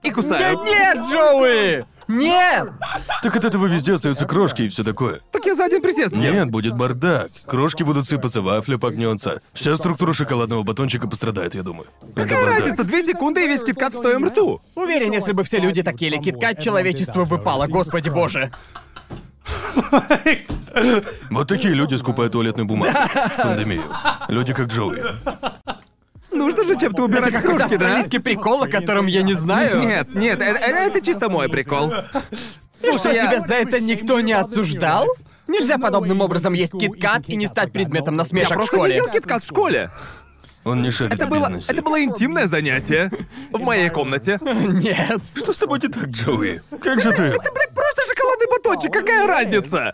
и
Да
кусаю.
нет, Джоуи! Нет!
Так от этого везде остаются крошки и все такое.
Так я за один присест ем.
Нет, будет бардак. Крошки будут сыпаться, вафля погнется. Вся структура шоколадного батончика пострадает, я думаю.
Какая разница? Две секунды и весь киткат в твоем рту.
Уверен, если бы все люди так ели киткат, человечество бы пало, господи боже.
Вот такие люди скупают туалетную бумагу в пандемию. Люди как Джоуи.
Нужно же чем-то убирать
Какой-то
крошки, да?
австралийский прикол, о котором я не знаю.
Нет, нет, э- э- это, чисто мой прикол.
И что,
Слушай, я-
тебя за это никто не осуждал? Нельзя подобным образом есть киткат и не стать предметом насмешек
Я
в
просто не
школе.
ел киткат в школе.
Он не шарит
Это
в
было,
бизнесе.
это было интимное занятие в моей комнате.
Нет.
Что с тобой не так, Джоуи? Как же ты?
Блядь, просто шоколадный батончик, какая разница?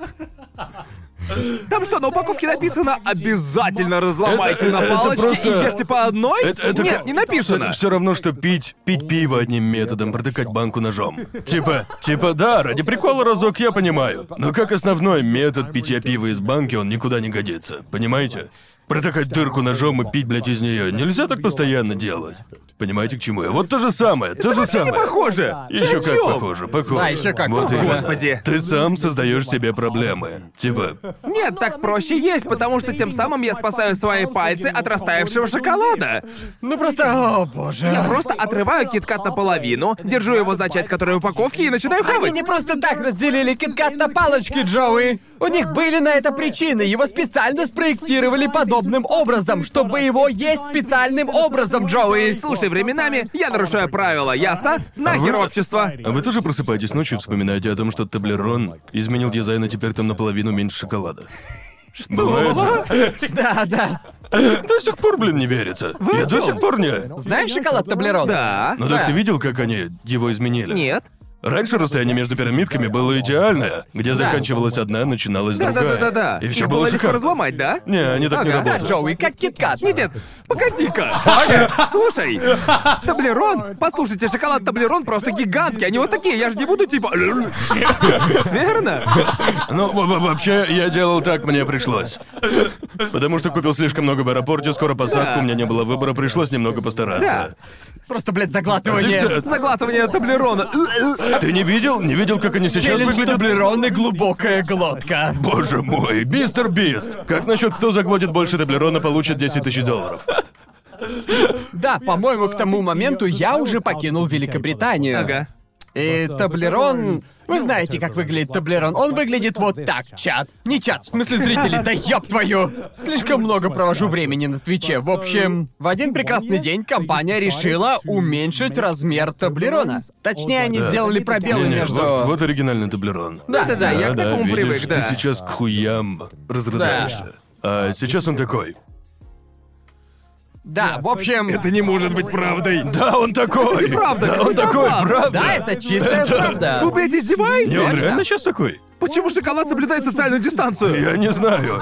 Там что, на упаковке написано «Обязательно разломайте
Это-
на
это
палочке
просто-
и ешьте по одной»? Нет, не написано.
Это все равно, что пить, пить пиво одним методом, протыкать банку ножом. Типа, типа, да, ради прикола разок я понимаю. Но как основной метод питья пива из банки, он никуда не годится. Понимаете? Протыкать дырку ножом и пить, блядь, из нее. Нельзя так постоянно делать. Понимаете, к чему я? Вот то же самое, то же
Не
самое.
похоже. Ты
Еще
о
как
чём?
похоже, похоже.
Да, А, ещё как
Вот
похоже.
именно.
Господи.
Ты сам создаешь себе проблемы. Типа,
Нет, так проще есть, потому что тем самым я спасаю свои пальцы от растаявшего шоколада.
Ну просто, о боже.
Я просто отрываю киткат наполовину, держу его за часть которой упаковки и начинаю
Они
хавать.
не Ну, просто так разделили киткат на палочки, Джоуи. У них были на это причины. Его специально спроектировали подобным образом, чтобы его есть специальным образом, Джоуи.
Слушай, временами я нарушаю правила, ясно? Нахер
Вы-
общество.
А вы тоже просыпаетесь ночью и вспоминаете о том, что Таблерон изменил дизайн, а теперь там наполовину меньше шоколада? Что? Бывает же?
Да, да.
До сих пор, блин, не верится.
о
Я до
чём?
сих пор не...
Знаешь шоколад Таблерон?
Да.
Ну так ты видел, как они его изменили?
Нет.
Раньше расстояние между пирамидками было идеальное, где заканчивалась одна, начиналась другая.
Да-да-да-да.
И все
Их
было
было легко
шикарно.
разломать, да?
Не, они так не
Ага.
работают.
Да, Джоуи, как киткат.
Нет, нет, погоди-ка. Слушай, таблерон, послушайте, шоколад таблерон просто гигантский, они вот такие, я же не буду типа... Верно?
Ну, во- во- вообще, я делал так, мне пришлось. Потому что купил слишком много в аэропорте, скоро посадка, у меня не было выбора, пришлось немного постараться.
Просто, блядь,
Ты,
заглатывание.
кстати,
Заглатывание таблерона.
ты не видел? Не видел, как они сейчас
Челлендж
выглядят?
таблерон и глубокая глотка.
Боже мой, мистер Бист! Как насчет кто заглотит больше таблерона, получит 10 тысяч долларов?
Да, по-моему, к тому моменту я уже покинул Великобританию.
Ага.
И таблерон... Вы знаете, как выглядит таблерон. Он выглядит вот так, чат. Не чат, в смысле зрители, да ёб твою. Слишком много провожу времени на Твиче. В общем, в один прекрасный день компания решила уменьшить размер таблерона. Точнее, они
Да.
сделали пробелы
Не-не,
между...
вот, вот оригинальный таблерон.
Да-да-да, я к такому
видишь,
привык, да.
Ты сейчас к хуям разрыдаешься. А сейчас он такой.
Да, в общем...
не может быть правдой.
Да, он такой!
правда,
Да,
это
он такой,
правда.
правда!
Да, это чистая правда.
Вы, блядь,
Не, он
издеваетесь?
реально сейчас такой?
Почему шоколад соблюдает социальную дистанцию?
Я не знаю.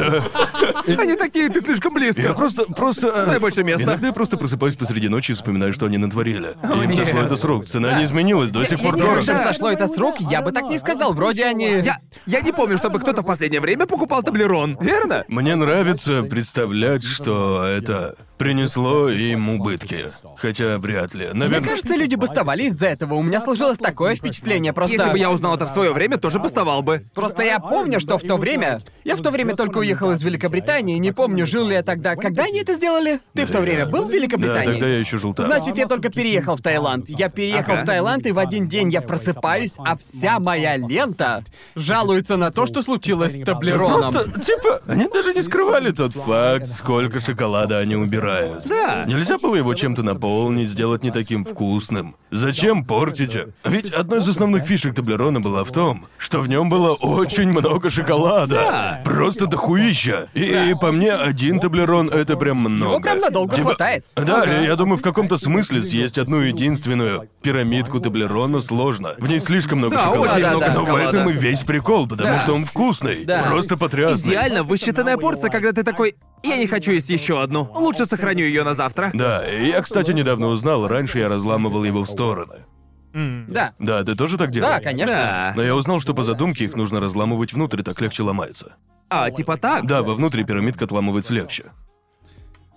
Они такие, ты слишком
Я
близко.
просто, просто... э,
Дай больше места.
Иногда я просто просыпаюсь посреди ночи и вспоминаю, что они натворили. И Им
нет.
сошло это с рук. Цена не изменилась, до сих пор
никогда-
дорого.
Когда сошло это с рук, я бы так не
А
сказал. Вроде они...
Я, я не помню, чтобы кто-то в последнее время покупал таблерон, верно?
Мне нравится представлять, что это принесло им убытки. Хотя вряд ли.
Мне
Наверное,
кажется, люди бастовали из-за этого. У меня сложилось такое впечатление. Просто...
Если бы я узнал это в свое время, тоже бастовал бы.
Просто я помню, что в то время... Я в то время только уехал из Великобритании, не помню, жил ли я тогда. Когда они это сделали? Ты в то время был в
да,
Великобритании?
тогда я еще жил там.
Значит, я только переехал в Таиланд. Я переехал
Ага.
в Таиланд, и в один день я просыпаюсь, а вся моя лента жалуется на то, что случилось с таблероном.
Просто, типа, они даже не скрывали тот факт, сколько шоколада они убирают.
Да.
Нельзя было его чем-то наполнить, сделать не таким вкусным. Зачем портить? Ведь одной из основных фишек Таблерона была в том, что в нем было очень много шоколада. Просто дохуища. И, и по мне, один Таблерон — это прям много. Типа,
прям надолго хватает.
Да, я думаю, в каком-то смысле съесть одну единственную пирамидку Таблерона сложно. В ней слишком много
Да,
шоколада.
очень
много
Но в этом
шоколада.
и весь прикол, потому
Да.
что он вкусный.
Да.
Просто потрясный.
Идеально высчитанная порция, когда ты такой, я не хочу есть еще одну, лучше сохраню ее на завтра.
Да, и я, кстати, недавно узнал, раньше я разламывал его в стороны.
Да.
Да, ты тоже так делал?
Да, конечно.
Да.
Но я узнал, что по задумке их нужно разламывать внутрь, так легче ломается.
А, типа так?
Да, вовнутрь пирамидка отламывается легче.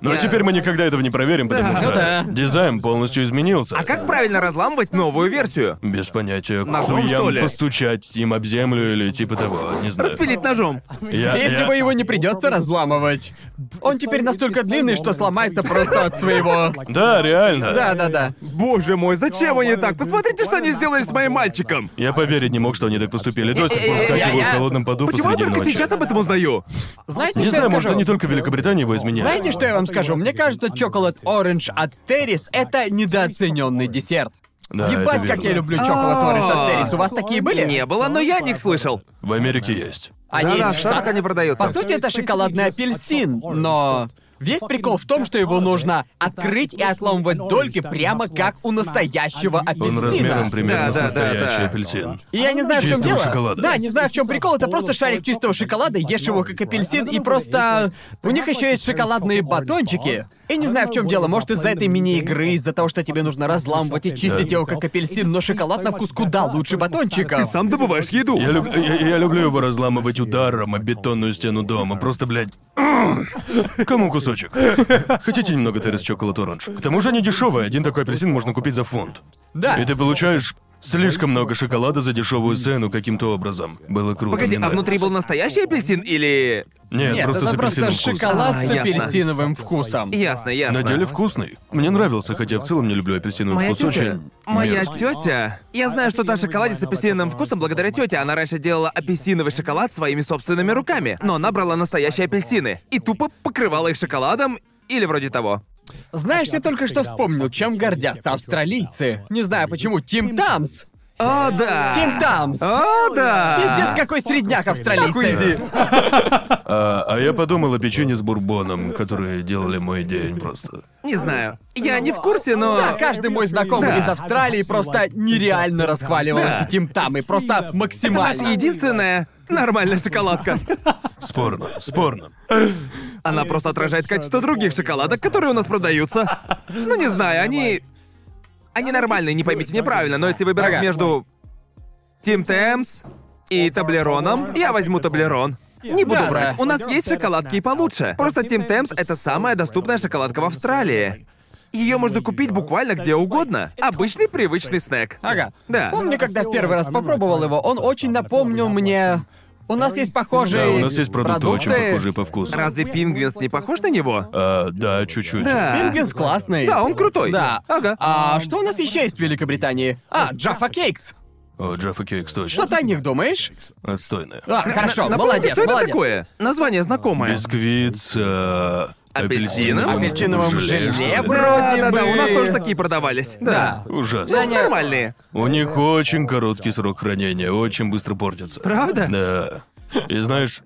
Но
Я-
теперь мы никогда этого не проверим, потому что
Ну да.
дизайн полностью изменился.
А как правильно разламывать новую версию?
Без понятия,
Ножом,
хуям
что ли?
постучать им об землю или типа того, не знаю.
Распилить ножом.
Я-
Скорее
я-
всего, его не придется разламывать. Он теперь настолько длинный, что сломается просто от своего.
Да, реально.
Да, да, да.
Боже мой, зачем они так? Посмотрите, что они сделали с моим мальчиком.
Я поверить не мог, что они так поступили. До сих пор
Э-э-э,
вскакиваю в
Э, я-
холодном поду
Почему я
посреди
только
ночи.
сейчас об этом узнаю?
Знаете,
Не
что
знаю,
я
может,
скажу?
они только Великобритания его изменяют.
Знаете, что я вам скажу? Мне кажется, Chocolate Orange от Террис — это недооцененный десерт.
Да, это
Ебать, как
верно.
я люблю Chocolate Orange от
А.
Террис. У вас такие были?
Не было, но я о них слышал.
В Америке есть.
Они
Да-да,
из
в Штатах
Штатов.
они
По
продаются.
сути, это шоколадный апельсин, но... Весь прикол в том, что его нужно открыть и отламывать дольки прямо как у настоящего
Он
апельсина.
размером
Да,
примерно
да,
с
да,
настоящий
да.
апельсин.
И я не знаю, в чем
Чистого
дело.
шоколада.
Да, не знаю, в чем прикол. Это просто шарик чистого шоколада, ешь его как апельсин, и просто... У них еще есть шоколадные батончики. И не знаю, в чем дело. Может, из-за этой мини-игры, из-за того, что тебе нужно разламывать и чистить
Да.
его как апельсин, но шоколад на вкус куда лучше батончика.
Ты
Сам добываешь еду.
Я, люб- я- я люблю его разламывать ударом о бетонную стену дома. Просто, блядь. м. Кому кусочек? Хотите немного террис шоколад оранж? К тому же они дешевые. Один такой апельсин можно купить за фунт.
Да.
И ты получаешь слишком много шоколада за дешевую цену каким-то образом. Было круто.
Погоди,
мне
а внутри
нравится.
был настоящий апельсин или...
Нет,
Нет,
просто с
это просто
апельсиновым вкусом.
шоколад
А,
с
ясно.
апельсиновым вкусом.
Ясно, ясно.
На деле вкусный. Мне нравился, хотя Ну, в целом не люблю апельсиновый
Моя
вкус.
тетя.
Очень
Моя
мерзкий.
тетя. Я знаю что-то о шоколаде с апельсиновым вкусом благодаря тете. Она раньше делала апельсиновый шоколад своими собственными руками, но она брала настоящие апельсины и тупо покрывала их шоколадом или вроде того.
Знаешь, я только что вспомнил, чем гордятся австралийцы. Не знаю почему. Тим Тамс.
О, да!
Тим Тамс.
А?
О, да! А,
Пиздец, какой средняк австралийцы.
А, а я подумал о печенье с бурбоном, которые делали мой день просто.
Не знаю. Я не в курсе, но...
Да, каждый мой знакомый
Да.
из Австралии просто нереально расхваливал
Да.
эти тим-тамы. Просто
Это
максимально.
наша единственная нормальная шоколадка.
Спорно, спорно.
Она просто отражает качество других шоколадок, которые у нас продаются. Ну, не знаю, они... Они нормальные, не поймите неправильно, но если выбирать
Ага.
между Тим Тэмс и Таблероном, я возьму Таблерон. Не буду
Да,
врать,
да.
у нас есть шоколадки и получше. Просто Тим Тэмс — это самая доступная шоколадка в Австралии. Ее можно купить буквально где угодно. Обычный привычный снэк.
Ага.
Да.
Помню, когда в первый раз
ну,
попробовал его, он очень напомнил мне... У нас есть похожие
Да, у нас есть продукты, очень похожие по вкусу.
Разве Пингвинс не похож на него?
А, да, чуть-чуть.
Да.
Пингвинс классный.
Да, он крутой.
Да.
Ага.
А что у нас еще есть в Великобритании? А, Джаффа Кейкс.
О, Джаффа Кейкс
Что
точно.
ты о них думаешь?
Отстойная.
А, хорошо,
Напомните,
молодец,
что это
молодец.
такое? Название знакомое.
Бисквит с э,
Апельсином?
апельсиновым,
Апельсиновым желе,
что ли?
вроде
Да, да, да,
бы.
у нас тоже такие продавались. Да.
Да.
Ужасно.
Ну,
Они-
нормальные.
У них очень короткий срок хранения, очень быстро портятся.
Правда?
Да. И знаешь,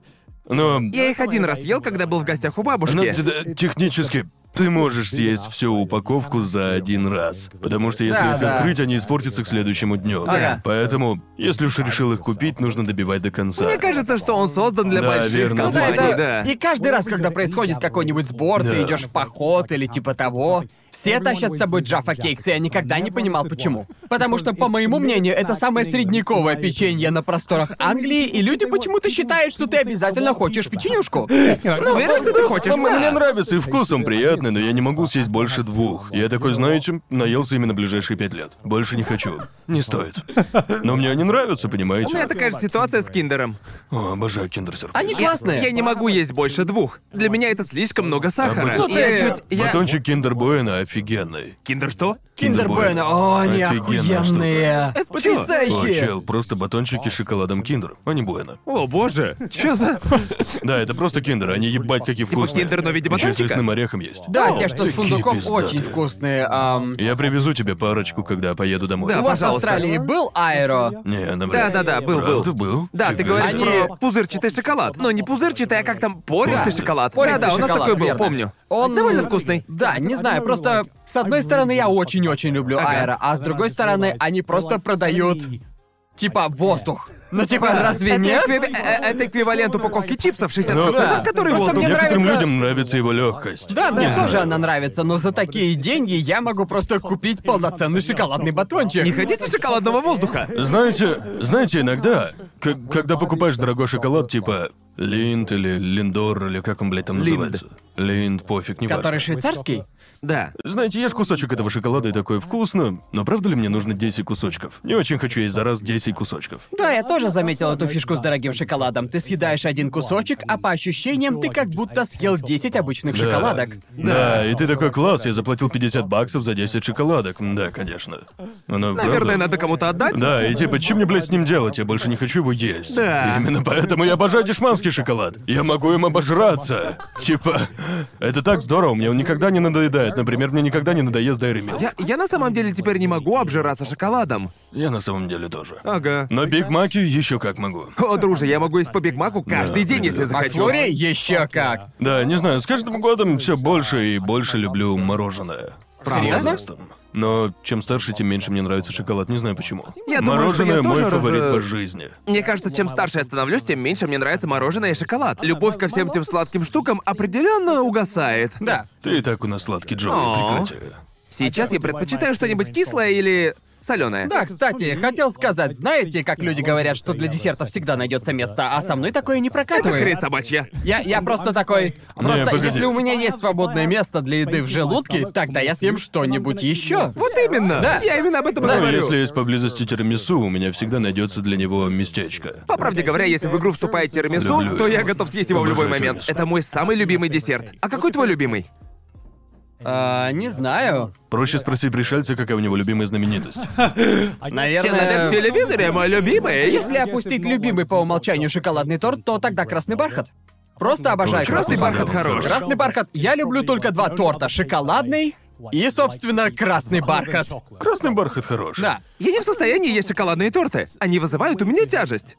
ну,
Я их один раз ел, когда был в гостях у
ну,
бабушки.
д- д- технически ты можешь съесть всю упаковку за один раз. Потому что если
Да,
их
да.
открыть, они испортятся к следующему дню.
Ага.
Поэтому, если уж решил их купить, нужно добивать до конца.
Мне кажется, что он создан для
Да,
больших
верно.
Ну да,
компаний,
это-
да.
И каждый раз, когда происходит какой-нибудь сбор,
Да.
ты идешь в поход или типа того, все тащат с собой Джаффа Кейкс, и я никогда не понимал, почему. Потому что, по моему мнению, это самое средняковое печенье на просторах Англии, и люди почему-то считают, что ты обязательно хочешь печенюшку.
Ну, верно, что ты хочешь.
Ну, м-
да.
Мне нравится, и вкусом приятный, но я не могу съесть больше двух. Я такой, знаете, наелся именно ближайшие пять лет. Больше не хочу. Не стоит. Но мне они нравятся,
У меня
понимаете?
такая же ситуация с киндером.
О, обожаю киндер-сюрприз.
Они классные.
Я не могу есть больше двух. Для меня это слишком много сахара.
Ну,
И
ты-
я чуть- я-
Батончик киндер Буэна офигенный.
Киндер что?
Киндер
Буэн.
Буэна, о, они
Офигенная
охуенные. Это
О,
потрясающе.
чел, просто батончики с шоколадом киндер, а не Буэна.
О, боже. Чё за...
Да, это просто киндер, они ебать какие
Типа
вкусные.
киндер, но в виде
Ещё с
батончика?
лесным орехом есть.
Да,
О,
те, что с
такие
фундуком,
пиздатые.
очень вкусные. ам.
Я привезу тебе парочку, когда поеду домой.
Да,
У вас в
пожалуйста.
Австралии был аэро?
Не, навряд.
Да-да-да, был, был.
Правда, был?
Да, ты
Фига
говоришь
себе.
Они-
про пузырчатый шоколад. Но не пузырчатый, а как там пористый шоколад.
Пористый
да, да, у нас
шоколад,
такой был,
верно.
помню.
Он
довольно вкусный.
Да, не знаю, просто с одной стороны я очень-очень люблю
Ага.
аэро, а с другой стороны они просто продают типа воздух. Ну типа разве
Это,
нет?
эквив- э, э, это эквивалент упаковки чипсов 60
Ну,
процентов,
да.
который
Просто
воздух.
мне
Некоторым
нравится-
людям нравится его легкость.
Да, мне тоже она нравится, но за такие деньги я могу просто купить полноценный шоколадный батончик.
Не хотите шоколадного воздуха?
Знаете, знаете, иногда, к- когда покупаешь дорогой шоколад, типа Линд или Линдор, или как он, блядь, там
Линд.
называется. Линд, пофиг, не
Который швейцарский?
Да.
Знаете, ешь кусочек этого шоколада и такое вкусно, но правда ли мне нужно 10 кусочков? Не очень хочу есть за раз 10 кусочков.
Да, я тоже заметил эту фишку с дорогим шоколадом. Ты съедаешь один кусочек, а по ощущениям ты как будто съел 10 обычных
Да.
шоколадок.
Да. и ты такой класс, я заплатил 50 баксов за 10 шоколадок. М, Да, конечно. Но,
Наверное,
правда-
надо кому-то отдать.
Да, и типа, чем мне, блядь, с ним делать? Я больше не хочу его есть.
Да.
И именно поэтому я обожаю дешманский шоколад. Я могу им обожраться. Типа, это так здорово, мне он никогда не надоедает. Например, мне никогда не надоест Дайри Милк.
Я, я на самом деле теперь не могу обжираться шоколадом.
Я на самом деле тоже.
Ага.
Но Биг Маки еще как могу.
О, друже, я могу есть по Биг Маку каждый
Да,
день, если
да.
захочу.
Флори еще как.
Да, не знаю, с каждым годом все больше и больше люблю мороженое. С
Правда?
возрастом. Но чем старше, тем меньше мне нравится шоколад. Не знаю почему.
Я думаю, что
мороженое
я
мой
тоже раз- э,
фаворит по жизни.
Мне кажется, чем старше я становлюсь, тем меньше мне нравится мороженое и шоколад. Любовь ко всем тем сладким штукам определенно угасает.
Да.
Ты и так у нас сладкий Джонни,
О.
прекрати.
Сейчас я предпочитаю что-нибудь кислое или соленое.
Да, кстати, хотел сказать, знаете, как люди говорят, что для десерта всегда найдется место, а со мной такое не
Это
прокатывает.
хрень собачья.
Я, я просто такой. Просто
погоди.
если у меня есть свободное место для еды в желудке, тогда я съем что-нибудь еще.
Вот именно.
Да.
Я именно об этом и
Ну,
говорю.
если есть поблизости тирамису, у меня всегда найдется для него местечко.
По правде говоря, если в игру вступает тирамису,
Люблю
то я
его.
готов съесть его в любой
Обожаю
момент.
тирамису.
Это мой самый любимый десерт. А какой твой любимый?
А, не знаю.
Проще спроси пришельца, какая у него любимая знаменитость.
Человек в
Наверное.
телевизоре мой любимый.
Если опустить любимый по умолчанию шоколадный торт, то тогда красный бархат. Просто обожаю
Красный
красный бархат.
бархат хорош.
Красный бархат. Я люблю только два торта: шоколадный и, собственно, красный бархат.
Красный бархат хорош.
Да.
Я не в состоянии есть шоколадные торты. Они вызывают у меня тяжесть.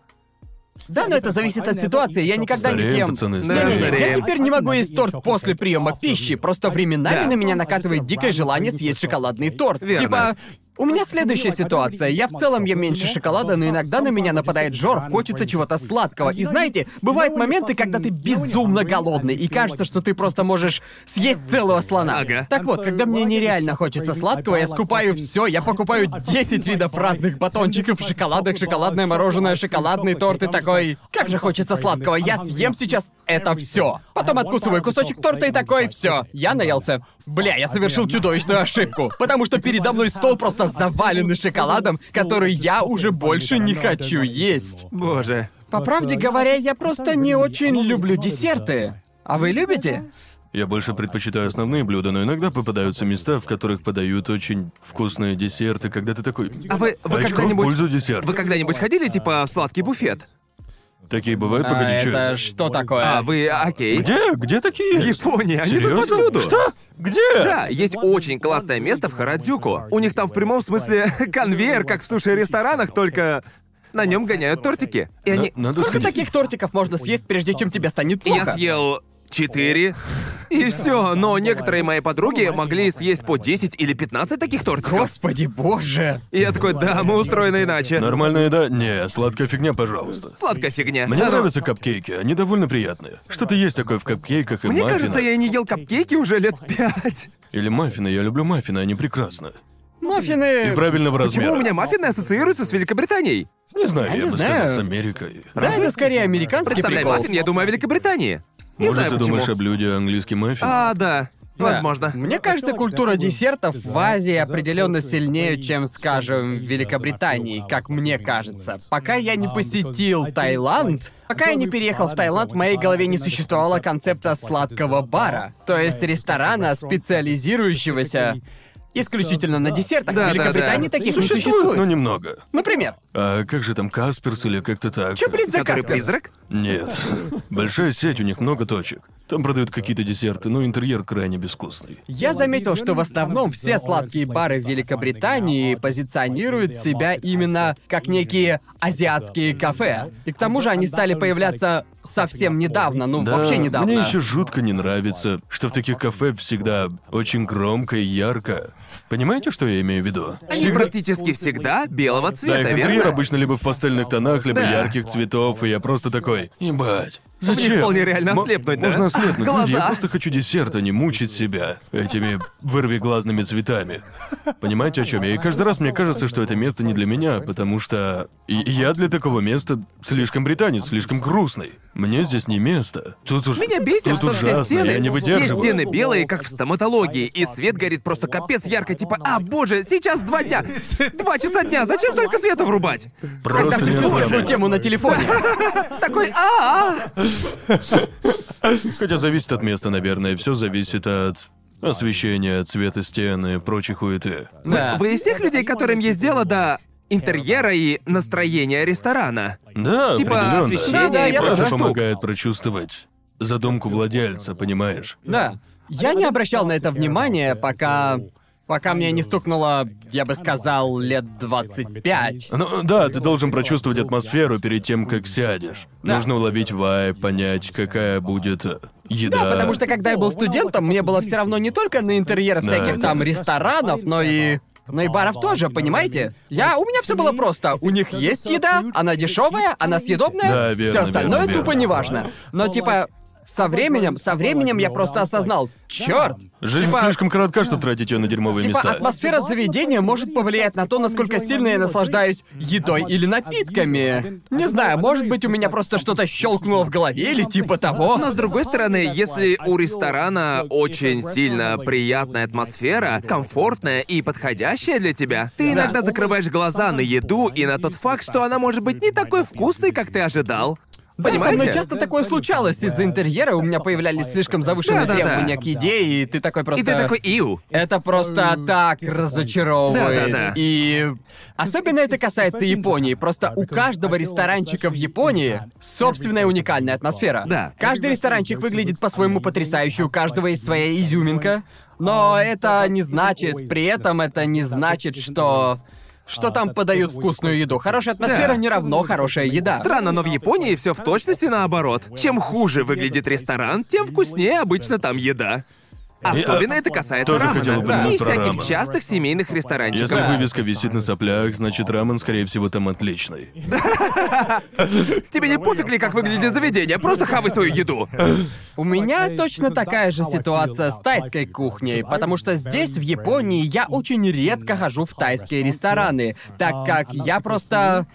Да, но это зависит от ситуации. Я никогда не
Стареем,
съем.
пацаны,
Не-не-не, я
стареем.
теперь не могу есть торт после приема пищи. Просто временами
Да.
на меня накатывает дикое желание съесть шоколадный торт.
Верно.
Типа. У меня следующая ситуация. Я в целом ем меньше шоколада, но иногда на меня нападает жор, хочется чего-то сладкого.
А
И знаете, бывают моменты, когда ты безумно голодный, и кажется, что ты просто можешь съесть целого слона.
Ага.
Так вот, когда мне нереально хочется сладкого, я скупаю все, я покупаю 10 видов разных батончиков, шоколадок, шоколадное мороженое, шоколадный торт и такой. Как же хочется сладкого, я съем сейчас это все. Потом откусываю кусочек торта и такой, все, я наелся. Бля, я совершил чудовищную ошибку, потому что передо мной стол просто завален шоколадом, который я уже больше не хочу есть.
Боже.
По правде говоря, я просто не очень люблю десерты. А вы любите?
Я больше предпочитаю основные блюда, но иногда попадаются места, в которых подают очень вкусные десерты, когда ты такой...
А вы, вы
Очко в
когда-нибудь...
пользу десерта.
Вы когда-нибудь ходили, типа, в сладкий буфет?
Такие бывают, погоди,
А
чё
это что такое?
А, вы... Окей.
Э, Где? Где такие
В
есть?
Японии, они тут
Серьёзно?
повсюду.
Что? Где?
Да, есть очень классное место в Харадзюку. У них там в прямом смысле конвейер, как в суши-ресторанах, только на нем гоняют тортики. И они...
На- надо
Сколько
сходить.
таких тортиков можно съесть, прежде чем тебе станет плохо?
Я съел четыре, и все. Но некоторые мои подруги могли съесть по 10 или 15 таких тортиков.
Господи боже!
И я такой, да, мы устроены иначе.
Нормальная еда? Не, сладкая фигня, пожалуйста.
Сладкая фигня.
Мне
Да, но-
нравятся капкейки, они довольно приятные. Что-то есть такое в капкейках и
Мне
маффинах.
кажется, я не ел капкейки уже лет пять.
Или маффины, я люблю маффины, они прекрасны.
Маффины...
И правильного размера.
Почему у меня маффины ассоциируются с Великобританией?
Не знаю,
Я
я,
не
бы
знаю.
сказал, с Америкой.
Да, это скорее американский
Представляй
прикол.
маффин, я думаю о Великобритании. Не
Может,
знаю
ты
почему.
думаешь о блюде английский маффин?
А, да.
Да.
Возможно.
Мне кажется, культура десертов в Азии определенно сильнее, чем, скажем, в Великобритании, как мне кажется. Пока я
А,
не
ну,
посетил Таиланд, пока я не переехал в Таиланд, в моей голове не существовало концепта сладкого бара, то есть ресторана, специализирующегося исключительно на десертах.
Да,
в
да,
Великобритании
да.
таких не
Ну, Существует,
существует.
но немного.
Например,
А как же там Касперс или как-то так?
чё, блин, за
Который
Каспер?
призрак?
Нет. Большая сеть, у них много точек. Там продают какие-то десерты, но интерьер крайне безвкусный.
Я заметил, что в основном все сладкие бары в Великобритании позиционируют себя именно как некие азиатские кафе. И к тому же они стали появляться совсем недавно, ну
Да,
вообще недавно.
Мне еще жутко не нравится, что в таких кафе всегда очень громко и ярко. Понимаете, что я имею в виду?
Они практически всегда белого
Да,
цвета,
их интерьер
верно?
обычно либо в пастельных тонах, либо
Да. А
ярких цветов, и я просто такой, ебать. Зачем?
вполне реально
Мо-
ослепнуть, да?
Можно ослепнуть. Люди, я
Глаза.
просто хочу десерт, а не мучить себя этими вырвиглазными цветами. Понимаете, о чем я? И каждый раз мне кажется, что это место не для меня, потому что и- и я для такого места слишком британец, слишком грустный. Мне здесь не место. Тут уж...
Меня бесит,
тут
что все
ужасно,
стены,
я не
все
выдерживаю.
стены белые, как в стоматологии, и свет горит просто капец ярко, типа, а, боже, сейчас два дня, два часа дня, зачем столько света врубать?
Просто
Ставьте
не
сложную
знаю.
тему на телефоне.
Такой, а, а,
Хотя зависит от места, наверное. Все зависит от освещения, цвета стены, прочей хуеты.
Да.
Вы из тех людей, которым есть дело до интерьера и настроения ресторана?
Да,
Типа
определенно.
освещение
Да-да, и я
просто
тоже.
помогает прочувствовать задумку владельца, понимаешь?
Да. Я не обращал на это внимания, пока... Пока мне не стукнуло, я бы сказал, лет 25.
Ну да, ты должен прочувствовать атмосферу перед тем, как сядешь.
Да.
Нужно уловить вайб, понять, какая будет э, еда.
Да, потому что когда я был студентом, мне было все равно не только на интерьер
Да,
всяких
это-
там ресторанов, но и но и баров тоже, понимаете? Я, у меня все было просто. У них есть еда, она дешевая, она съедобная,
Да, верно,
все остальное
верно, верно.
тупо неважно. Но типа со временем, со временем я просто осознал, черт,
Жизнь
типа-
слишком коротка, чтобы тратить ее на дерьмовые
Типа
места.
атмосфера заведения может повлиять на то, насколько сильно я наслаждаюсь едой или напитками. Не знаю, может быть, у меня просто что-то щелкнуло в голове или типа того.
Но с другой стороны, если у ресторана очень сильно приятная атмосфера, комфортная и подходящая для тебя, ты
Да.
иногда закрываешь глаза на еду и на тот факт, что она может быть не такой вкусной, как ты ожидал.
Да, Со мной
Понимаете?
часто такое случалось. Из-за интерьера у меня появлялись слишком завышенные
Да-да-да.
требования к еде, и ты такой просто...
И ты такой «Иу».
Это просто так разочаровывает.
Да-да-да.
И особенно это
Типа
касается Японии. Просто у каждого ресторанчика в Японии собственная уникальная атмосфера.
Да.
Каждый ресторанчик выглядит по-своему потрясающе, у каждого есть своя изюминка. Но это не значит, при этом это не значит, что что
А,
там подают вкусную еду. Хорошая атмосфера
Да.
не равно хорошая еда.
Странно, но в Японии все в точности наоборот. Чем хуже выглядит ресторан, тем вкуснее обычно там еда. Особенно это касается
Тоже
рамена.
хотел
Да, и
упомянуть про
всяких
рамен.
частых семейных ресторанчиков.
Если
типа,
Да.
вывеска висит на соплях, значит рамен, скорее всего, там отличный.
Тебе не пофиг ли, как выглядит заведение, просто хавай свою еду.
У меня точно такая же ситуация с тайской кухней, потому что здесь, в Японии, я очень редко хожу в тайские рестораны, так как я просто...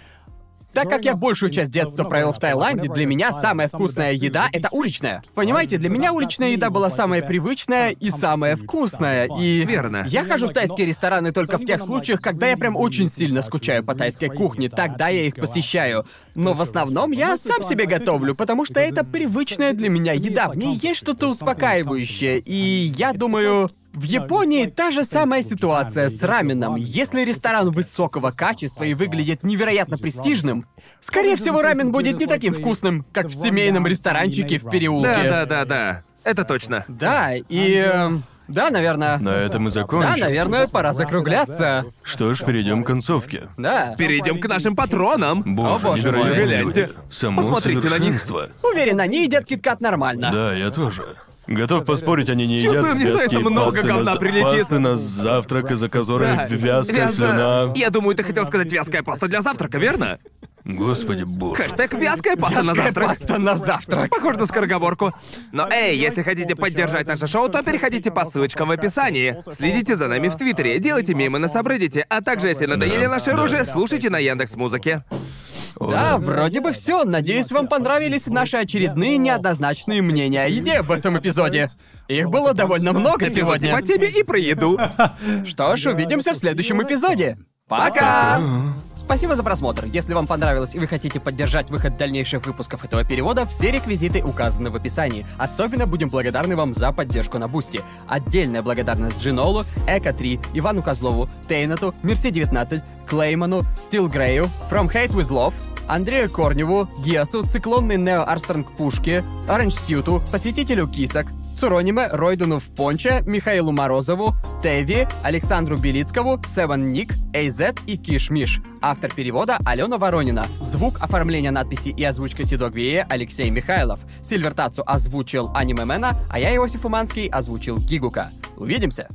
Так как я большую часть детства провел в Таиланде, для меня самая вкусная еда — это уличная. Понимаете, для меня уличная еда была самая привычная и самая вкусная, и...
Верно.
Я хожу в тайские рестораны только в тех случаях, когда я прям очень сильно скучаю по тайской кухне, тогда я их посещаю. Но в основном я сам себе готовлю, потому что это привычная для меня еда, в ней есть что-то успокаивающее, и я думаю... В Японии та же самая ситуация с раменом. Если ресторан высокого качества и выглядит невероятно престижным, скорее всего, рамен будет не таким вкусным, как в семейном ресторанчике в переулке.
Да, да, да, да. Это точно.
Да, и... эм, Да, наверное.
На этом и
Да,
закончим.
наверное, пора закругляться.
Что ж, перейдем к концовке.
Да.
Перейдем к нашим патронам.
Боже,
боже мой.
невероятные
Гляньте.
люди. Само
Посмотрите на них.
совершенство.
Уверен, они едят киткат нормально.
Да, я тоже. Готов поспорить, они не едят
Чувствую, мне за это
вязкие
много
пасты
говна
на...
прилетит.
пасты на завтрак, из-за которых
Да.
вязкая
Вязка-
слюна.
Я думаю, ты хотел сказать вязкая паста для завтрака, верно?
Господи боже.
Хэштег вязкая паста на
Вязкая
завтрак.
паста на завтрак.
Похоже на скороговорку. Но эй, если хотите поддержать наше шоу, то переходите по ссылочкам в описании. Следите за нами в Твиттере, делайте мемы на Сабреддите, а также, если надоели
Да.
наше оружие, слушайте на Яндекс Музыке.
Да, вроде бы все. Надеюсь, вам понравились наши очередные неоднозначные мнения о еде в этом эпизоде. Их было довольно много сегодня.
По теме и про еду.
Что ж, увидимся в следующем эпизоде. Пока! Спасибо за просмотр. Если вам понравилось и вы хотите поддержать выход дальнейших выпусков этого перевода, все реквизиты указаны в описании. Особенно будем благодарны вам за поддержку на Бусти. Отдельная благодарность Джинолу, Эко-3, Ивану Козлову, Тейнату, Мерси-19, Клейману, Стилгрею, From Hate With Love, Андрею Корневу, Гиасу, Циклонный Нео Арстронг Пушке, Оранж Сьюту, Посетителю Кисок, Цурониме, Ройдуну в Понче, Михаилу Морозову, Теви, Александру Белицкову, Севен Ник, Эйзет и Киш Миш. Автор перевода Алена Воронина. Звук, оформление надписи и озвучка Тидогвее Алексей Михайлов. Сильвертацу озвучил Анимемена, а я, Иосиф Уманский, озвучил Гигука. Увидимся!